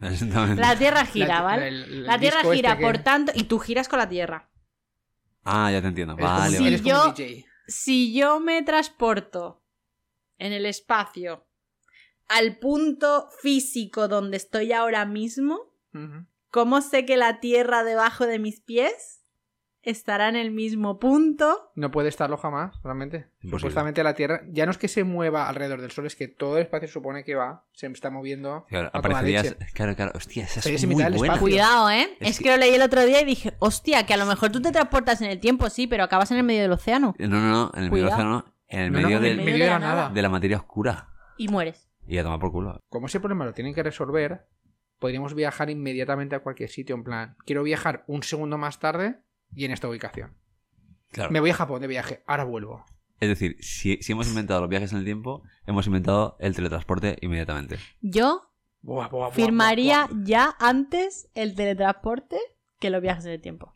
A: La Tierra gira,
C: La-
A: ¿vale?
C: el- el
A: La Tierra
C: disco
A: gira,
C: este que-
A: por tanto, y tú giras con la Tierra.
B: Ah, ya te entiendo.
C: Eres como-
B: Vale,
A: Sí.
B: vale.
C: eres como
A: Yo-
C: un DJ.
A: si yo me transporto en el espacio al punto físico donde estoy ahora mismo,
C: Ujú.
A: ¿cómo sé que la tierra debajo de mis pies estará en el mismo punto?
C: No puede estarlo jamás, realmente.
B: Imposible.
C: Supuestamente la Tierra, ya no es que se mueva alrededor del Sol, es que todo el espacio supone que va, se está moviendo.
B: Claro,
C: a toda
B: aparecerías.
C: Ah, leche.
B: Claro, claro. Hostia, esa
C: Sería
B: es muy
C: similar al
B: buena.
C: espacio.
A: Cuidado, ¿eh?
B: Es
A: Es,
B: que-
A: que... lo leí el otro día y dije, hostia, que a lo mejor tú te transportas en el tiempo, sí, pero acabas en el medio del océano.
B: No, no, no. En el medio
A: Cuidado.
B: del océano. En el
C: No, no,
B: medio
C: en el
B: del-
C: medio de la nada.
B: de la materia oscura.
A: Y mueres.
B: Y a tomar por culo.
C: Como ese problema lo tienen que resolver, podríamos viajar inmediatamente a cualquier sitio. En plan, quiero viajar un segundo más tarde y en esta ubicación.
B: Claro.
C: Me voy a Japón de viaje, ahora vuelvo.
B: Es decir, si, si hemos inventado los viajes en el tiempo, hemos inventado el teletransporte inmediatamente.
A: Yo
C: Buah, buah, buah,
A: firmaría
C: buah, buah.
A: ya antes el teletransporte que los viajes en el tiempo.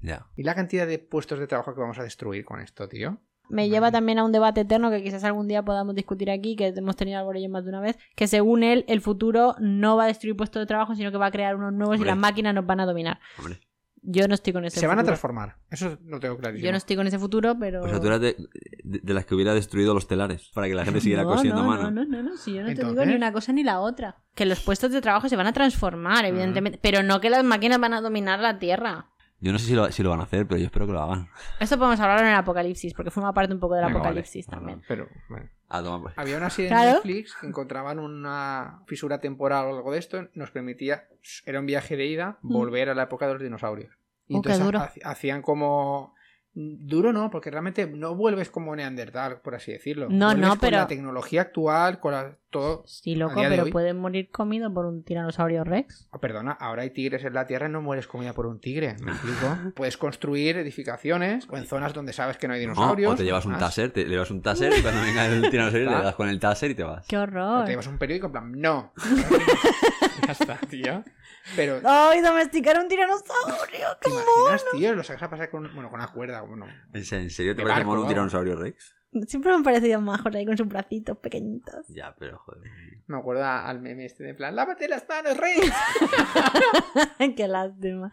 B: Ya.
C: ¿Y la cantidad de puestos de trabajo que vamos a destruir con esto, tío?
A: me
C: Vale.
A: lleva también a un debate eterno que quizás algún día podamos discutir aquí, que hemos tenido algo ello más de una vez, que según él el futuro no va a destruir puestos de trabajo, sino que va a crear unos nuevos
B: Hombre.
A: y las máquinas nos van a dominar.
B: Hombre.
A: Yo no estoy con ese
C: Se van a
A: Pues futuro.
C: transformar. Pues Eso lo tengo clarísimo.
A: Yo no estoy con ese futuro, pero...
B: O sea, tú eras de, de- de las que hubiera destruido los telares para que la gente siguiera
A: no,
B: cosiendo
A: no,
B: a mano.
A: No, no, no, no, si yo no te digo
C: Entonces-
A: ni una cosa ni la otra. Que los puestos de trabajo se van a transformar, evidentemente, pero no que las máquinas van a dominar la Tierra.
B: Yo no sé si lo, si lo van a hacer, pero yo espero que lo hagan.
A: Eso podemos hablar en el apocalipsis, porque forma parte un poco del
B: Venga, vale.
A: apocalipsis
B: Vale,
A: también.
C: Pero, bueno.
B: A tomar por-
C: Había una serie en
A: Claro.
C: Netflix que encontraban una fisura temporal o algo de esto, nos permitía, era un viaje de ida,
A: Mm.
C: volver a la época de los dinosaurios. Y
A: Oh, qué
C: entonces ha-
A: duro.
C: ha- hacían como... Duro no, porque realmente no vuelves como Neandertal, por así decirlo.
A: No,
C: Vuelves
A: no,
C: con
A: pero-
C: la tecnología actual, con la- todo...
A: Sí, loco,
C: A día de
A: pero
C: hoy-
A: pueden morir comido por un tiranosaurio rex.
C: Oh, perdona, ahora hay tigres en la Tierra y no mueres comida por un tigre, ¿me explico? Puedes construir edificaciones o en zonas donde sabes que no hay
B: No,
C: dinosaurios.
B: o te llevas un
C: más.
B: taser, te le llevas un taser y cuando venga el tiranosaurio le
C: Está.
B: das con el taser y te vas.
A: ¡Qué
C: O
A: horror!
C: te llevas un periódico en plan, no. ya está, tío. Pero
A: ¡Ay, domesticar un tiranosaurio!
C: ¿Te imaginas, tío? Lo sacas a pasar con, bueno, con una cuerda. Bueno,
B: ¿En serio te
C: De
B: parece
C: barco,
B: mono un
C: vamos.
B: tiranosaurio Rex?
A: Siempre me han parecido majos ahí con sus bracitos pequeñitos.
B: Ya, pero joder.
C: Me acuerdo al meme este de plan, lávate las manos, rey.
A: Qué lástima.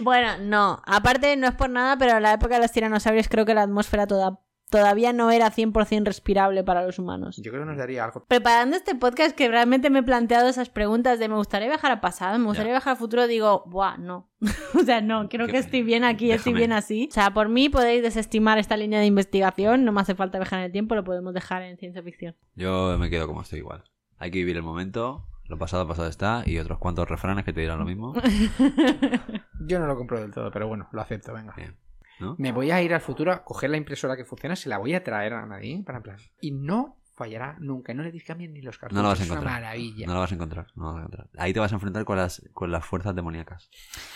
A: Bueno, no. Aparte, no es por nada, pero en la época de los tiranosaurios creo que la atmósfera toda- todavía no era 100% respirable para los humanos.
C: Yo creo que nos daría algo.
A: Preparando este podcast que realmente me he planteado esas preguntas de me gustaría viajar al pasado, me gustaría
B: Ya.
A: viajar al futuro, digo, buah, no. o sea, no, creo
B: Qué
A: que estoy
B: pena.
A: bien aquí, estoy
B: Déjame.
A: bien así. O sea, por mí podéis desestimar esta línea de investigación, no me hace falta viajar en el tiempo, lo podemos dejar en ciencia ficción.
B: Yo me quedo como estoy igual. Hay que vivir el momento, lo pasado, pasado está, y otros cuantos refranes que te dirán lo mismo.
C: Yo no lo compro del todo, pero bueno, lo acepto, venga.
B: Bien. ¿No?
C: Me voy a ir al futuro a coger la impresora que funciona, se la voy a traer a nadie para en plan. Y no fallará nunca, no le discambien ni los cartuchos.
B: No la vas a
C: es una
B: encontrar.
C: maravilla.
B: No lo vas a encontrar, no lo vas a encontrar. Ahí te vas a enfrentar con las, con las fuerzas demoníacas.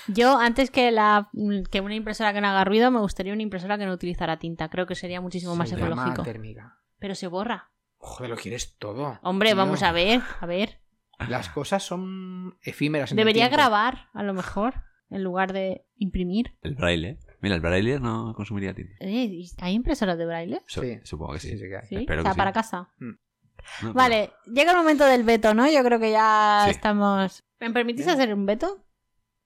A: Yo, antes que, la, que una impresora que no haga ruido, me gustaría una impresora que no utilizara tinta, creo que sería muchísimo más
C: Se llama
A: ecológico.
C: térmica.
A: Pero se borra.
C: Joder, lo quieres todo.
A: Hombre,
C: tío.
A: vamos a ver, a ver.
C: Las cosas son efímeras. en el
A: Debería
C: tiempo.
A: grabar, a lo mejor, en lugar de imprimir.
B: El braille. Mira, el braille no consumiría tinta.
A: Eh, ¿y- ¿Hay impresoras de braille?
B: Su-
C: Sí.
B: Supongo que sí.
C: Sí, sí que hay.
A: Sí,
B: Espero
A: o sea,
B: que sí.
A: para casa.
B: No,
A: Vale, llega el momento del veto, ¿no? Yo creo que ya
B: Sí.
A: estamos. ¿Me permitís
C: Venga.
A: hacer un veto?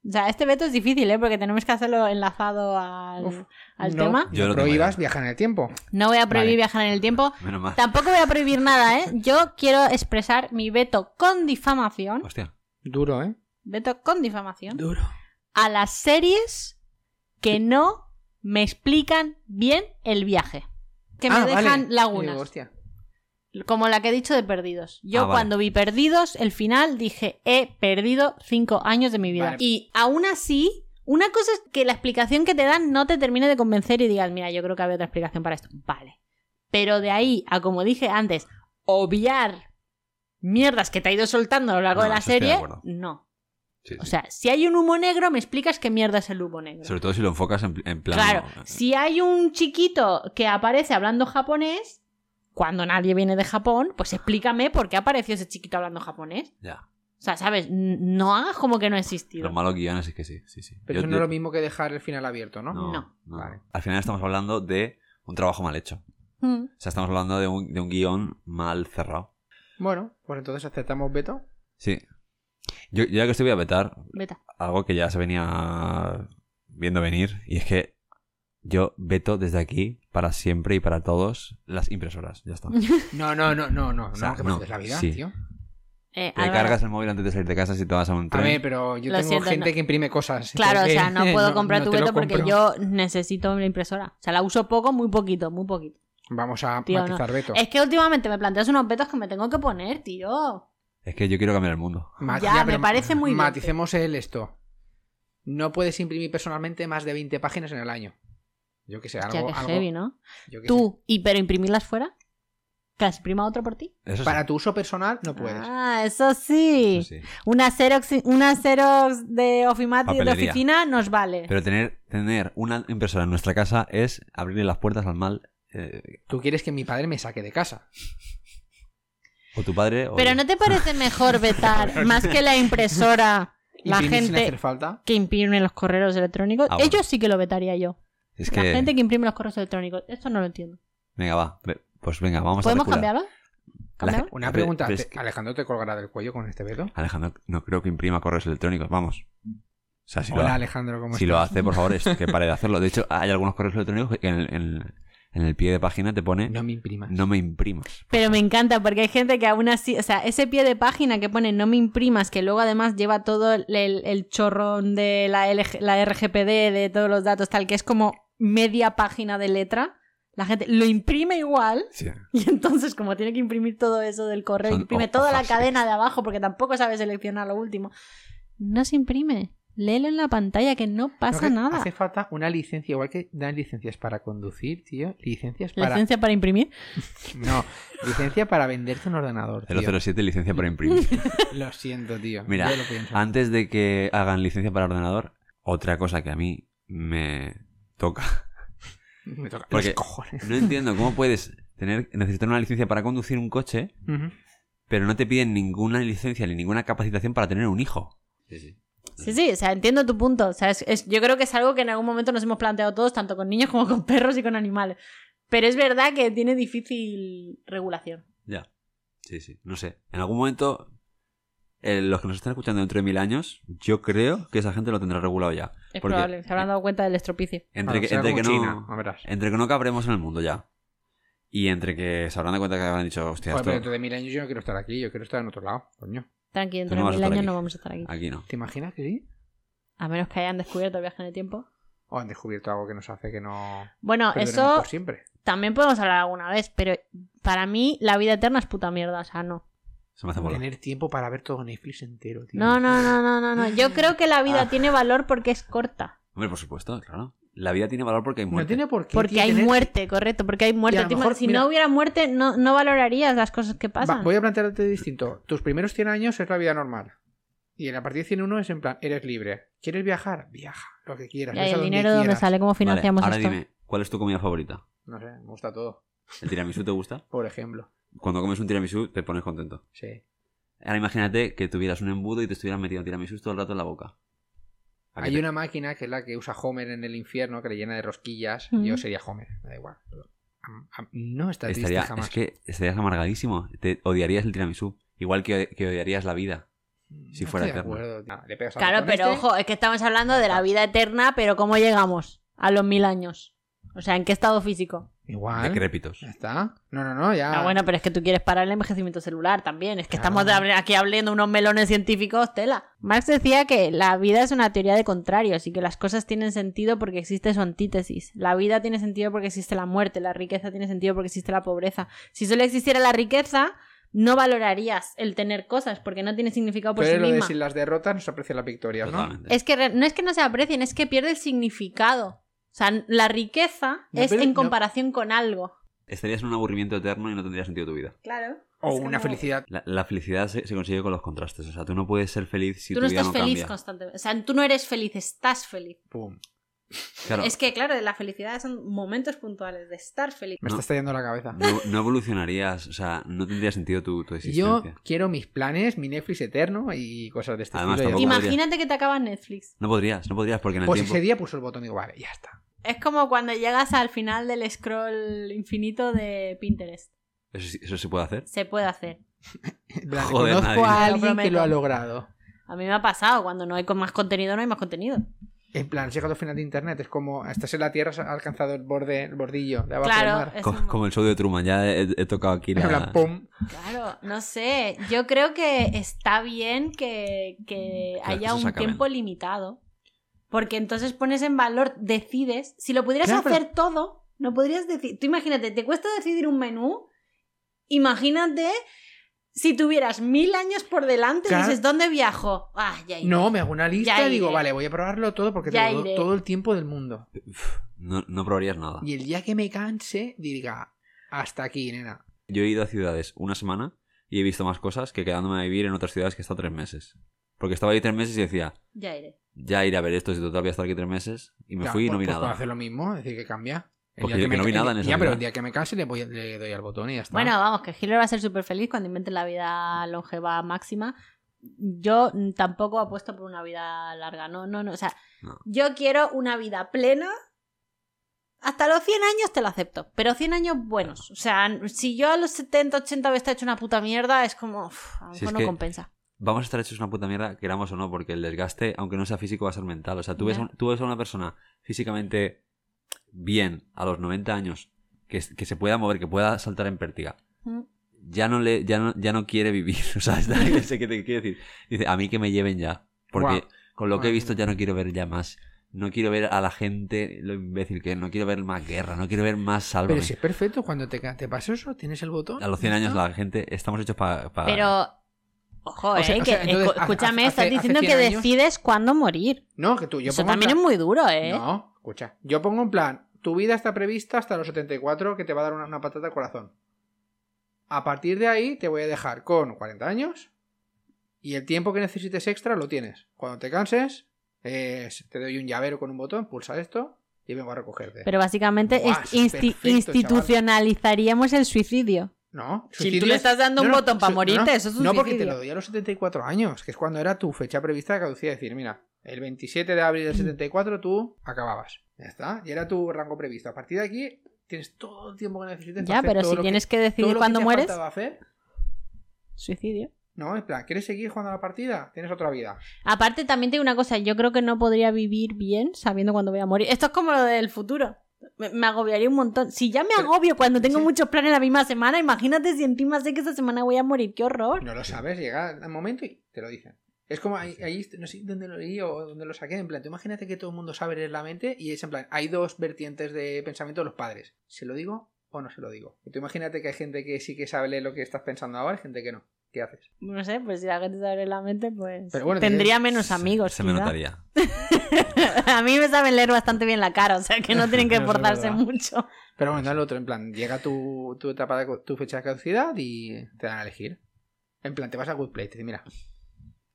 A: O sea, este veto es difícil, ¿eh? Porque tenemos que hacerlo enlazado al,
C: Uf,
A: al
C: no,
A: tema.
B: Yo
C: no
B: lo tengo
C: prohíbas
B: ya.
C: viajar en el tiempo.
A: No voy a prohibir
C: Vale.
A: viajar en el tiempo.
B: Menos mal.
A: Tampoco voy a prohibir nada, ¿eh? Yo quiero expresar mi veto con difamación.
B: Hostia.
C: Duro, ¿eh?
A: Veto con difamación.
C: Duro.
A: A las series que no me explican bien el viaje. Que
C: Ah,
A: me dejan lagunas.
C: hostia.
A: Como la que he dicho de Perdidos. Yo
B: Ah, vale.
A: cuando vi Perdidos, el final, dije, he perdido cinco años de mi vida.
C: Vale.
A: Y aún así, una cosa es que la explicación que te dan no te termine de convencer y digas, mira, yo creo que había otra explicación para esto. Vale. Pero de ahí a, como dije antes, obviar mierdas que te ha ido soltando a lo largo
B: No,
A: de la
B: eso estoy de
A: serie,
B: acuerdo.
A: no.
B: Sí,
A: O
B: sí.
A: sea, si hay un humo negro, me explicas qué mierda es el humo negro.
B: Sobre todo si lo enfocas en, pl- en plan. eh,
A: Claro, si hay un chiquito que aparece hablando japonés, cuando nadie viene de Japón, pues explícame por qué apareció ese chiquito hablando japonés.
B: Ya.
A: O sea, ¿sabes? N- No hagas como que no ha existido.
B: Los malos guiones es que sí. sí, sí.
C: Pero
B: Yo
C: eso
B: te-
C: no es lo mismo que dejar el final abierto, ¿no?
B: No.
A: No.
B: no.
C: Vale.
B: Al final estamos hablando de un trabajo mal hecho.
A: Mm.
B: O sea, estamos hablando de un, de un guión mal cerrado.
C: Bueno, pues entonces aceptamos veto.
B: Sí. Yo, yo ya que estoy voy a vetar
A: Vete.
B: algo que ya se venía viendo venir. Y es que yo veto desde aquí para siempre y para todos las impresoras. Ya está.
C: No, no, no, no, no.
B: O sea,
C: no, que
B: no,
C: me haces la vida,
B: sí.
C: tío.
A: Eh,
B: Te
A: Álvaro,
B: cargas el móvil antes de salir de casa si te vas a un
C: A
B: tren.
C: ver, pero yo
A: Lo
C: tengo
A: siento,
C: gente
A: no.
C: que imprime cosas.
A: Claro, o
C: entonces,
A: sea, no puedo comprar
C: no
A: tu
C: te lo
A: veto porque
C: compro.
A: yo necesito una impresora. O sea, la uso poco, muy poquito, muy poquito.
C: Vamos a
A: Tío, no.
C: matizar veto.
A: Es que últimamente me planteas unos vetos que me tengo que poner, tío.
B: Es que yo quiero cambiar el mundo.
C: Ma-
A: ya, me
C: pero
A: parece muy bien.
C: Maticemos el esto. No puedes imprimir personalmente más de 20 páginas en el año. Yo que sé, algo.
A: ya que
C: algo-
A: heavy, ¿no?
C: yo que
A: Tú, y pero imprimirlas fuera, que las imprima otro por ti.
B: Eso
C: sé.
B: sí.
C: Para tu uso personal no puedes.
A: Ah, eso sí.
B: Eso sí.
A: Una Xerox, una Xerox de, ofimat- de
B: Papelería.
A: oficina nos vale.
B: Pero tener, tener una impresora en nuestra casa es abrirle las puertas al mal. eh,
C: Tú quieres que mi padre me saque de casa.
B: o tu padre. O
A: Pero ¿no te parece mejor vetar más que la impresora la
C: Imprimir sin
A: gente
C: hacer falta.
A: que imprime los correos electrónicos?
B: Ah, bueno.
A: Ellos sí que lo vetaría yo.
B: Es que.
A: La gente que imprime los correos electrónicos. Esto no lo entiendo.
B: Venga, va. ve- Pues venga, vamos
A: ¿Podemos
B: a recular.
A: cambiarlo? ¿Cambiarlo?
B: La-
C: Una
B: Pero-
C: pregunta.
B: pero es
C: ¿te-
B: que-
C: Alejandro te colgará del cuello con este veto.
B: Alejandro, no creo que imprima correos electrónicos. Vamos. O sea, si, lo,
C: Hola,
B: ha-
C: Alejandro, ¿cómo
B: si lo
C: estás?
B: hace, por favor, es que pare de hacerlo. De hecho, hay algunos correos electrónicos que en el, en- en el pie de página te pone
C: No
B: no,
C: me imprimas.
B: me imprimas.
A: Pero me encanta porque hay gente que aún así, o sea, ese pie de página que pone no me imprimas, que luego además lleva todo el, el chorrón de la, LG la RGPD, de todos los datos, tal, que es como media página de letra, la gente lo imprime igual
B: Sí.
A: y entonces como tiene que imprimir todo eso del correo,
B: Son
A: imprime
B: ho-
A: toda la
B: hojas
A: cadena de abajo porque tampoco sabe seleccionar lo último. No se imprime, léelo en la pantalla que no
C: No,
A: pasa
C: que
A: nada.
C: Hace falta una licencia, igual que dan licencias para conducir, tío. Licencias para.
A: Licencia para imprimir.
C: No, licencia para venderte un ordenador. Tío.
B: 007, licencia para imprimir.
C: Lo siento, tío.
B: Mira,
C: Yo lo pienso.
B: Antes de que hagan licencia para ordenador, otra cosa que a mí me toca
C: Me toca
B: porque-
C: los cojones.
B: No entiendo cómo puedes tener necesitar una licencia para conducir un coche,
C: Ujú.
B: pero no te piden ninguna licencia ni ninguna capacitación para tener un hijo. Sí, sí.
A: Sí, sí, o sea, entiendo tu punto. O sea, es- es- yo creo que es algo que en algún momento nos hemos planteado todos, tanto con niños como con perros y con animales. Pero es verdad que tiene difícil regulación.
B: Ya. Sí, sí. No sé. En algún momento, eh, los que nos están escuchando dentro de mil años, yo creo que esa gente lo tendrá regulado ya.
A: Es
B: Porque eh,
A: probable, se habrán dado cuenta del estropicio.
B: Entre, que,
C: será
B: entre, que
C: como China,
B: no,
C: a verás.
B: entre que no cabremos en el mundo ya. Y entre que se habrán dado cuenta que habrán dicho, hostia,
C: Joder, pero
B: esto
C: dentro de mil años yo no quiero estar aquí, yo quiero estar en otro lado, coño.
A: Tranqui,
B: Tú
A: dentro
B: no
A: de
B: vas a
A: mil
B: estar
A: años
B: aquí.
A: no vamos a estar aquí.
B: aquí no.
C: ¿Te imaginas que sí?
A: A menos que hayan descubierto el viaje en el tiempo.
C: ¿O han descubierto algo que nos hace que no...
A: Bueno,
C: perderemos
A: eso
C: por siempre?
A: también podemos hablar alguna vez, pero para mí la vida eterna es puta mierda, o sea, no.
B: Se me hace bola.
C: Tener tiempo para ver todo Netflix entero, tío.
A: No, no, no, no, no, no. Yo creo que la vida
B: Ah.
A: tiene valor porque es corta.
B: Hombre, por supuesto, claro. La vida tiene valor porque hay
C: No
B: muerte.
C: tiene por qué.
A: Porque
C: tío,
A: hay
C: tener-
A: muerte, correcto, porque hay muerte.
C: Y a lo
A: Tú ima-
C: mejor,
A: si
C: mira-
A: no hubiera muerte, no, no valorarías las cosas que
C: Va,
A: pasan.
C: voy a plantearte distinto. Tus primeros 100 años es la vida normal. Y en la partir de 101 es en plan, eres libre. ¿Quieres viajar? Viaja. Lo que quieras.
A: Y
C: ves a
A: el
C: donde
A: dinero de dónde
C: quieras.
A: sale, cómo
B: Vale,
A: financiamos
B: ahora
A: esto.
B: dime, ¿cuál es tu comida favorita?
C: No sé, me gusta todo.
B: ¿El tiramisú te gusta?
C: Por ejemplo.
B: Cuando comes un tiramisú te pones contento.
C: Sí.
B: Ahora imagínate que tuvieras un embudo y te estuvieras metiendo tiramisú todo el rato en la boca. ¿A qué
C: Hay
B: te-
C: una máquina que es la que usa Homer en el infierno, que le llena de rosquillas.
A: Mm.
C: Yo sería Homer, me da igual. Am- am- No está triste
B: Estaría,
C: jamás.
B: es que estarías amargadísimo. Te odiarías el tiramisú. Igual que, que odiarías la vida. si
C: No
B: fuera
C: estoy de
B: eterno.
C: acuerdo, tío. Ah, le pegas al
A: Claro,
C: botón
A: pero
C: este. Ah.
A: ojo, es que estamos hablando de la vida eterna, pero ¿cómo llegamos a los mil años? O sea, ¿en qué estado físico?
C: Igual.
B: Decrépitos.
C: Ya está. No, no, no, ya.
A: Ah, bueno, pero es que tú quieres parar el envejecimiento celular también. Es que
C: Claro.
A: estamos de habl- aquí hablando unos melones científicos, tela. Marx decía que la vida es una teoría de contrarios y que las cosas tienen sentido porque existe su antítesis. La vida tiene sentido porque existe la muerte, la riqueza tiene sentido porque existe la pobreza. Si solo existiera la riqueza, no valorarías el tener cosas porque no tiene significado por
C: Pero
A: sí
C: lo de
A: pues misma.
C: si las derrotas no se aprecia la victoria, ¿no?
B: Totalmente.
A: Es que re- no es que no se aprecien, es que pierde el significado. O sea, n- la riqueza
C: No,
A: es
C: pero
A: en
C: no-
A: comparación con algo.
B: Estarías en un aburrimiento eterno y no tendría sentido tu vida.
A: Claro.
C: O
A: Es
C: una
A: como-
C: felicidad.
B: La, la felicidad se, se consigue con los contrastes. O sea, tú no puedes ser feliz si
A: tú
B: tu
A: no
B: vida
A: estás
B: no
A: feliz
B: cambia.
A: constantemente. O sea, tú no eres feliz, estás feliz.
C: Pum.
B: Claro,
A: Es que, claro, la felicidad son momentos puntuales de estar feliz.
C: Me
B: No.
C: está estallando la cabeza.
B: no, no evolucionarías. O sea, no tendría sentido tu, tu
C: Yo
B: existencia.
C: quiero mis planes, mi Netflix eterno y cosas de este
B: Además,
C: estilo.
B: tampoco-
C: Y-
A: Imagínate que te acabas Netflix.
B: No podrías, no podrías porque en el
C: Pues
B: tiempo...
C: ese día puso el botón y digo, vale, ya está.
A: Es como cuando llegas al final del scroll infinito de Pinterest.
B: Eso, sí- eso se puede hacer.
A: Se puede hacer.
C: En plan,
B: Joder,
C: Conozco
B: nadie.
C: a
A: Te lo
C: alguien que
A: prometo.
C: lo ha logrado.
A: A mí me ha pasado, cuando no hay con más contenido, no hay más contenido.
C: En plan, has llegado al final de internet, es como, estás en la tierra, has alcanzado el borde, el bordillo de abajo del
A: Claro,
C: mar.
A: es
B: Co-
A: un-
B: Como el show de Truman, ya he, he tocado aquí
C: En
B: la...
C: plan, pum.
A: Claro, no sé. Yo creo que está bien que, que
B: las
A: haya
B: cosas
A: un
B: acaben.
A: tiempo limitado. Porque entonces pones en valor, decides. Si lo pudieras
C: Claro, pero-
A: hacer todo, no podrías decir. Tú imagínate, te cuesta decidir un menú. Imagínate si tuvieras mil años por delante,
C: Claro.
A: dices, ¿dónde viajo? Ah, ya iré.
C: No, me hago una lista
A: Ya
C: y digo,
A: iré.
C: vale, voy a probarlo todo porque
A: Ya
C: tengo
A: iré.
C: todo el tiempo del mundo.
B: No, no probarías nada.
C: Y el día que me canse, diga, hasta aquí, nena.
B: Yo he ido a ciudades una semana y he visto más cosas que quedándome a vivir en otras ciudades que he estado tres meses. Porque estaba ahí tres meses y decía,
A: Ya iré.
B: ya iré a ver esto, si total voy a estar aquí tres meses. Y me
C: Ya,
B: fui y
C: pues-
B: no vi
C: pues puedo
B: nada.
C: hacer lo mismo, decir que cambia. El
B: Porque
C: día
B: yo que no
C: me-
B: vi nada en
C: Ya,
B: esa
C: pero
B: vida.
C: el día que me canse le, voy- le doy al botón y ya está.
A: Bueno, vamos, que Hitler va a ser súper feliz cuando invente la vida longeva máxima. Yo mm, tampoco apuesto por una vida larga, no, no, no. O sea,
B: No.
A: yo quiero una vida plena. Hasta los 100 años te lo acepto, pero 100 años buenos. O sea, n- si yo a los 70, 80 voy a estar hecho una puta mierda, es como, uf, a lo
B: Si
A: mejor
B: es
A: no
B: que-
A: compensa.
B: Vamos a estar hechos una puta mierda, queramos o no, porque el desgaste, aunque no sea físico, va a ser mental. O sea, tú ves, a
A: Ya.
B: un- tú ves a una persona físicamente bien a los 90 años, que, es- que se pueda mover, que pueda saltar en pértiga.
A: Mm.
B: Ya no, le, ya no, ya no quiere vivir. O sea, está, sé que te quiero decir. Dice, a mí que me lleven ya. Porque
C: Guau.
B: con lo que he
C: Madre
B: visto
C: mía.
B: ya no quiero ver ya más. No quiero ver a la gente lo imbécil que es. No quiero ver más guerra. No quiero ver más salvo.
C: Pero si es perfecto, cuando te, ca- te pasa eso, tienes el botón.
B: A los 100 años la gente estamos hechos para...
A: Pero, ojo,
C: O sea,
A: eh,
C: o
A: que-
C: sea, entonces,
A: escu-
C: hace-
A: escúchame,
C: hace-
A: estás
C: hace
A: diciendo
C: 100
A: que
C: años-
A: decides cuándo morir.
C: No, que tú, yo
A: Eso
C: pongo en
A: también es
C: plan-
A: muy duro, ¿eh?
C: No, escucha. Yo pongo en plan, tu vida está prevista hasta los 74 que te va a dar una, una patata al corazón. A partir de ahí te voy a dejar con 40 años y el tiempo que necesites extra lo tienes. Cuando te canses, eh, te doy un llavero con un botón, pulsa esto y vengo a recogerte.
A: Pero básicamente
C: Buah,
A: es-
C: eso es
A: insti-
C: perfecto,
A: institucionalizaríamos el suicidio.
C: No,
A: Si tú le estás dando un botón para
C: su-
A: morirte,
C: no, no,
A: eso es un
C: No, porque te
A: suicidio.
C: lo doy a los 74 años, que es cuando era tu fecha prevista de caducidad. Es decir, mira, el
A: Mm.
C: 27 de abril del 74 tú acababas. Ya está, y era tu rango previsto. A partir de aquí Tienes todo el tiempo que necesites. para
A: Ya,
C: hacer
A: pero
C: todo
A: si
C: lo que-
A: tienes que,
C: todo
A: decidir
C: lo
A: cuándo
C: te ha
A: mueres,
C: faltado hacer.
A: suicidio.
C: No, en plan, ¿quieres seguir jugando a la partida? Tienes otra vida.
A: Aparte, también tengo una cosa, yo creo que no podría vivir bien sabiendo cuándo voy a morir. Esto es como lo del futuro. Me, me agobiaría un montón. Si ya me
C: Pero-
A: agobio cuando tengo
C: sí.
A: muchos planes la misma semana, imagínate si encima sé que esa semana voy a morir. ¡Qué horror!
C: No lo sabes, llega el momento y te lo dicen. Es como ahí, ahí- no sé dónde lo leí o dónde lo saqué, en plan, tú imagínate que todo el mundo sabe leer la mente y es en plan, hay dos vertientes de pensamiento de los padres. ¿Se lo digo o no se lo digo? Y tú imagínate que hay gente que sí que sabe leer lo que estás pensando ahora y gente que no. ¿Qué haces?
A: No, sé, pues si la gente se abre la mente, pues
C: Pero bueno,
A: tendría
C: tienes-
A: menos amigos.
B: Se me
A: quizá.
B: notaría.
A: a mí me saben leer bastante bien la cara, o sea que no tienen que
C: Eso es
A: esforzarse
C: verdad.
A: mucho.
C: Pero bueno, al otro, en plan, llega tu, tu etapa de ca- tu fecha de caducidad y te dan a elegir. En plan, te vas a Good Play, te dicen, mira,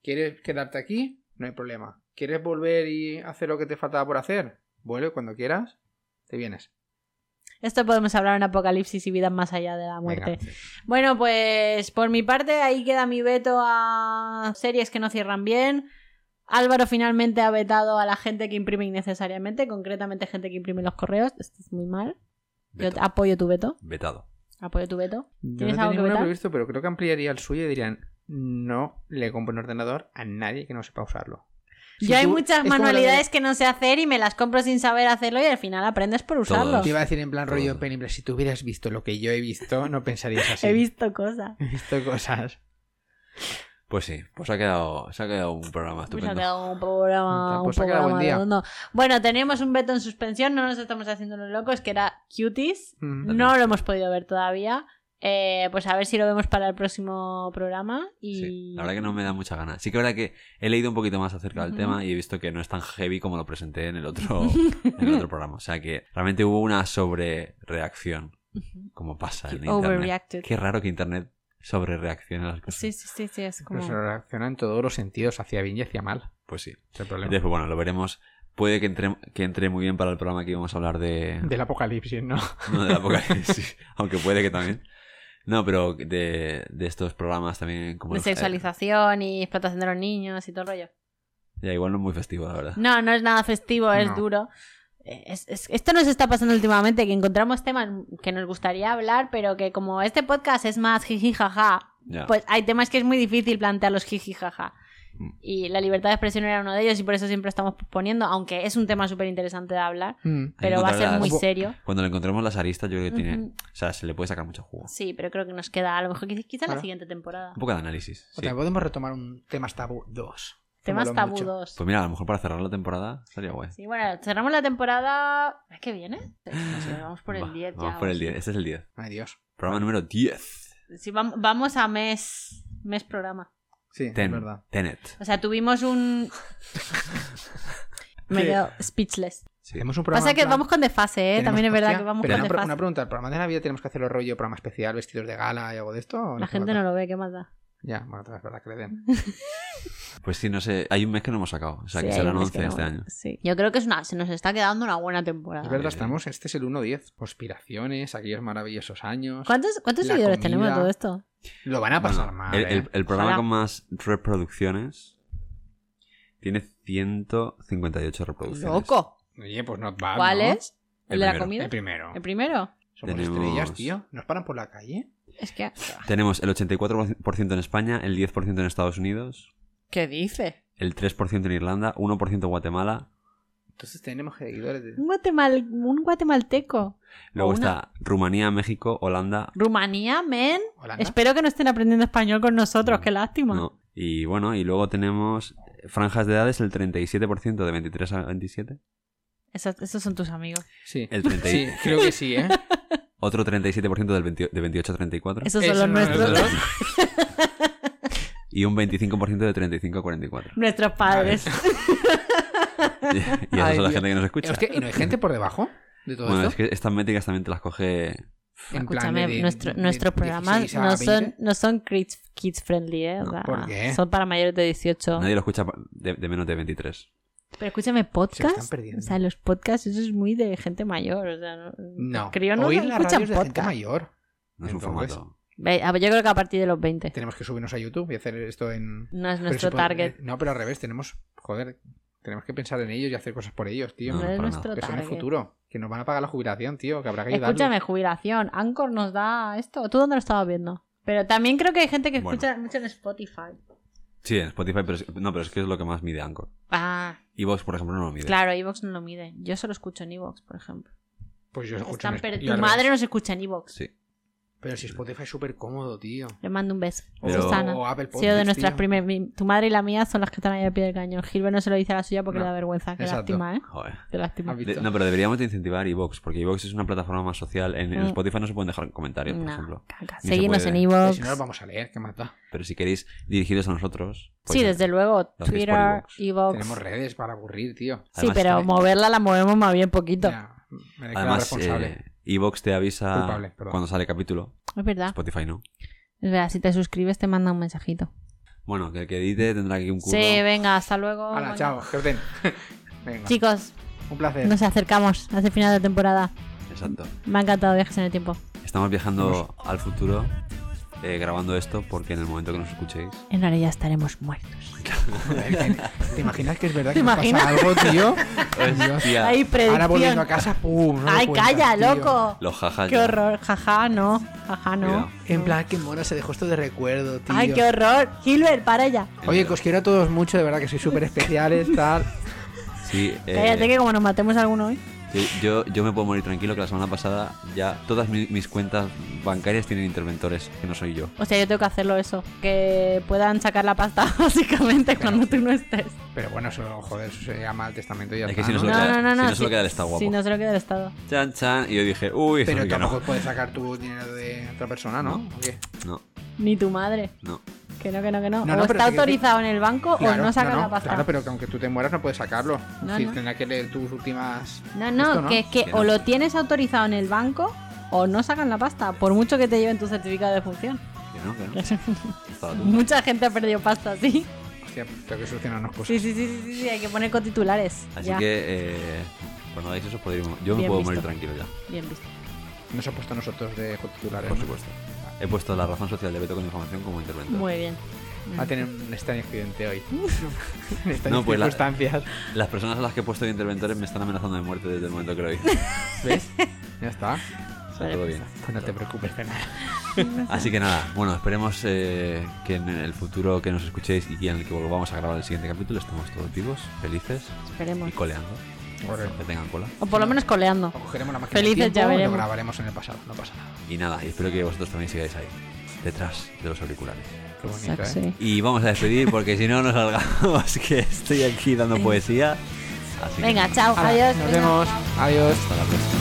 C: ¿quieres quedarte aquí? No hay problema. ¿Quieres volver y hacer lo que te faltaba por hacer? Vuelve cuando quieras, te vienes.
A: Esto podemos hablar en Apocalipsis y vidas más allá de la muerte.
C: Venga.
A: Bueno, pues por mi parte ahí queda mi veto a series que no cierran bien. Álvaro finalmente ha vetado a la gente que imprime innecesariamente, concretamente gente que imprime los correos. Esto es muy mal. Yo
B: Veto.
A: apoyo tu veto.
B: Vetado.
A: Apoyo tu veto.
C: Yo
A: ¿Tienes
C: no
A: algo que
C: tenía ninguno
A: vetar?
C: previsto, pero creo que ampliaría el suyo y dirían, no le compro un ordenador a nadie que no sepa usarlo. Si
A: Yo hay
C: tú- es
A: muchas
C: como lo de-
A: manualidades que no sé hacer y me las compro sin saber hacerlo y al final aprendes por usarlo.
C: Te iba a decir en plan rollo
B: Todo.
C: penible, si tú hubieras visto lo que yo he visto, no pensarías así.
A: He visto cosas.
C: He visto cosas.
B: Pues sí, pues ha quedado, se ha quedado un programa
A: Pues ha
B: estupendo.
A: quedado un programa,
C: Pues
A: un
C: ha quedado
A: programa
C: buen día.
A: redondo. Bueno, tenemos un veto en suspensión, no nos estamos haciendo los locos, que era cuties.
C: Mm.
A: No lo hemos podido ver todavía. Eh, pues a ver si lo vemos para el próximo programa. Y...
B: Sí, la verdad que no me da mucha gana. Sí que es verdad que he leído un poquito más acerca del
A: Ujú.
B: tema y he visto que no es tan heavy como lo presenté en el otro, en el otro programa. O sea que realmente hubo una sobrereacción,
A: Ujú.
B: como pasa en internet. Pues
A: Overreacted.
B: Qué raro que internet sobrereaccione a las cosas.
A: Sí, sí, sí, sí, es como.
C: Pero se reacciona en todos los sentidos, hacia bien y hacia mal.
B: Pues sí.
C: Es el problema.
B: Entonces, pues bueno, lo veremos. Puede que entre, que entre muy bien para el programa que íbamos a hablar de,
C: Del apocalipsis, ¿no?
B: No del apocalipsis, aunque puede que también. No, pero de, de estos programas también como...
A: De
B: los-
A: sexualización y explotación de los niños y todo el rollo.
B: eh, ya, igual no es muy festivo, la verdad.
A: No, no es nada festivo, es
C: No.
A: duro. Eh, es- es- esto nos está pasando últimamente, que encontramos temas que nos gustaría hablar, pero que como este podcast es más jiji jaja,
B: Ya.
A: pues hay temas que es muy difícil plantearlos jiji jaja.
B: Mm.
A: Y la libertad de expresión era uno de ellos y por eso siempre estamos posponiendo, aunque es un tema súper interesante de hablar,
C: Mm.
B: Hay que
A: pero va a
B: encontrar
A: ser
B: las-
A: muy serio.
B: Cuando le encontremos las aristas, yo creo que tiene...
A: Ujú.
B: O sea, se le puede sacar mucho jugo.
A: Sí, pero creo que nos queda a lo mejor quiz- quizá la
C: Claro.
A: siguiente temporada.
B: Un poco de análisis. sí.
C: O sea, podemos retomar un temas tabú 2.
A: Temas
C: Moló
A: tabú
C: mucho.
A: 2.
B: Pues mira, a lo mejor para cerrar la temporada estaría guay.
A: Sí, bueno, cerramos la temporada. ¿Es que viene? No sé, vamos por el
B: Va,
A: 10 ya.
B: Vamos por
A: o
B: el
A: así.
B: 10. Este es el 10.
C: Ay, Dios.
B: Programa número 10.
A: Sí, vam- vamos a mes, mes programa.
C: Sí, es
B: Ten-
C: verdad.
B: Tenet.
A: O sea, tuvimos un... Me
C: Sí.
A: quedo speechless.
B: Sí.
C: Tenemos un programa.
A: Pasa
C: en
A: que
C: plan-
A: vamos con desfase, ¿eh?
C: tenemos-
A: También es verdad
C: hostia,
A: que vamos
C: pero
A: con
C: una, pro-
A: desfase.
C: una pregunta: ¿el programa de Navidad tenemos que hacerlo rollo programa especial, vestidos de gala y algo de esto?
A: La gente no lo ve, ¿qué más da?
C: Ya, bueno, es verdad que le den.
B: Pues sí, no sé. Hay un mes que no hemos sacado. O sea,
A: Sí,
B: que
A: hay
B: serán
A: un mes
B: 11
A: que no.
B: este año.
A: Sí. Yo creo que es una... se nos está quedando una buena
C: Es
A: temporada.
C: verdad,
B: sí.
C: estamos. Este es el 1-10. Conspiraciones, aquellos maravillosos años.
A: ¿Cuántos, cuántos
C: La
A: seguidores
C: comida.
A: tenemos de todo esto?
C: Lo van a pasar
B: Bueno,
C: mal.
B: El,
C: ¿eh?
B: el- el programa
A: Ojalá.
B: con más reproducciones tiene 158 reproducciones.
A: ¡Loco!
C: Oye, pues not bad.
A: ¿Cuál
C: ¿no?
A: es? ¿El,
B: Ah, El
A: de la
B: primero.
A: comida?
C: El primero.
A: ¿El primero?
C: Somos
B: Tenemos-
C: estrellas, tío. ¿Nos paran por la calle?
A: Es que...
B: Tenemos el 84% en España, el 10% en Estados Unidos,
A: ¿Qué dice?
B: el 3% en Irlanda, 1% en Guatemala.
C: Entonces tenemos seguidores de.
A: Un, guatemal... un guatemalteco.
B: Luego
A: O una-
B: está Rumanía, México, Holanda.
A: Rumanía, men.
C: Holanda.
A: Espero que no estén aprendiendo español con nosotros,
B: No,
A: qué lástima.
B: No. Y bueno, y luego tenemos franjas de edades, el 37% de 23 a 27.
A: Eso- esos son tus amigos.
C: Sí.
B: El 30
C: Sí, creo que sí, ¿eh?
B: Otro 37% del 20 de 28 a 34.
A: Esos
C: Eso
A: son los
C: no es
A: nuestros,
C: verdad.
B: Y un 25% de 35 a 44.
A: nuestros padres.
C: Ah,
B: Y, y esa es
C: Ay,
B: la
C: Dios.
B: gente que nos escucha.
C: Hostia, ¿y no hay gente por debajo de todo
B: Bueno,
C: esto?
B: es que estas métricas también te las coge.
C: En plan
A: Escúchame,
C: de- de-
A: nuestro-
C: de
A: nuestros
C: 16
A: programas
C: a
A: no son,
C: 20.
A: no son kids, kids friendly, ¿eh? O
B: No,
A: sea,
C: ¿por qué?
A: Son para mayores de 18.
B: Nadie lo escucha de, de menos de 23.
A: Pero escúchame,
C: Se están
A: podcast.
C: perdiendo.
A: O sea, los podcasts, eso es muy de gente mayor. O sea, no,
C: No.
A: Creo no
C: Oír la radio
A: escuchan
C: es de gente
A: podcast.
C: mayor.
B: No es un
C: Entonces,
B: formato.
A: Ve, a ver, Yo creo que a partir de los 20.
C: Tenemos que subirnos a YouTube y hacer esto
A: No
C: en...
A: es
C: Pero eh, se
A: nuestro
C: puede-
A: target.
C: No, pero al revés, tenemos... Joder, Tenemos que pensar en ellos y hacer cosas por ellos, tío.
B: No,
A: No es
B: para
A: nuestro
C: que son el
A: target.
C: futuro. Que nos van a pagar la jubilación, tío. Que habrá que ayudarlos.
A: Escúchame, jubilación. Anchor nos da esto. ¿Tú dónde lo estabas viendo? Pero también creo que hay gente que
B: Bueno.
A: escucha mucho en Spotify.
B: Sí, en Spotify, pero es, no, pero es que es lo que más mide Anchor.
A: Ah,
B: Y vos, por ejemplo, no lo mide.
A: claro, Evox no lo mide. Yo solo escucho en Evox, por ejemplo.
C: Pues yo escucho.
A: Están-
C: en
A: pero
C: Spotify.
A: tu madre nos escucha en Evox.
B: Sí.
C: Pero si Spotify es súper cómodo, tío.
A: Le mando un beso.
C: O,
B: Pero-
A: Susana.
C: o Apple
A: Sí, o de
C: Podcast,
A: nuestras
C: tío.
A: primeras. Tu madre y la mía son las que están ahí al pie del cañón. Gilbert no se lo dice a la suya porque
C: No.
A: le da vergüenza. Qué
C: Exacto.
A: lástima, ¿eh?
B: Joder.
A: Qué lástima.
C: Has
B: De-
C: visto.
B: no, pero deberíamos de incentivar Evox, porque Evox es una plataforma más social. En, en
A: Mm.
B: Spotify no se pueden dejar comentarios, por
A: No,
B: ejemplo.
A: caca.
B: Ni se
A: Seguimos
B: puede.
A: en
C: Pero
A: Evox.
C: Si no los vamos a leer, ¿qué más da?
B: Pero si queréis dirigiros a nosotros. pues
A: Sí,
B: ya.
A: desde luego.
B: por
A: Twitter,
B: iVoox.
A: Evox.
C: Tenemos redes para aburrir, tío.
A: Sí,
B: Además,
A: pero
B: tiene-
A: moverla la movemos más bien poquito.
C: Ya, me declaro
B: Además,
C: responsable.
B: eh, Evox te avisa
C: Culpable, perdón.
B: cuando sale capítulo.
A: Es verdad.
B: Spotify no.
A: Es verdad, si te suscribes te manda un mensajito.
B: Bueno, que el que edite tendrá aquí un curro.
A: Sí, venga, hasta luego.
C: Hala,
A: Venga.
C: chao, Jordan. Venga,
A: Chicos,
C: un placer.
A: nos acercamos hacia el final de temporada.
B: Exacto.
A: Me ha encantado viajes en el tiempo.
B: Estamos viajando al futuro eh, grabando esto porque en el momento que nos escuchéis.
A: En realidad ya estaremos muertos.
C: Joder, que- ¿Te imaginas que es verdad
A: ¿Te
C: que nos pasa
A: imaginas?
C: algo, tío?
B: Hostia,
A: Ahí predicción.
C: Ahora volviendo a casa, ¡pum! no lo
A: Ay,
C: cuentas,
A: calla,
C: tío.
A: loco.
B: Los jajas.
A: Qué
B: ya.
A: horror. Jaja, no. Jaja, no.
B: Cuidado.
C: En plan, qué mono, se dejó esto de recuerdo, tío.
A: Ay, qué horror. Hilbert, para ya.
C: Oye, que os quiero a todos mucho, de verdad que sois súper especiales, tal.
B: Sí, eh,
A: Cállate que como nos matemos alguno hoy.
B: yo, yo me puedo morir tranquilo que la semana pasada ya todas mi- mis cuentas bancarias tienen interventores, que no soy yo.
A: O sea, yo tengo que hacerlo eso. Que puedan sacar la pasta, básicamente, cuando tú no estés.
C: Pero bueno, eso, joder, eso se llama el testamento y ya
B: Es que
C: está,
B: si no
C: ¿no?
B: se
A: No,
B: lo queda,
A: no, no,
B: si
A: no,
B: no se lo
A: sí.
B: queda, él está guapo.
A: Si no se lo queda el Estado.
B: Chan, chan. Y yo dije, uy, eso
C: Pero
B: sí que
C: tampoco
B: no.
C: puedes sacar tu dinero de otra persona, ¿no? ¿O qué?
B: No,
A: Ni tu madre.
B: no.
A: Que no, que no, que no.
C: No,
A: o
C: no, pero
A: está
C: te quiero
A: autorizado en el banco
C: Claro,
A: o no saca
C: no,
A: la pasta.
C: Claro, pero que aunque tú te mueras no puedes sacarlo.
A: No,
C: sí,
A: no.
C: tendrás que leer tus últimas...
A: No, no,
C: Esto, ¿no?
A: que es que
B: Que
A: o
B: no.
A: lo tienes autorizado en el banco o no sacan la pasta, por mucho que te lleven tu certificado de función.
B: Que no, que no. Estaba tonto.
A: Mucha gente ha perdido pasta, ¿sí?
C: Hostia, tengo que solucionarnos cosas.
A: Sí, sí, sí, sí, sí, sí, hay que poner cotitulares.
B: Así
A: ya,
B: que, eh, cuando hagáis eso, podéis, yo me
A: Bien
B: puedo
A: visto.
B: morir tranquilo ya,
A: bien visto.
C: Nos ha puesto a nosotros de titulares.
B: por
C: ¿no?
B: supuesto. He puesto la razón social de Beto con información como interventor.
A: Muy bien.
C: Va a tener un extraño accidente hoy. en estas
B: No, pues la-
C: circunstancias.
B: Las personas a las que he puesto de interventores me están amenazando de muerte desde el momento que lo hice. O
C: ¿Ves? Ya está.
B: sea, todo bien.
C: Pues no te preocupes, Fernanda.
B: Así que nada, bueno, esperemos eh, que en el futuro que nos escuchéis y en el que volvamos a grabar el siguiente capítulo estemos todos vivos, felices y
A: Esperemos.
B: coleando. Que tengan cola.
A: O por lo menos coleando.
C: O cogeremos la máquina
A: Felices
C: del tiempo
A: ya
C: y
A: veremos.
C: lo grabaremos en el pasado. No pasa nada.
B: Y nada, y espero que vosotros también sigáis ahí, detrás de los auriculares.
C: Qué bonito, ¿eh?
A: Sexy.
B: Y vamos a despedir porque si no nos salgamos, que estoy aquí dando poesía. Así que
A: Venga, chao,
C: Hala,
A: adiós.
C: Nos
A: venga.
C: vemos. Adiós.
B: hasta la próxima.